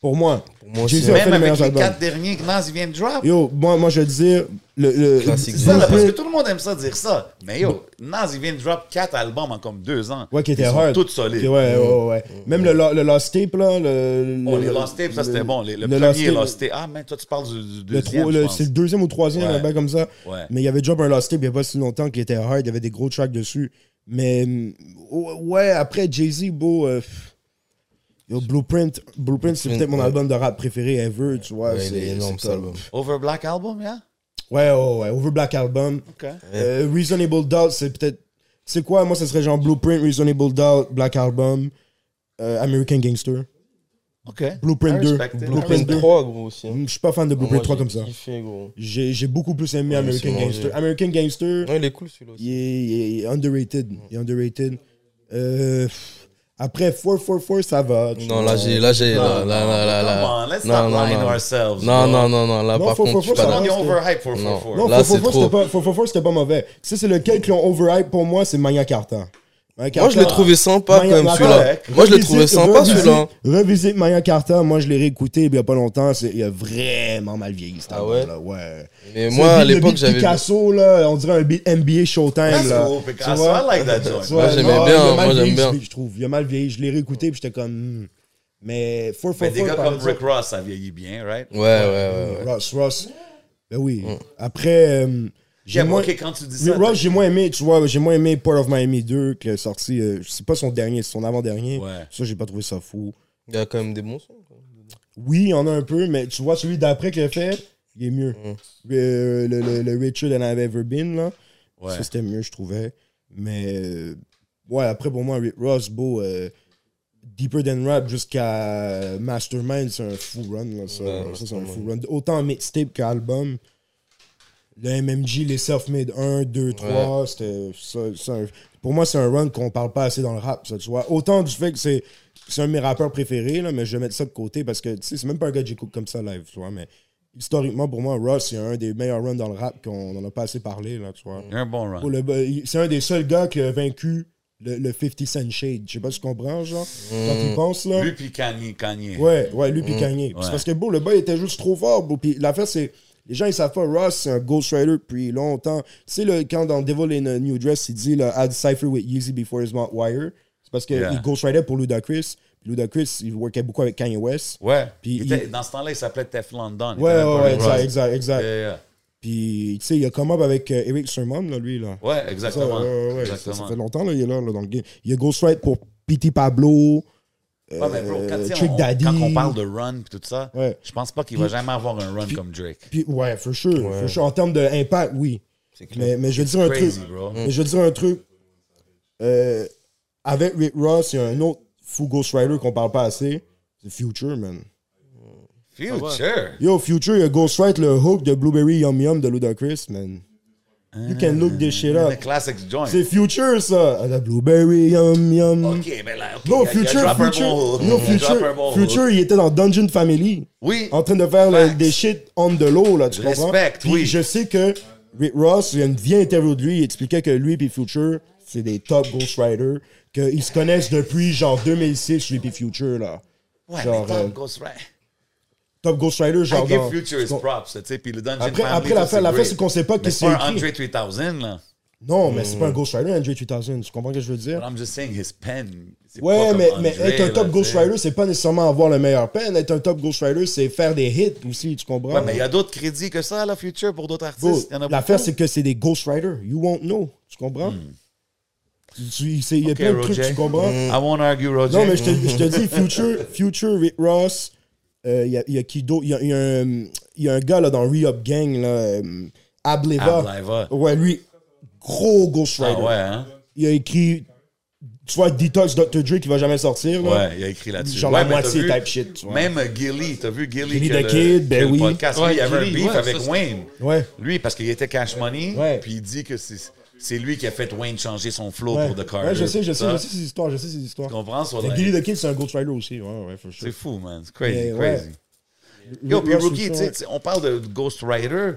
Speaker 5: Pour moi.
Speaker 6: moi aussi.
Speaker 5: Jay-Z a
Speaker 3: Même
Speaker 5: fait les
Speaker 3: avec
Speaker 5: meilleurs
Speaker 3: les
Speaker 5: albums.
Speaker 3: quatre derniers que Nas, il vient de drop.
Speaker 5: Yo, moi, moi, je veux dire, le. le
Speaker 6: Classique.
Speaker 3: C'est ça, là, parce que
Speaker 5: Blueprint-
Speaker 3: tout le monde aime ça dire ça. Mais yo, Nas, il vient de drop 4 albums en comme 2 ans.
Speaker 5: Ouais, qui était
Speaker 3: Ils sont
Speaker 5: hard.
Speaker 3: tous solides. Mm.
Speaker 5: Ok, ouais, ouais, ouais. Même le, lo- le Lost Tape, là. Le,
Speaker 3: Oh,
Speaker 5: le-
Speaker 3: les Lost Tapes, ça c'était bon. Les- le,
Speaker 5: Lost
Speaker 3: premier
Speaker 5: Tape,
Speaker 3: Lost Tape. Ah, mais toi, tu parles du, du
Speaker 5: Le
Speaker 3: deuxième.
Speaker 5: trois-
Speaker 3: je
Speaker 5: le-
Speaker 3: pense.
Speaker 5: c'est le deuxième ou troisième,
Speaker 3: Ouais.
Speaker 5: là-bas, comme ça.
Speaker 3: Ouais.
Speaker 5: Mais il y avait déjà un Lost Tape il n'y a pas si longtemps qui était hard. Il y avait des gros tracks dessus. Mais hum, ouais, après Jay-Z, beau. euh, pff, yo, Blueprint, Blueprint c'est
Speaker 6: Blueprint,
Speaker 5: peut-être mon
Speaker 6: ouais.
Speaker 5: album de rap préféré ever, tu vois.
Speaker 6: Ouais,
Speaker 5: c'est
Speaker 6: il est énorme,
Speaker 5: c'est
Speaker 6: cet
Speaker 5: comme-
Speaker 6: album.
Speaker 3: Over Black Album, yeah?
Speaker 5: Ouais, ouais, ouais. Over Black Album.
Speaker 3: OK.
Speaker 5: Euh, Reasonable Doubt, c'est peut-être. C'est quoi Moi, ça serait genre Blueprint, Reasonable Doubt, Black Album, euh, American Gangster.
Speaker 3: OK.
Speaker 5: Blueprint
Speaker 3: I
Speaker 5: 2.
Speaker 3: respect it.
Speaker 5: Blueprint
Speaker 6: Blueprint
Speaker 5: 2.
Speaker 6: 3, gros, aussi.
Speaker 5: Je suis pas fan de
Speaker 6: Ah,
Speaker 5: Blueprint 3
Speaker 6: moi, j'ai
Speaker 5: comme ça.
Speaker 6: kiffé, gros.
Speaker 5: J'ai j'ai beaucoup plus aimé
Speaker 6: Ouais,
Speaker 5: American
Speaker 6: c'est vrai,
Speaker 5: Gangster.
Speaker 6: j'ai-
Speaker 5: American Gangster,
Speaker 6: Non, il est cool, celui-là aussi.
Speaker 5: il est, il est- il est underrated. Il est underrated. Euh, pff, après, 444, ça va. tu
Speaker 6: Non,
Speaker 5: vois.
Speaker 6: là, j'ai. Là, j'ai. Là, là, là, là, là.
Speaker 3: Come on, let's
Speaker 6: Non,
Speaker 3: not
Speaker 6: non,
Speaker 3: lie to
Speaker 6: non.
Speaker 3: ourselves.
Speaker 6: Non,
Speaker 3: bro.
Speaker 6: non, non, non, là,
Speaker 5: Non,
Speaker 6: par
Speaker 5: faut-
Speaker 6: contre,
Speaker 5: faut- faut
Speaker 6: je suis pas
Speaker 3: Tout le
Speaker 5: savoir-
Speaker 6: d'accord.
Speaker 3: monde est
Speaker 5: Non, c'était-
Speaker 3: overhyped for
Speaker 6: Non.
Speaker 3: 44.
Speaker 5: Non,
Speaker 6: Là,
Speaker 5: 444,
Speaker 6: c'est trop.
Speaker 5: c'était pas- 444, c'était pas mauvais. Tu sais, c'est lequel qui ont overhype pour moi, c'est Magna Carta. Magna
Speaker 6: Moi, je l'ai
Speaker 5: Carta-
Speaker 6: trouvé sympa, quand
Speaker 5: Magna-
Speaker 6: même,
Speaker 5: Attends,
Speaker 6: celui-là.
Speaker 5: revisite-
Speaker 6: Moi, je l'ai trouvé sympa,
Speaker 5: revisite-
Speaker 6: celui-là.
Speaker 5: Revisite Maya Carta, moi, je l'ai réécouté il y a pas longtemps. c'est- Il a vraiment mal vieilli, cet
Speaker 6: Ah
Speaker 5: album,
Speaker 6: ouais?
Speaker 5: là, Ouais.
Speaker 6: Mais
Speaker 5: C'est
Speaker 6: moi,
Speaker 5: le
Speaker 6: à
Speaker 5: beat- le
Speaker 6: l'époque,
Speaker 5: beat
Speaker 6: j'avais.
Speaker 5: Picasso, là, on dirait un beat NBA Showtime,
Speaker 3: Let's
Speaker 5: là.
Speaker 3: go,
Speaker 5: Tu
Speaker 3: Picasso.
Speaker 5: vois?
Speaker 3: I like that
Speaker 5: Tu
Speaker 3: joint.
Speaker 5: vois,
Speaker 6: Moi, j'aimais
Speaker 5: non,
Speaker 6: bien,
Speaker 5: il a mal
Speaker 6: moi, j'aime
Speaker 5: vieilli,
Speaker 6: bien.
Speaker 5: Je trouve, il a mal vieilli. Je l'ai réécouté, puis j'étais comme... hmm. Mais four
Speaker 3: Mais des gars comme Rick Ross, ça vieillit bien, right?
Speaker 6: Ouais, ouais, ouais. ouais.
Speaker 5: Ross, Ross. Ben oui.
Speaker 6: Hmm.
Speaker 5: Après, euh, j'ai
Speaker 3: Yeah, mais
Speaker 5: moins...
Speaker 3: OK, quand tu dis
Speaker 5: Mais
Speaker 3: ça...
Speaker 5: Ross, j'ai moins aimé, tu vois, j'ai moins aimé Port of Miami 2 qui est sorti, euh, c'est pas son dernier, c'est son avant-dernier.
Speaker 3: Ouais.
Speaker 5: Ça, j'ai pas trouvé ça fou.
Speaker 6: Il y a quand même des hein. bons sons. quoi.
Speaker 5: Oui, il y en a un peu, mais tu vois, celui d'après qu'il a fait, il est mieux.
Speaker 6: Mm.
Speaker 5: Euh, le, le, le Richard and I've Ever Been, là,
Speaker 3: Ouais.
Speaker 5: ça c'était mieux, je trouvais. Mais euh, ouais, après pour moi, Rick Ross, beau, euh, Deeper Than Rap jusqu'à Mastermind, c'est un fou run, là, ça,
Speaker 6: Ouais,
Speaker 5: Ça, c'est un
Speaker 6: Mastermind.
Speaker 5: fou run. Autant mixtape qu'album. Le MMG, les Self-Made 1, 2, 3, Ah, c'était. ça- ça, un- Pour moi, c'est un run qu'on parle pas assez dans le rap, ça, tu vois. Autant du fait que c'est. C'est un de mes rappeurs préférés, là, mais je vais mettre ça de côté parce que, tu sais, c'est même pas un gars que j'écoute comme ça live, tu vois. Mais historiquement, pour moi, Ross, c'est un des meilleurs runs dans le rap qu'on n'en a pas assez parlé, là, tu vois.
Speaker 3: Il y a un bon run.
Speaker 5: Pour le- ben, il- c'est un des seuls gars qui a vaincu le, le 50 Cent Shade. Je sais pas si tu comprends, genre, quand tu penses, là.
Speaker 3: Lui puis Kanye, Kanye.
Speaker 5: Ouais, ouais, lui puis Kanye. Puis c'est
Speaker 3: Mm. Ouais.
Speaker 5: parce que beau, le boy était juste trop fort. Beau. Puis l'affaire, c'est. Les gens, ils savent pas, Ross, c'est un ghostwriter depuis longtemps. Tu sais, le, quand dans Devil in a New Dress, il dit là, I'd cipher with Yeezy before his mouth wire. C'est parce qu'il
Speaker 3: Yeah.
Speaker 5: ghostwriter pour Ludacris. Puis Ludacris, il workait beaucoup avec Kanye West.
Speaker 3: Ouais.
Speaker 5: Puis
Speaker 3: Il était-
Speaker 5: il-
Speaker 3: Dans ce temps-là, il s'appelait Teflon Don. Il
Speaker 5: Ouais,
Speaker 3: était
Speaker 5: ouais,
Speaker 3: un
Speaker 5: ouais,
Speaker 3: peu Rick
Speaker 5: exact,
Speaker 3: Ross.
Speaker 5: exact, exact.
Speaker 3: Yeah, yeah.
Speaker 5: Puis, tu sais, il a come up avec euh, Eric Sermon, là, lui, là.
Speaker 3: Ouais,
Speaker 5: Ça,
Speaker 3: exactement.
Speaker 5: ouais, ouais, ouais. Ça, ça,
Speaker 3: Exactement.
Speaker 5: fait longtemps, là, il est là, là, dans le game. Il a ghostwriter pour P.T. Pablo.
Speaker 3: Ouais, mais bro, quand,
Speaker 5: Euh,
Speaker 3: tu sais,
Speaker 5: Trick
Speaker 3: on-
Speaker 5: Daddy.
Speaker 3: quand on parle de run et tout ça,
Speaker 5: Ouais.
Speaker 3: je pense pas qu'il va jamais avoir un run comme Drake.
Speaker 5: Puis, ouais, for sure,
Speaker 6: Ouais.
Speaker 5: for sure. En termes d'impact, oui.
Speaker 6: C'est clair.
Speaker 5: Mais, mais je veux dire un truc.
Speaker 3: Crazy, bro.
Speaker 5: Mais je veux dire un truc. Euh, avec Rick Ross, il y a un autre fou Ghost Rider qu'on parle pas assez. C'est Future, man.
Speaker 3: Future.
Speaker 5: Yo, Future, il y a Ghostwrite, le hook de Blueberry Yum Yum de Ludacris, man. You can look this shit
Speaker 3: The
Speaker 5: up.
Speaker 3: classics joint.
Speaker 5: C'est Future, ça. Ah, La Blueberry Yum Yum.
Speaker 3: Ok, mais là, ok.
Speaker 5: Mm.
Speaker 3: il
Speaker 5: No,
Speaker 3: a- il a
Speaker 5: Future,
Speaker 3: drop un
Speaker 5: Future,
Speaker 3: bon-
Speaker 5: no,
Speaker 3: il a drop un
Speaker 5: Future,
Speaker 3: bon-
Speaker 5: Future, il était dans Dungeon Family.
Speaker 3: Oui.
Speaker 5: En train de faire le-
Speaker 3: Facts.
Speaker 5: des shit on the low, là, tu comprends?
Speaker 3: Respect,
Speaker 5: Puis
Speaker 3: oui.
Speaker 5: je sais que Rick Ross, il y a une vieille interview de lui, il expliquait que lui et Future, c'est des top ghostwriters, qu'ils se connaissent depuis genre 2006, lui et Future, là.
Speaker 3: Ouais,
Speaker 5: genre,
Speaker 3: mais
Speaker 5: euh,
Speaker 3: Tom Ghost Right.
Speaker 5: Top ghostwriter,
Speaker 3: I
Speaker 5: genre.
Speaker 3: give
Speaker 5: dans-
Speaker 3: Future his
Speaker 5: tu com-
Speaker 3: props, tu sais, puis le Dungeon
Speaker 5: Après-
Speaker 3: Family,
Speaker 5: après, la
Speaker 3: ça,
Speaker 5: fin- la fin,
Speaker 3: great.
Speaker 5: c'est qu'on sait pas
Speaker 3: Mais
Speaker 5: qui
Speaker 3: c'est pas
Speaker 5: c'est
Speaker 3: un
Speaker 5: écrit.
Speaker 3: Andre 3000, là.
Speaker 5: Non, mais c'est pas un ghostwriter, Andre 3000, tu comprends ce que je veux dire?
Speaker 3: But I'm just saying his pen. c'est pas
Speaker 5: Ouais,
Speaker 3: comme
Speaker 5: mais,
Speaker 3: Andre,
Speaker 5: mais être un
Speaker 3: là, tu
Speaker 5: top
Speaker 3: sais.
Speaker 5: ghostwriter, c'est pas nécessairement avoir le meilleur pen. Être un top ghostwriter, c'est faire des hits aussi, tu comprends?
Speaker 3: Ouais, mais il y a d'autres crédits que ça, là, Future, pour d'autres
Speaker 5: Bro,
Speaker 3: artistes. Il y en a
Speaker 5: L'affaire,
Speaker 3: beaucoup.
Speaker 5: c'est que c'est des ghostwriters. You won't know. Tu comprends? Tu- tu- Il c'est- il y a
Speaker 3: Hmm. Ok,
Speaker 5: plein de trucs,
Speaker 3: Roger. Hmm. Mm.
Speaker 5: tu comprends?
Speaker 3: I won't argue, Roger.
Speaker 5: Non, mais je te, je te dis, Future, Future Rick Ross, euh, il y, a, il y a qui d'autre? Il y a, il y a un, il y a un gars là, dans Re-Up Gang, là, euh,
Speaker 3: Ah,
Speaker 5: Ableva.
Speaker 3: Ableva.
Speaker 5: Ouais, lui,
Speaker 3: bah,
Speaker 5: gros
Speaker 3: Ah
Speaker 5: ghostwriter.
Speaker 3: ouais, hein?
Speaker 5: Il a écrit, tu vois, Detox Dr. Dre qui va jamais sortir. là.
Speaker 3: Ouais, il a écrit là-dessus.
Speaker 5: Genre
Speaker 3: ouais,
Speaker 5: la
Speaker 3: mais t'as
Speaker 5: moitié
Speaker 3: vu,
Speaker 5: type shit, tu vois.
Speaker 3: Même euh, Gilly, t'as vu Gilly,
Speaker 5: Gilly
Speaker 3: que
Speaker 5: the
Speaker 3: le-
Speaker 5: Kid, ben
Speaker 3: que le
Speaker 5: oui.
Speaker 3: podcast, lui,
Speaker 4: Ouais,
Speaker 3: il avait
Speaker 4: Gilly,
Speaker 3: un beef
Speaker 4: ouais,
Speaker 3: avec
Speaker 4: ça, c'est-
Speaker 3: Wayne.
Speaker 5: Ouais.
Speaker 3: Lui, parce qu'il était Cash Money,
Speaker 5: Ouais.
Speaker 3: puis il dit que c'est c'est lui qui a fait Wayne changer son flow
Speaker 5: Ouais.
Speaker 3: pour The Carter.
Speaker 5: Ouais, je sais, je sais,
Speaker 3: Ça,
Speaker 5: je sais ces histoires, je sais ces histoires.
Speaker 3: Tu comprends, sur
Speaker 5: Mais
Speaker 3: la-
Speaker 5: Gilly the Kid, c'est un ghostwriter aussi. Ouais, ouais, for sure.
Speaker 3: C'est fou, man. C'est crazy,
Speaker 5: Mais ouais.
Speaker 3: crazy. Yo,
Speaker 5: Rick
Speaker 3: puis
Speaker 5: Ross Mm-hmm.
Speaker 3: Rookie,
Speaker 5: aussi,
Speaker 3: tu sais,
Speaker 5: ouais.
Speaker 3: tu sais, on parle de Ghostwriter,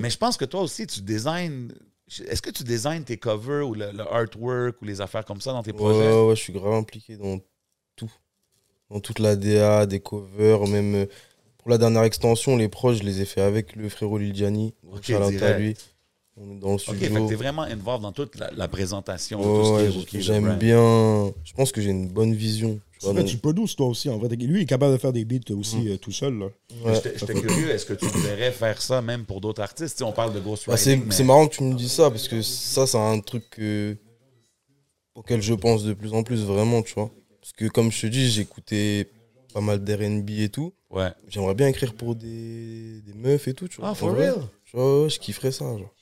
Speaker 3: mais je pense que toi aussi, tu designes. Est-ce que tu designes tes covers ou le, le artwork ou les affaires comme ça dans tes projets?
Speaker 6: Ouais, ouais, je suis grave impliqué dans tout. Dans toute la DA, des covers, même euh, pour la dernière extension, les proches, je les ai fait avec le frérot Lilgiani. Gros
Speaker 3: Ok,
Speaker 6: shout-out à
Speaker 3: direct.
Speaker 6: lui. On est dans le
Speaker 3: Ok,
Speaker 6: studio.
Speaker 3: fait que t'es vraiment involved dans toute la, la présentation,
Speaker 6: Ouais,
Speaker 3: tout ce qui est
Speaker 6: ouais,
Speaker 3: Rookie. le
Speaker 6: J'aime
Speaker 3: brand.
Speaker 6: bien. Je pense que j'ai une bonne vision. tu
Speaker 5: Tu
Speaker 6: vois,
Speaker 5: fais
Speaker 6: donc-
Speaker 5: du produce toi aussi en vrai. Lui il est capable de faire des beats aussi
Speaker 6: Mm.
Speaker 5: euh, tout seul là.
Speaker 6: ouais.
Speaker 3: J'étais j'étais curieux, est-ce que tu devrais faire ça même pour d'autres artistes? Tu sais, on parle de
Speaker 5: Ah,
Speaker 6: Bah, c'est
Speaker 3: Ghostwriting, mais-
Speaker 6: c'est marrant que tu me dis ça parce que ça, c'est un truc que- auquel je pense de plus en plus vraiment, tu vois. Parce que comme je te dis, j'écoutais pas mal d'RB et tout.
Speaker 3: Ouais.
Speaker 6: J'aimerais bien écrire pour des, des meufs et tout, tu vois.
Speaker 3: Ah,
Speaker 6: En
Speaker 3: for
Speaker 6: vrai,
Speaker 3: real?
Speaker 6: Tu vois, ouais, je kifferais ça, genre.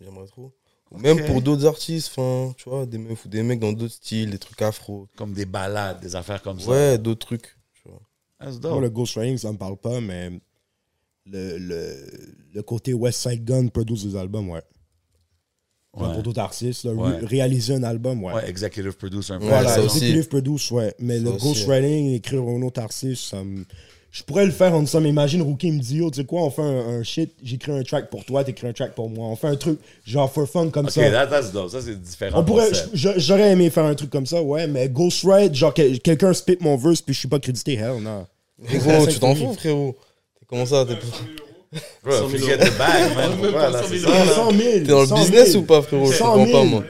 Speaker 6: J'aimerais trop. Ou Même pour d'autres artistes, enfin, tu vois, des meufs ou des mecs dans d'autres styles, des trucs afro.
Speaker 3: Comme des balades, des affaires comme ça.
Speaker 6: Ouais, d'autres trucs. tu vois.
Speaker 3: That's
Speaker 6: Ah.
Speaker 5: Moi
Speaker 3: dope.
Speaker 5: le ghostwriting ça me parle pas mais le, le, le côté West Side Gun produce des albums ouais. Enfin,
Speaker 3: Ouais.
Speaker 5: Pour d'autres artistes là,
Speaker 3: Ouais.
Speaker 5: ré- réaliser un album ouais.
Speaker 3: Ouais, executive producer. un peu.
Speaker 5: Voilà,
Speaker 6: ça aussi.
Speaker 5: executive produce ouais. Mais
Speaker 6: Ça
Speaker 5: le
Speaker 6: aussi,
Speaker 5: ghostwriting écrire pour un autre artiste ça me- je pourrais le faire en disant, mais imagine, Rookie me dit, yo, tu sais quoi, on fait un, un shit, j'écris un track pour toi, t'écris un track pour moi, on fait un truc, genre for fun comme
Speaker 3: Ok,
Speaker 5: ça.
Speaker 3: that- that's dope. Ça, c'est différent.
Speaker 5: On pourrait,
Speaker 3: concept.
Speaker 5: je- j'aurais aimé faire un truc comme ça, ouais, mais Ghostwrite, genre que- quelqu'un spit mon verse puis je suis pas crédité, hell non.
Speaker 6: Mais gros, tu t'en fous, frérot. T'es- Comment ça T'es
Speaker 3: Bro, if you get the bag, man. Voilà, c'est ça, là.
Speaker 5: 100 000.
Speaker 6: t'es dans le business ou pas, frérot Je
Speaker 5: 100
Speaker 6: comprends
Speaker 5: 000.
Speaker 6: pas, moi.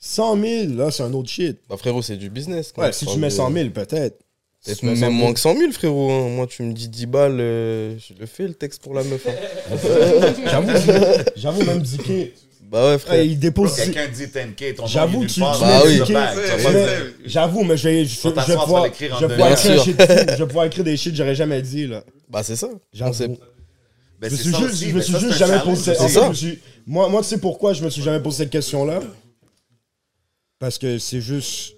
Speaker 5: 100 000, là, c'est un autre shit.
Speaker 6: Bah, frérot, c'est du business. quand
Speaker 5: Ouais,
Speaker 6: même.
Speaker 5: si
Speaker 6: Enfin,
Speaker 5: tu mets
Speaker 6: je-
Speaker 5: 100 000, peut-être. Si
Speaker 6: Peut-être
Speaker 5: tu mets 100
Speaker 6: même
Speaker 5: 000.
Speaker 6: moins que 100 000, frérot. hein. Moi, tu me dis 10 balles, euh, je le fais, le texte pour la meuf. hein.
Speaker 5: J'avoue, j'ai- j'avoue, même 10 k
Speaker 6: Bah ouais, frère.
Speaker 5: Il dépose.
Speaker 3: Quelqu'un dit 10K, ton
Speaker 5: J'avoue,
Speaker 3: nom, il est
Speaker 5: tu-
Speaker 3: nulle part, Bah
Speaker 5: tu
Speaker 3: dans
Speaker 6: mets
Speaker 3: le
Speaker 6: des
Speaker 3: bag.
Speaker 5: caisses,
Speaker 3: Ça
Speaker 5: mais-
Speaker 3: va
Speaker 5: mais-
Speaker 3: dire-
Speaker 5: J'avoue, mais je vais, je, je,
Speaker 3: Faut
Speaker 5: vais
Speaker 3: t'asseoir, faut
Speaker 5: pouvoir-
Speaker 3: l'écrire en
Speaker 5: je vais
Speaker 3: deux
Speaker 5: pouvoir
Speaker 6: minutes.
Speaker 5: écrire un
Speaker 6: Bien
Speaker 5: shit fou, je vais pouvoir écrire des shit que j'aurais jamais dit, là.
Speaker 6: Bah, c'est bah, ça. On
Speaker 5: J'avoue.
Speaker 6: sait-
Speaker 3: Ben,
Speaker 5: Je me
Speaker 3: c'est
Speaker 5: suis
Speaker 3: ça
Speaker 5: juste,
Speaker 3: aussi,
Speaker 5: je me
Speaker 3: mais
Speaker 5: suis
Speaker 3: ça, c'est
Speaker 5: juste
Speaker 3: un
Speaker 5: jamais
Speaker 3: challenge
Speaker 5: posé cette
Speaker 3: aussi.
Speaker 6: C'est ça.
Speaker 5: question. Moi, moi, tu sais pourquoi je me suis jamais posé cette question-là? Parce que c'est juste.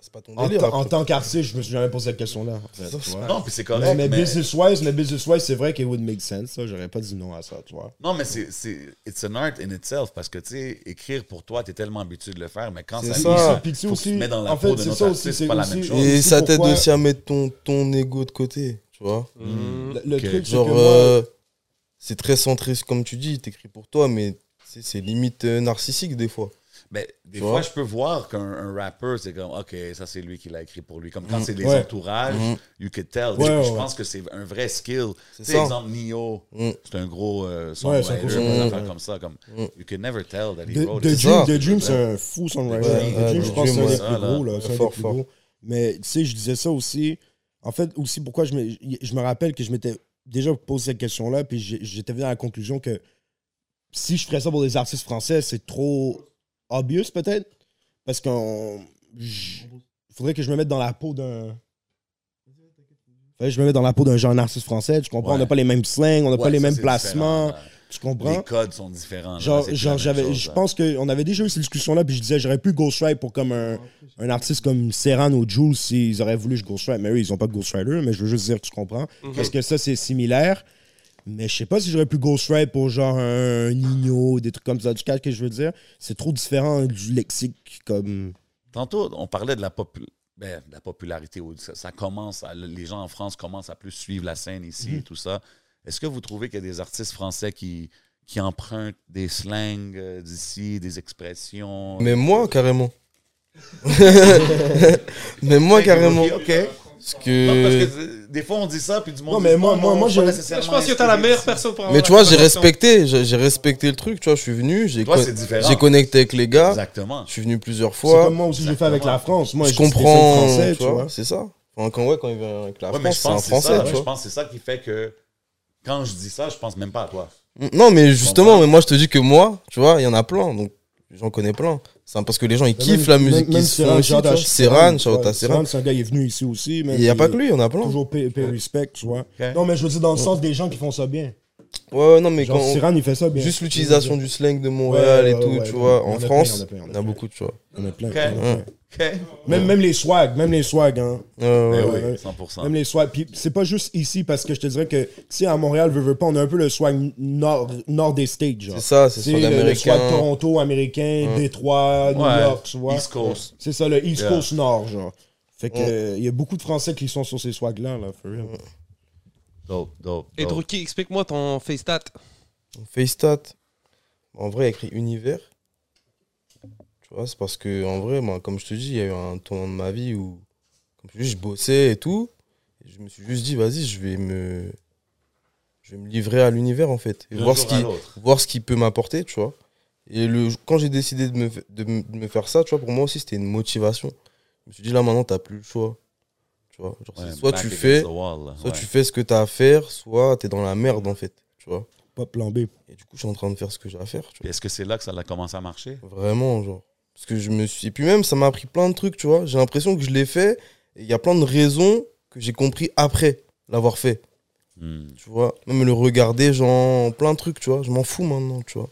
Speaker 6: C'est pas ton
Speaker 5: En,
Speaker 6: délire.
Speaker 5: tant- en
Speaker 6: après.
Speaker 5: tant qu'artiste, je me suis jamais posé cette question-là. en fait,
Speaker 6: Ça,
Speaker 5: tu
Speaker 6: c'est
Speaker 5: vois.
Speaker 3: Non, puis c'est
Speaker 5: Mais,
Speaker 3: correct.
Speaker 5: mais
Speaker 3: mais-
Speaker 5: business-wise, mais business-wise, c'est vrai qu'il would make sense. ça, J'aurais pas dit non à ça, tu vois.
Speaker 3: Non, mais c'est, c'est, it's an art in itself parce que, tu sais, écrire pour toi, t'es tellement habitué de le faire, mais quand ça,
Speaker 6: C'est ça.
Speaker 3: vient,
Speaker 5: Puis c'est
Speaker 3: faut que tu
Speaker 5: aussi-
Speaker 3: te mets dans la
Speaker 5: en fait,
Speaker 3: peau de
Speaker 5: c'est
Speaker 3: notre
Speaker 5: ça
Speaker 3: artiste,
Speaker 5: aussi,
Speaker 3: c'est
Speaker 5: c'est
Speaker 3: pas la
Speaker 5: aussi-
Speaker 3: même chose.
Speaker 6: Et
Speaker 5: aussi
Speaker 6: ça t'aide
Speaker 5: pourquoi-
Speaker 6: aussi à mettre ton, ton ego de côté, tu vois.
Speaker 4: mm,
Speaker 5: Le, le
Speaker 3: Ok.
Speaker 5: truc, c'est
Speaker 6: Genre,
Speaker 5: que moi,
Speaker 6: euh, c'est très centré, comme tu dis, t'écris pour toi, mais tu sais, c'est limite euh, narcissique des fois.
Speaker 3: Mais des
Speaker 6: Tu
Speaker 3: fois,
Speaker 6: vois?
Speaker 3: je peux voir qu'un un rapper, c'est comme, OK, ça, c'est lui qui l'a écrit pour lui. Comme quand c'est des
Speaker 5: Mm. Ouais. Mm-hmm.
Speaker 3: entourages, you could tell.
Speaker 5: Ouais,
Speaker 3: je
Speaker 5: ouais.
Speaker 3: pense que c'est un vrai skill. Tu
Speaker 6: C'est
Speaker 3: sais,
Speaker 6: ça.
Speaker 3: exemple, Neo,
Speaker 6: Mm.
Speaker 3: c'est un gros euh,
Speaker 5: Ouais,
Speaker 3: songwriter,
Speaker 5: c'est un gros Mm.
Speaker 3: des
Speaker 6: songwriter.
Speaker 3: affaires comme ça. Comme, You could never tell that he
Speaker 5: The,
Speaker 3: wrote
Speaker 5: The
Speaker 3: it.
Speaker 5: Dream,
Speaker 6: ça.
Speaker 5: The Dream, c'est un fou songwriter.
Speaker 6: Ouais,
Speaker 5: The
Speaker 6: ouais,
Speaker 5: Dream,
Speaker 6: The
Speaker 5: je pense, que c'est un
Speaker 6: Dream,
Speaker 5: des
Speaker 6: ouais.
Speaker 5: plus gros. Là. C'est un
Speaker 6: Fort,
Speaker 5: des plus
Speaker 6: fort.
Speaker 5: gros. Mais tu sais, je disais ça aussi. En fait, aussi, pourquoi je me, je me rappelle que je m'étais déjà posé cette question-là, puis j'ai- j'étais venu à la conclusion que si je ferais ça pour des artistes français, c'est trop obvious, peut-être. Parce qu'on. Il faudrait que je me mette dans la peau d'un. faudrait que je me mette dans la peau d'un genre artiste français, tu comprends?
Speaker 3: Ouais.
Speaker 5: On n'a pas les mêmes slangs, on n'a
Speaker 3: Ouais,
Speaker 5: pas les
Speaker 3: ça,
Speaker 5: mêmes
Speaker 3: c'est
Speaker 5: placements.
Speaker 3: différent, là.
Speaker 5: Tu comprends?
Speaker 3: Les codes sont différents. là.
Speaker 5: Genre,
Speaker 3: C'est plus
Speaker 5: genre
Speaker 3: la même
Speaker 5: j'avais,
Speaker 3: chose, hein.
Speaker 5: je
Speaker 3: là.
Speaker 5: pense qu'on avait déjà eu cette discussion-là, puis je disais, j'aurais pu ghostwrite pour comme un, un artiste comme Serran ou Jules s'ils auraient voulu que je ghostwrite. Mais eux, ils ont pas de ghostwriter, mais je veux juste dire, tu comprends.
Speaker 4: mm.
Speaker 5: Parce que ça, c'est similaire. Mais je sais pas si j'aurais pu ghostwrite pour genre un Nino, des trucs comme ça. Du cas que je veux dire, c'est trop différent du lexique comme.
Speaker 3: Tantôt, on parlait de la, popu- ben, de la popularité. ou Ça, ça commence, à- les gens en France commencent à plus suivre la scène ici et tout ça. Est-ce que vous trouvez qu'il y a des artistes français qui, qui empruntent des slangs euh, d'ici, des expressions? Euh,
Speaker 6: Mais moi, carrément. mais moi, carrément. euh,
Speaker 3: Ok, ok.
Speaker 6: Parce
Speaker 3: Non, parce
Speaker 6: que...
Speaker 3: que euh, des fois, on dit ça, puis du monde.
Speaker 5: Non,
Speaker 3: dit,
Speaker 5: mais moi- moi- moi,
Speaker 3: pas
Speaker 5: j'ai-
Speaker 3: nécessairement
Speaker 4: Je pense que t'as la meilleure personne pour avoir
Speaker 6: Mais tu vois,
Speaker 4: la
Speaker 6: j'ai
Speaker 4: conversation.
Speaker 6: respecté, j'ai j'ai respecté le truc, tu vois, je suis venu, j'ai
Speaker 3: Toi,
Speaker 6: con-
Speaker 3: c'est différent.
Speaker 6: j'ai connecté avec les gars,
Speaker 3: Exactement.
Speaker 6: je suis venu plusieurs
Speaker 5: C'est
Speaker 6: fois,
Speaker 5: comme moi aussi, je l'ai fait avec la France. Moi,
Speaker 6: je
Speaker 5: j'ai stressé le
Speaker 6: comprends,
Speaker 5: français,
Speaker 6: tu vois, c'est ça. Enfin, quand, ouais, quand il vient avec la
Speaker 3: Ouais, mais
Speaker 6: France,
Speaker 3: je
Speaker 6: c'est en
Speaker 3: pense que c'est
Speaker 6: français,
Speaker 3: ça.
Speaker 6: tu
Speaker 3: Je
Speaker 6: vois.
Speaker 3: pense que c'est ça qui fait que quand je dis ça, je pense même pas à toi.
Speaker 6: Non, mais justement,
Speaker 5: bah.
Speaker 3: comprends.
Speaker 6: mais moi, je te dis que moi, tu vois, il y en a plein, donc j'en connais plein. C'est parce que les
Speaker 5: Bah,
Speaker 6: gens, ils kiffent la musique qu'ils se font ici, tu vois. Serran, shout out à Serran.
Speaker 5: c'est un gars, il est venu ici aussi. mais
Speaker 6: Il n'y a pas que lui, il y en a plein.
Speaker 5: Toujours pay, pay respect, tu vois. Non, mais je veux dire, dans le sens des gens qui font ça bien.
Speaker 6: Ouais, ouais, non, mais
Speaker 5: Genre,
Speaker 6: quand...
Speaker 5: Cyrano, il fait ça bien.
Speaker 6: Juste l'utilisation du slang de Montréal
Speaker 5: Ouais,
Speaker 6: et
Speaker 5: ouais,
Speaker 6: tout,
Speaker 5: ouais,
Speaker 6: tu
Speaker 5: ouais.
Speaker 6: vois.
Speaker 5: Il y en
Speaker 6: En
Speaker 5: a plein,
Speaker 6: France,
Speaker 5: il y en a plein, il y en
Speaker 6: on
Speaker 5: a
Speaker 6: a
Speaker 5: plein.
Speaker 6: beaucoup, tu vois.
Speaker 5: On a plein.
Speaker 3: Ok.
Speaker 5: on a plein.
Speaker 3: OK? Ben
Speaker 5: Même, même les swags, même les swags, hein.
Speaker 6: Ouais, ouais, ouais.
Speaker 3: oui,
Speaker 5: ouais.
Speaker 3: 100%.
Speaker 5: Même les swags. Puis c'est pas juste ici, parce que je te dirais que, tu sais, à Montréal, veux, veux pas, on a un peu le swag nord, nord des states, genre.
Speaker 6: C'est ça, c'est
Speaker 5: Tu sais, le,
Speaker 6: sur
Speaker 5: le swag
Speaker 6: l'américain.
Speaker 5: Toronto, américain, Détroit, New
Speaker 3: Ouais,
Speaker 5: York, tu vois.
Speaker 3: East Coast.
Speaker 5: C'est ça, le East
Speaker 3: Yeah.
Speaker 5: Coast Nord, genre. Fait que,
Speaker 6: Ouais.
Speaker 5: euh, il y a beaucoup de Français qui sont sur ces swags-là, là, for real.
Speaker 3: Dope, dope,
Speaker 4: Et
Speaker 3: dope.
Speaker 4: Druki, explique-moi ton face stat.
Speaker 6: FaceStat. En vrai, il y a écrit univers. Tu vois, c'est parce que, en vrai, moi, comme je te dis, il y a eu un tournant de ma vie où, comme je te dis, je bossais et tout. Et je me suis juste dit, vas-y, je vais me. Je vais me livrer à l'univers, en fait. Et
Speaker 3: D'un
Speaker 6: voir ce
Speaker 3: jour
Speaker 6: qui.
Speaker 3: à l'autre.
Speaker 6: voir ce qu'il peut m'apporter, tu vois. Et le, quand j'ai décidé de me, fa- de, me- de me faire ça, tu vois, pour moi aussi, c'était une motivation. Je me suis dit, là, maintenant, t'as plus le choix. Tu vois, genre, c'est
Speaker 3: Ouais,
Speaker 6: soit
Speaker 3: back
Speaker 6: tu
Speaker 3: against
Speaker 6: fais,
Speaker 3: the wall, là.
Speaker 6: soit
Speaker 3: Ouais.
Speaker 6: tu fais ce que t'as à faire, soit t'es dans la merde, en fait, tu vois.
Speaker 5: Pas plan B.
Speaker 6: Et du coup, je suis en train de faire ce que j'ai à faire, tu
Speaker 3: Puis Est-ce que c'est là que ça a commencé à marcher?
Speaker 6: vois. Vraiment, genre. Parce que je me suis... Et puis même, ça m'a appris plein de trucs, tu vois. J'ai l'impression que je l'ai fait, et il y a plein de raisons que j'ai compris après l'avoir fait.
Speaker 3: Hmm.
Speaker 6: tu vois. Même le regarder, genre, plein de trucs, tu vois. Je m'en fous maintenant, tu vois.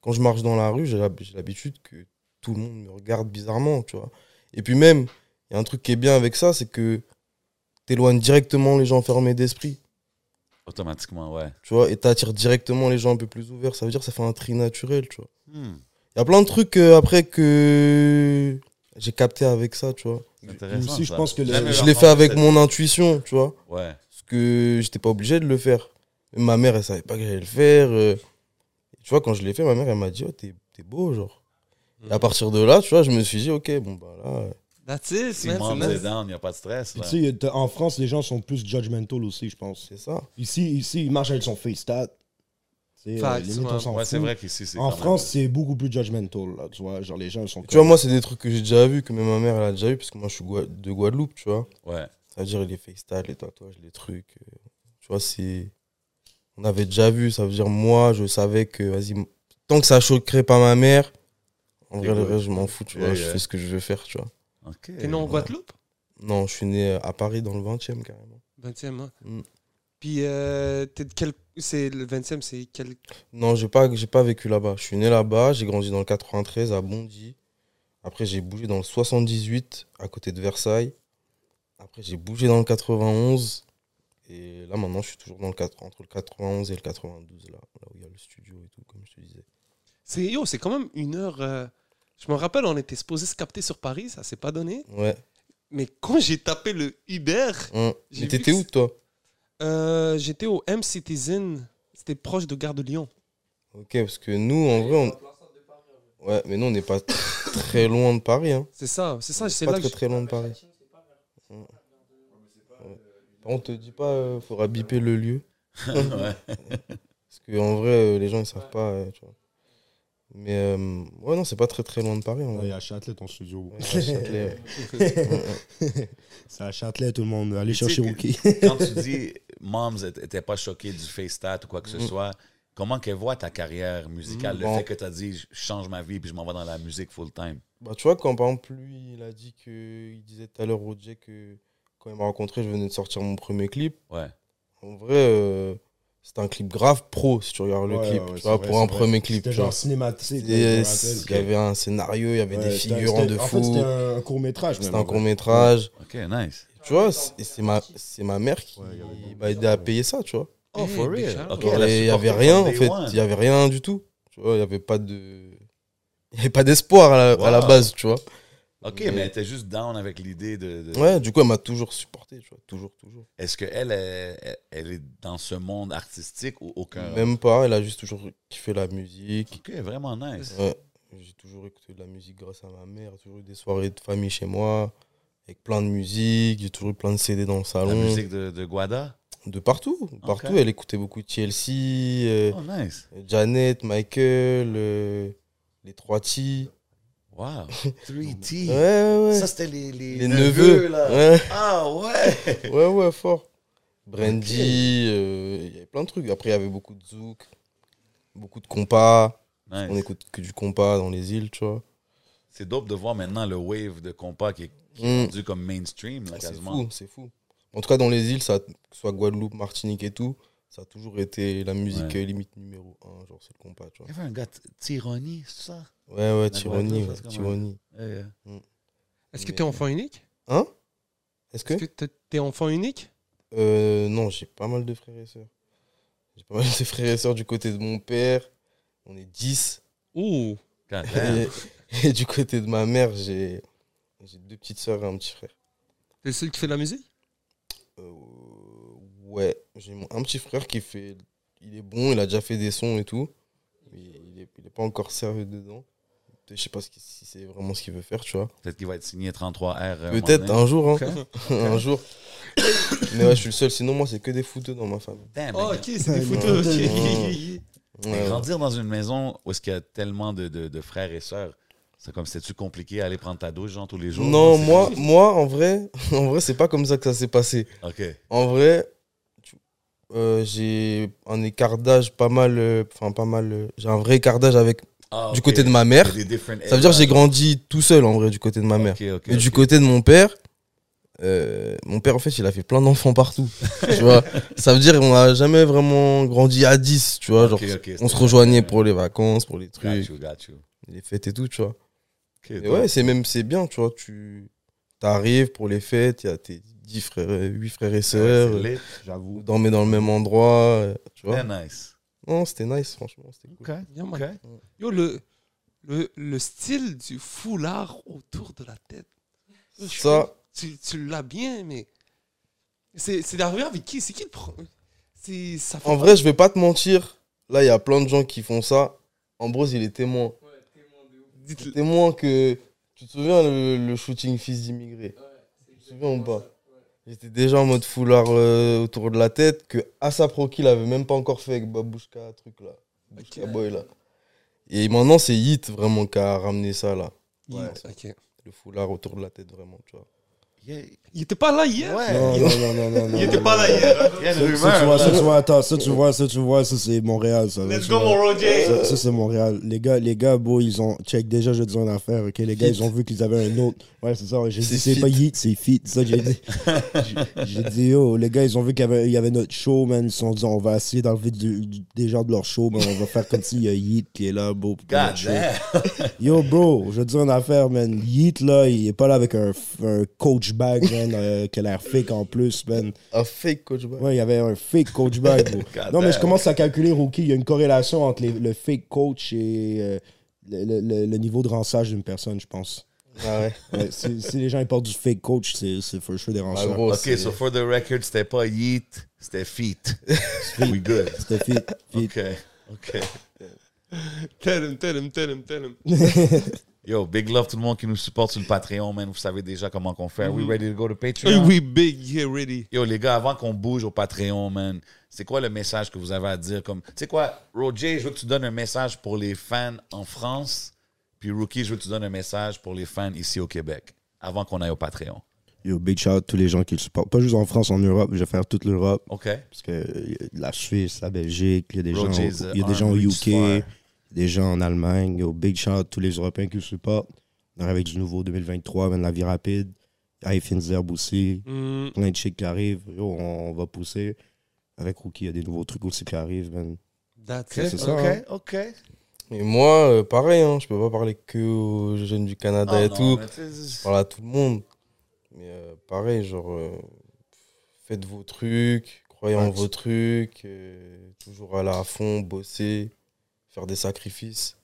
Speaker 6: Quand je marche dans la rue, j'ai l'hab- j'ai l'habitude que tout le monde me regarde bizarrement, tu vois. Et puis même, il y a un truc qui est bien avec ça, c'est que t'éloignes directement les gens fermés d'esprit,
Speaker 3: Automatiquement, ouais.
Speaker 6: tu vois, et t'attires directement les gens un peu plus ouverts. Ça veut dire que ça fait un tri naturel, tu vois.
Speaker 3: Hmm.
Speaker 6: Il y a plein de trucs euh, après que j'ai capté avec ça, tu vois.
Speaker 3: C'est Intéressant,
Speaker 5: aussi, je
Speaker 3: ça.
Speaker 5: pense que le-
Speaker 3: Jamais
Speaker 6: Je l'ai fait
Speaker 3: entendu
Speaker 6: avec
Speaker 3: cette-
Speaker 6: mon intuition, tu vois.
Speaker 3: Ouais.
Speaker 6: parce que j'étais pas obligé de le faire. Et Ma mère, elle savait pas que j'allais le faire. euh. Tu vois, quand je l'ai fait, ma mère, elle m'a dit, oh, t'es t'es beau, genre. Et à partir de là, tu vois, je me suis dit, ok, bon, bah là. euh,
Speaker 4: That's it,
Speaker 3: Si
Speaker 4: man.
Speaker 3: mom
Speaker 4: c'est
Speaker 3: est
Speaker 4: nice.
Speaker 3: down, il n'y a pas de stress.
Speaker 5: Puis
Speaker 3: là.
Speaker 5: tu sais, t'as- en France, les gens sont plus judgmental aussi, je pense.
Speaker 6: C'est ça.
Speaker 5: Ici, ici ils marchent avec son face stat. Tu sais, euh,
Speaker 4: Facts,
Speaker 5: limite, on
Speaker 4: ouais.
Speaker 5: s'en
Speaker 3: Ouais, c'est
Speaker 5: fout.
Speaker 3: vrai qu'ici, c'est.
Speaker 5: En
Speaker 3: quand
Speaker 5: France, c'est beaucoup plus judgmental, là, tu vois. Genre, les gens, ils sont
Speaker 6: Tu vois, moi, c'est des trucs que j'ai déjà vu, que même ma mère, elle a déjà vu, parce que moi, je suis Gua- de Guadeloupe, tu vois.
Speaker 3: même- Ouais.
Speaker 6: Ça veut dire les FaceTime, les tatouages, les trucs. euh, Tu vois, c'est. On avait déjà vu, ça veut dire moi, je savais que, vas-y, m- tant que ça choquerait pas ma mère, en vrai, le
Speaker 3: good.
Speaker 6: reste, je m'en fous, tu
Speaker 3: Yeah,
Speaker 6: vois, je
Speaker 3: yeah.
Speaker 6: fais ce que je veux faire, tu vois.
Speaker 3: OK.
Speaker 4: T'es né en Guadeloupe
Speaker 6: Non, je suis né à Paris dans le 20 e carrément.
Speaker 4: 20e, hein.
Speaker 6: Mm.
Speaker 4: Puis, euh, t'es de quel... c'est le 20e, c'est quel.
Speaker 6: Non, j'ai pas, j'ai pas vécu là-bas. Je suis né là-bas, j'ai grandi dans le 93 à Bondy. Après, j'ai bougé dans le 78 à côté de Versailles. Après, j'ai bougé dans le 91. Et là, maintenant, je suis toujours dans le 4 entre le 91 et le 92, là, là où il y a le studio et tout, comme je te disais.
Speaker 4: C'est yo, c'est quand même une heure. euh, Je me rappelle, on était supposé se capter sur Paris, ça s'est pas donné.
Speaker 6: Ouais.
Speaker 4: Mais quand j'ai tapé le Uber,
Speaker 6: Hein.
Speaker 4: J'ai
Speaker 6: Mais
Speaker 4: vu
Speaker 6: t'étais
Speaker 4: que
Speaker 6: où, toi
Speaker 4: euh, j'étais au M Citizen. C'était proche de Gare de Lyon.
Speaker 6: Ok, parce que nous, en vrai, on. Ouais, mais nous, on n'est pas tr- très loin de Paris. Hein.
Speaker 4: C'est ça, c'est ça, c'est
Speaker 6: Pas
Speaker 4: là
Speaker 6: très,
Speaker 4: que
Speaker 6: très loin de Paris. Hein. Ouais. Par contre, te dis pas, euh, faudra biper le lieu.
Speaker 3: Ouais.
Speaker 6: Parce qu'en vrai, euh, les gens, ils savent pas, euh, tu vois. Mais euh, ouais, non, c'est pas très très loin de Paris, en
Speaker 5: Ouais, il y
Speaker 6: vrai.
Speaker 5: a à Châtelet, ton studio.
Speaker 6: Ouais, à Châtelet, ouais.
Speaker 5: c'est à Châtelet, tout le monde. Allez
Speaker 3: Mais tu sais
Speaker 5: chercher
Speaker 3: que-
Speaker 5: Rookie.
Speaker 3: Quand tu dis Moms n'était pas choquée du FaceTat ou quoi que ce soit, comment qu'elle voit ta carrière musicale? Le
Speaker 6: Bon.
Speaker 3: fait que tu as dit je change ma vie puis je m'en vais dans la musique full time.
Speaker 6: Bah, tu vois, quand par exemple, lui, il a dit que. Il disait tout à l'heure au DJ que quand il m'a rencontré, je venais de sortir mon premier clip.
Speaker 3: Ouais.
Speaker 6: En vrai, euh, C'était un clip grave pro, si tu regardes le
Speaker 5: Ouais,
Speaker 6: clip,
Speaker 5: ouais,
Speaker 6: tu
Speaker 5: c'est
Speaker 6: vois,
Speaker 5: vrai,
Speaker 6: Ah, pour un
Speaker 5: c'est vrai.
Speaker 6: premier clip.
Speaker 5: C'était
Speaker 6: tu
Speaker 5: genre
Speaker 6: vois.
Speaker 5: cinématique.
Speaker 6: Et s- Il y avait un scénario, il y avait des figurants de
Speaker 5: En fait,
Speaker 6: fou.
Speaker 5: c'était un court métrage.
Speaker 6: C'était un court métrage.
Speaker 3: OK, nice.
Speaker 6: Tu vois, c'est c'est ma, c'est ma mère qui bah, m'a aidé à payer ça, tu vois.
Speaker 3: Oh, for real. OK,
Speaker 6: Genre,
Speaker 3: elle a
Speaker 6: Il n'y avait
Speaker 3: supporté
Speaker 6: rien,
Speaker 3: from
Speaker 6: en
Speaker 3: day
Speaker 6: fait.
Speaker 3: one.
Speaker 6: Il n'y avait rien du tout. Tu vois, il n'y avait pas de. Il y avait pas d'espoir à, la- à la
Speaker 3: Wow.
Speaker 6: base, tu vois.
Speaker 3: OK,
Speaker 6: Mais-
Speaker 3: mais elle était juste down avec l'idée de... de-
Speaker 6: Ouais, du coup, elle m'a toujours supporté, tu vois. Toujours, toujours.
Speaker 3: Est-ce qu'elle est, elle est dans ce monde artistique ou aucun...
Speaker 6: Même pas, elle a juste toujours kiffé la musique.
Speaker 3: OK, vraiment nice.
Speaker 6: Ouais. J'ai toujours écouté de la musique grâce à ma mère. Toujours eu des soirées de famille chez moi, avec plein de musique. J'ai toujours eu plein de CD dans le
Speaker 3: La
Speaker 6: salon.
Speaker 3: musique de, de Guada.
Speaker 6: De partout. de Partout, elle écoutait beaucoup de TLC, euh,
Speaker 3: Oh, nice.
Speaker 6: Janet, Michael, euh, les 3 T.
Speaker 3: Wow.
Speaker 6: Ouais,
Speaker 3: 3T.
Speaker 6: ouais.
Speaker 3: Ça, c'était les, les,
Speaker 6: les
Speaker 3: neveux,
Speaker 6: neveux.
Speaker 3: là.
Speaker 6: Ouais.
Speaker 3: Ah, ouais.
Speaker 6: Ouais, ouais, fort. Brandy, euh, il y avait plein de trucs. Après, il y avait beaucoup de zouk, beaucoup de compas. On
Speaker 3: Nice.
Speaker 6: écoute que du compas dans les îles, tu vois.
Speaker 3: C'est dope de voir maintenant le wave de compas qui est
Speaker 6: Mm. Ah,
Speaker 3: rendu comme mainstream, là,
Speaker 6: C'est
Speaker 3: quasiment.
Speaker 6: fou, c'est fou. En tout cas, dans les îles, ça, que ce soit Guadeloupe, Martinique et tout, ça a toujours été la musique
Speaker 3: Ouais.
Speaker 6: euh, limite numéro un. Genre, c'est le compas, tu
Speaker 3: Il y avait un gars, T- Tironi, c'est ça?
Speaker 6: vois. Ouais, ouais,
Speaker 3: La
Speaker 6: Tyronie,
Speaker 3: Guadeloupe,
Speaker 6: ouais,
Speaker 3: ça, c'est
Speaker 6: Tyronie.
Speaker 3: Euh,
Speaker 4: Est-ce que t'es enfant unique
Speaker 6: Hein Est-ce que
Speaker 4: Est-ce que t'es- t'es enfant unique
Speaker 6: Euh, non, j'ai pas mal de frères et sœurs. J'ai pas mal de frères et sœurs du côté de mon père. On est 10.
Speaker 4: Ouh.
Speaker 3: God damn.
Speaker 6: Et, et du côté de ma mère, j'ai j'ai deux petites sœurs et un petit frère.
Speaker 4: T'es celui qui fait de la musique
Speaker 6: Euh, ouais, j'ai mon- un petit frère qui fait. Il est bon, il a déjà fait des sons et tout. Mais il est, il est pas encore sérieux dedans. Je sais pas ce qui- si c'est vraiment ce qu'il veut faire, tu vois.
Speaker 3: Peut-être qu'il va être signé 33R. euh,
Speaker 6: Peut-être
Speaker 3: un moment
Speaker 6: un jour, hein. un jour. Mais ouais, je suis le seul. Sinon, moi, c'est que des fouteux dans ma famille.
Speaker 3: donné. Damn,
Speaker 4: Oh,
Speaker 3: man.
Speaker 4: ok, c'est des
Speaker 5: Ouais,
Speaker 4: photos.
Speaker 6: ouais.
Speaker 4: ok.
Speaker 3: Mais
Speaker 6: hein. Ah, Ouais.
Speaker 3: Grandir dans une maison où est-ce qu'il y a tellement de, de, de frères et sœurs, c'est comme, c'était-tu compliqué à aller prendre ta douche, genre, tous les jours?
Speaker 6: Non,
Speaker 3: C'est-
Speaker 6: moi, moi, en vrai, en vrai, c'est pas comme ça que ça s'est passé.
Speaker 3: OK.
Speaker 6: En vrai, tu- euh, j'ai un écart d'âge pas mal. euh, Enfin, pas mal. euh, j'ai un vrai écart d'âge avec,
Speaker 3: Ah,
Speaker 6: du
Speaker 3: ok.
Speaker 6: côté de ma mère.
Speaker 3: Il y a des different
Speaker 6: Ça veut dire que j'ai
Speaker 3: eras.
Speaker 6: grandi tout seul, en vrai, du côté de ma mère.
Speaker 3: Ok, ok,
Speaker 6: Mais du
Speaker 3: ok.
Speaker 6: côté de mon père, euh, mon père, en fait, il a fait plein d'enfants partout. tu vois Ça veut dire qu'on n'a jamais vraiment grandi à 10, tu vois.
Speaker 3: Ok,
Speaker 6: Genre,
Speaker 3: ok,
Speaker 6: on se
Speaker 3: c'était-
Speaker 6: rejoignait pour les vacances, pour les
Speaker 3: Got
Speaker 6: trucs,
Speaker 3: you, got you.
Speaker 6: les fêtes et tout, tu vois.
Speaker 3: Ok,
Speaker 6: Et
Speaker 3: donc,
Speaker 6: ouais, c'est même c'est bien, tu vois. Tu arrives pour les fêtes, il y a tes 10 frères, 8 frères et sœurs.
Speaker 3: c'est lit.
Speaker 6: Vous dormez dans le même endroit, euh, tu vois.
Speaker 3: Very nice.
Speaker 6: Non, c'était nice, franchement, c'était cool.
Speaker 4: Yeah, man. Yo, le, le, le style du foulard autour de la tête. Je
Speaker 6: Ça.
Speaker 4: trouve, Tu, tu l'as bien, mais. C'est c'est d'arriver avec qui C'est qui le pro- c'est ça fait
Speaker 6: En vrai, je vais pas te mentir, là, il y a plein de gens qui font ça. Ambrose, il est témoin.
Speaker 4: Dites-le.
Speaker 6: Témoin que. Tu te souviens le, le shooting fils d'immigré Tu te souviens ou pas J'étais déjà en mode foulard euh, autour de la tête que Assa Proki l'avait même pas encore fait avec Babushka, truc là. Babushka Boy là. Et maintenant, c'est Hit vraiment qui a ramené ça là.
Speaker 4: Il-
Speaker 6: Ouais.
Speaker 4: ok.
Speaker 6: Le foulard autour de la tête, vraiment, tu vois.
Speaker 3: Yeah.
Speaker 4: Il était pas là hier
Speaker 3: Ouais.
Speaker 5: Non, non, non, non, non.
Speaker 4: Il était pas là hier.
Speaker 3: hein. Il y a une
Speaker 5: Ça, ça, tu
Speaker 3: rumeur.
Speaker 5: vois, ça,
Speaker 3: là.
Speaker 5: tu vois, attends, ça, tu vois, ça, tu vois, ça, c'est Montréal, ça.
Speaker 4: Let's
Speaker 5: tu
Speaker 4: go,
Speaker 5: vois.
Speaker 4: mon Roger.
Speaker 5: Ça, ça, c'est Montréal. Les gars, les gars, beau, ils ont check déjà, je dis une affaire, ok? Les gars, ils ont vu qu'ils avaient un autre. Ouais, c'est ça, ouais, j'ai
Speaker 6: C'est
Speaker 5: dit, c'est
Speaker 6: fit.
Speaker 5: pas Yeet, c'est Fit, ça, j'ai dit. J'ai- j'ai dit, yo, les gars, ils ont vu qu'il y avait, il y avait notre show, man. Ils se sont dit, on va essayer d'enlever du- du- des gens de leur show, mais on va faire comme s'il y a Yeet qui est là, beau. pour
Speaker 3: God
Speaker 5: notre show.
Speaker 3: damn.
Speaker 5: Yo, bro, je te dis une affaire, man. Yeet, là, il est pas là avec un, un coach bag, man, euh, qui a l'air fake en plus, man.
Speaker 6: Un Ah, fake coach bah. Boy.
Speaker 5: Ouais, il y avait un fake coach bag, bro.
Speaker 3: God
Speaker 5: Non, mais je
Speaker 3: damn.
Speaker 5: commence à calculer, Rookie. Il y a une corrélation entre les- le fake coach et euh, le, le- le- le niveau de rançage d'une personne, je pense.
Speaker 6: Ah ouais.
Speaker 5: Ouais, si, si les gens ils portent du fake coach, c'est c'est for sure des
Speaker 6: Ah,
Speaker 5: rançages.
Speaker 6: gros,
Speaker 3: OK,
Speaker 6: c'est-
Speaker 3: so for the record, c'était pas Yeet, c'était Feet. We good.
Speaker 5: C'était fit, fit.
Speaker 3: OK. OK.
Speaker 4: Tell him, tell him, tell him, tell him.
Speaker 3: Yo, big love tout le monde qui nous supporte sur le Patreon, man. Vous savez déjà comment qu'on fait. Are
Speaker 6: Mm-hmm.
Speaker 3: we ready to go to Patreon?
Speaker 4: We big, yeah, ready.
Speaker 3: Yo, les gars, avant qu'on bouge au Patreon, man, c'est quoi le message que vous avez à dire? Comme, tu sais quoi, Roger, je veux que tu donnes un message pour les fans en France. Puis Rookie, je veux que tu donnes un message pour les fans ici au Québec. Avant qu'on aille au Patreon.
Speaker 5: Yo, big shout à tous les gens qui le supportent. Pas juste en France, en Europe. Je vais faire toute l'Europe.
Speaker 3: OK.
Speaker 5: Parce que euh, la Suisse, la Belgique, il y a des gens,
Speaker 3: Roger's,
Speaker 5: au- il y a des gens au
Speaker 3: Arm Reach
Speaker 5: UK,
Speaker 3: Fire.
Speaker 5: des gens en Allemagne. Yo, big shout à tous les Européens qui le supportent. On arrive avec du nouveau 2023, même la vie rapide. Hyphen Zerb aussi.
Speaker 4: Mm.
Speaker 5: plein de shit qui arrivent. Yo, on, on va pousser. avec Rookie, il y a des nouveaux trucs aussi qui arrivent, man.
Speaker 4: That's
Speaker 3: Ok,
Speaker 4: it.
Speaker 5: C'est ça,
Speaker 3: ok,
Speaker 5: hein.
Speaker 3: ok.
Speaker 6: Et moi, euh, pareil, hein, je peux pas parler que aux jeunes du Canada
Speaker 3: Ah
Speaker 6: et
Speaker 3: non,
Speaker 6: tout.
Speaker 3: mais c'est- c'est-
Speaker 6: Je parle à tout le monde. Mais euh, pareil, genre, euh, faites vos trucs, croyez en
Speaker 5: Ouais.
Speaker 6: vos trucs, euh, toujours aller à fond, bosser, faire des sacrifices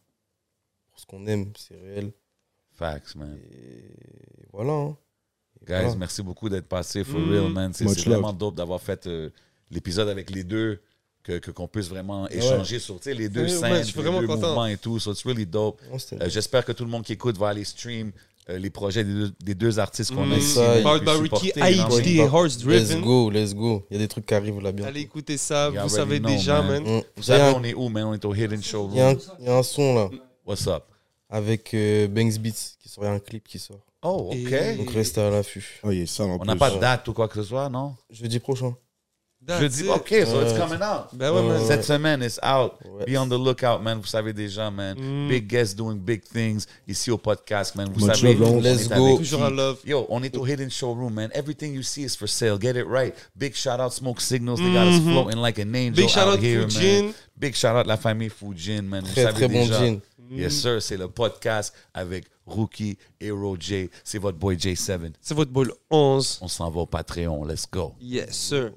Speaker 6: pour ce qu'on aime, c'est réel.
Speaker 3: Facts, man.
Speaker 6: Et voilà. hein. Et
Speaker 3: Guys,
Speaker 6: voilà.
Speaker 3: merci beaucoup d'être passé for
Speaker 4: Mm.
Speaker 3: real, man. C'est
Speaker 5: Much
Speaker 3: c'est
Speaker 5: love.
Speaker 3: vraiment dope d'avoir fait euh, l'épisode avec les deux, que que- qu'on puisse vraiment échanger sur tu sais, les deux
Speaker 4: Ouais,
Speaker 3: scènes,
Speaker 4: ouais, je suis
Speaker 3: les
Speaker 4: vraiment
Speaker 3: deux
Speaker 4: content.
Speaker 3: mouvements et tout. So it's really dope.
Speaker 6: Non, c'était-
Speaker 3: Euh, J'espère que tout le monde qui écoute va aller stream euh, les projets des deux, des deux artistes qu'on a
Speaker 4: Mm.
Speaker 3: ici.
Speaker 6: Ça,
Speaker 3: man,
Speaker 4: Powered
Speaker 3: puis
Speaker 4: by
Speaker 3: supporter
Speaker 4: Ricky,
Speaker 3: énormément.
Speaker 4: IHD et Horse
Speaker 6: Let's
Speaker 4: Driven.
Speaker 6: go, let's go. Il y a des trucs qui arrivent là bien.
Speaker 4: Allez écouter ça,
Speaker 3: You
Speaker 4: vous savez
Speaker 3: already know,
Speaker 4: déjà,
Speaker 3: man.
Speaker 4: man.
Speaker 6: Mm.
Speaker 3: Vous
Speaker 6: Il y, a
Speaker 3: savez,
Speaker 6: un-
Speaker 3: on est où, man? On est au Hidden
Speaker 6: il y a
Speaker 3: Showroom.
Speaker 6: un- il y a un son là
Speaker 3: What's up?
Speaker 6: avec euh, Banks Beats qui sort, il y a un clip qui sort.
Speaker 3: Oh, OK.
Speaker 4: Et-
Speaker 6: Donc restez à l'affût.
Speaker 5: Oh, il est sale en
Speaker 3: On
Speaker 5: plus.
Speaker 3: n'a pas de date ou quoi que ce soit, non?
Speaker 6: Jeudi prochain.
Speaker 4: That's
Speaker 3: Je dis,
Speaker 4: it.
Speaker 3: OK, so it's coming out.
Speaker 4: Ben ouais, man.
Speaker 3: Cette semaine, it's out.
Speaker 6: Ouais.
Speaker 3: Be on the lookout, man. Vous savez déjà, man.
Speaker 4: Mm.
Speaker 3: Big guests doing big things ici au podcast, man. Vous
Speaker 5: Much
Speaker 3: savez,
Speaker 5: love,
Speaker 3: on est
Speaker 6: Let's
Speaker 3: avec
Speaker 6: go.
Speaker 3: qui.
Speaker 4: Toujours à love.
Speaker 3: Yo, on est au Hidden Showroom, man. Everything you see is for sale. Get it right. Big shout out Smoke Signals. They got us
Speaker 6: Mm-hmm.
Speaker 3: floating like an angel
Speaker 4: Big shout
Speaker 3: out
Speaker 4: out
Speaker 3: here,
Speaker 4: Fujin.
Speaker 3: man. Big shout out la famille Fujin, man. Vous
Speaker 6: Très,
Speaker 3: savez
Speaker 6: très bon
Speaker 3: déjà.
Speaker 6: Jin.
Speaker 3: Yes, sir. C'est le podcast avec Rookie, Hero J. C'est votre boy J7.
Speaker 4: C'est votre ball 11.
Speaker 3: On s'en va au Patreon. Let's go.
Speaker 4: Yes, sir.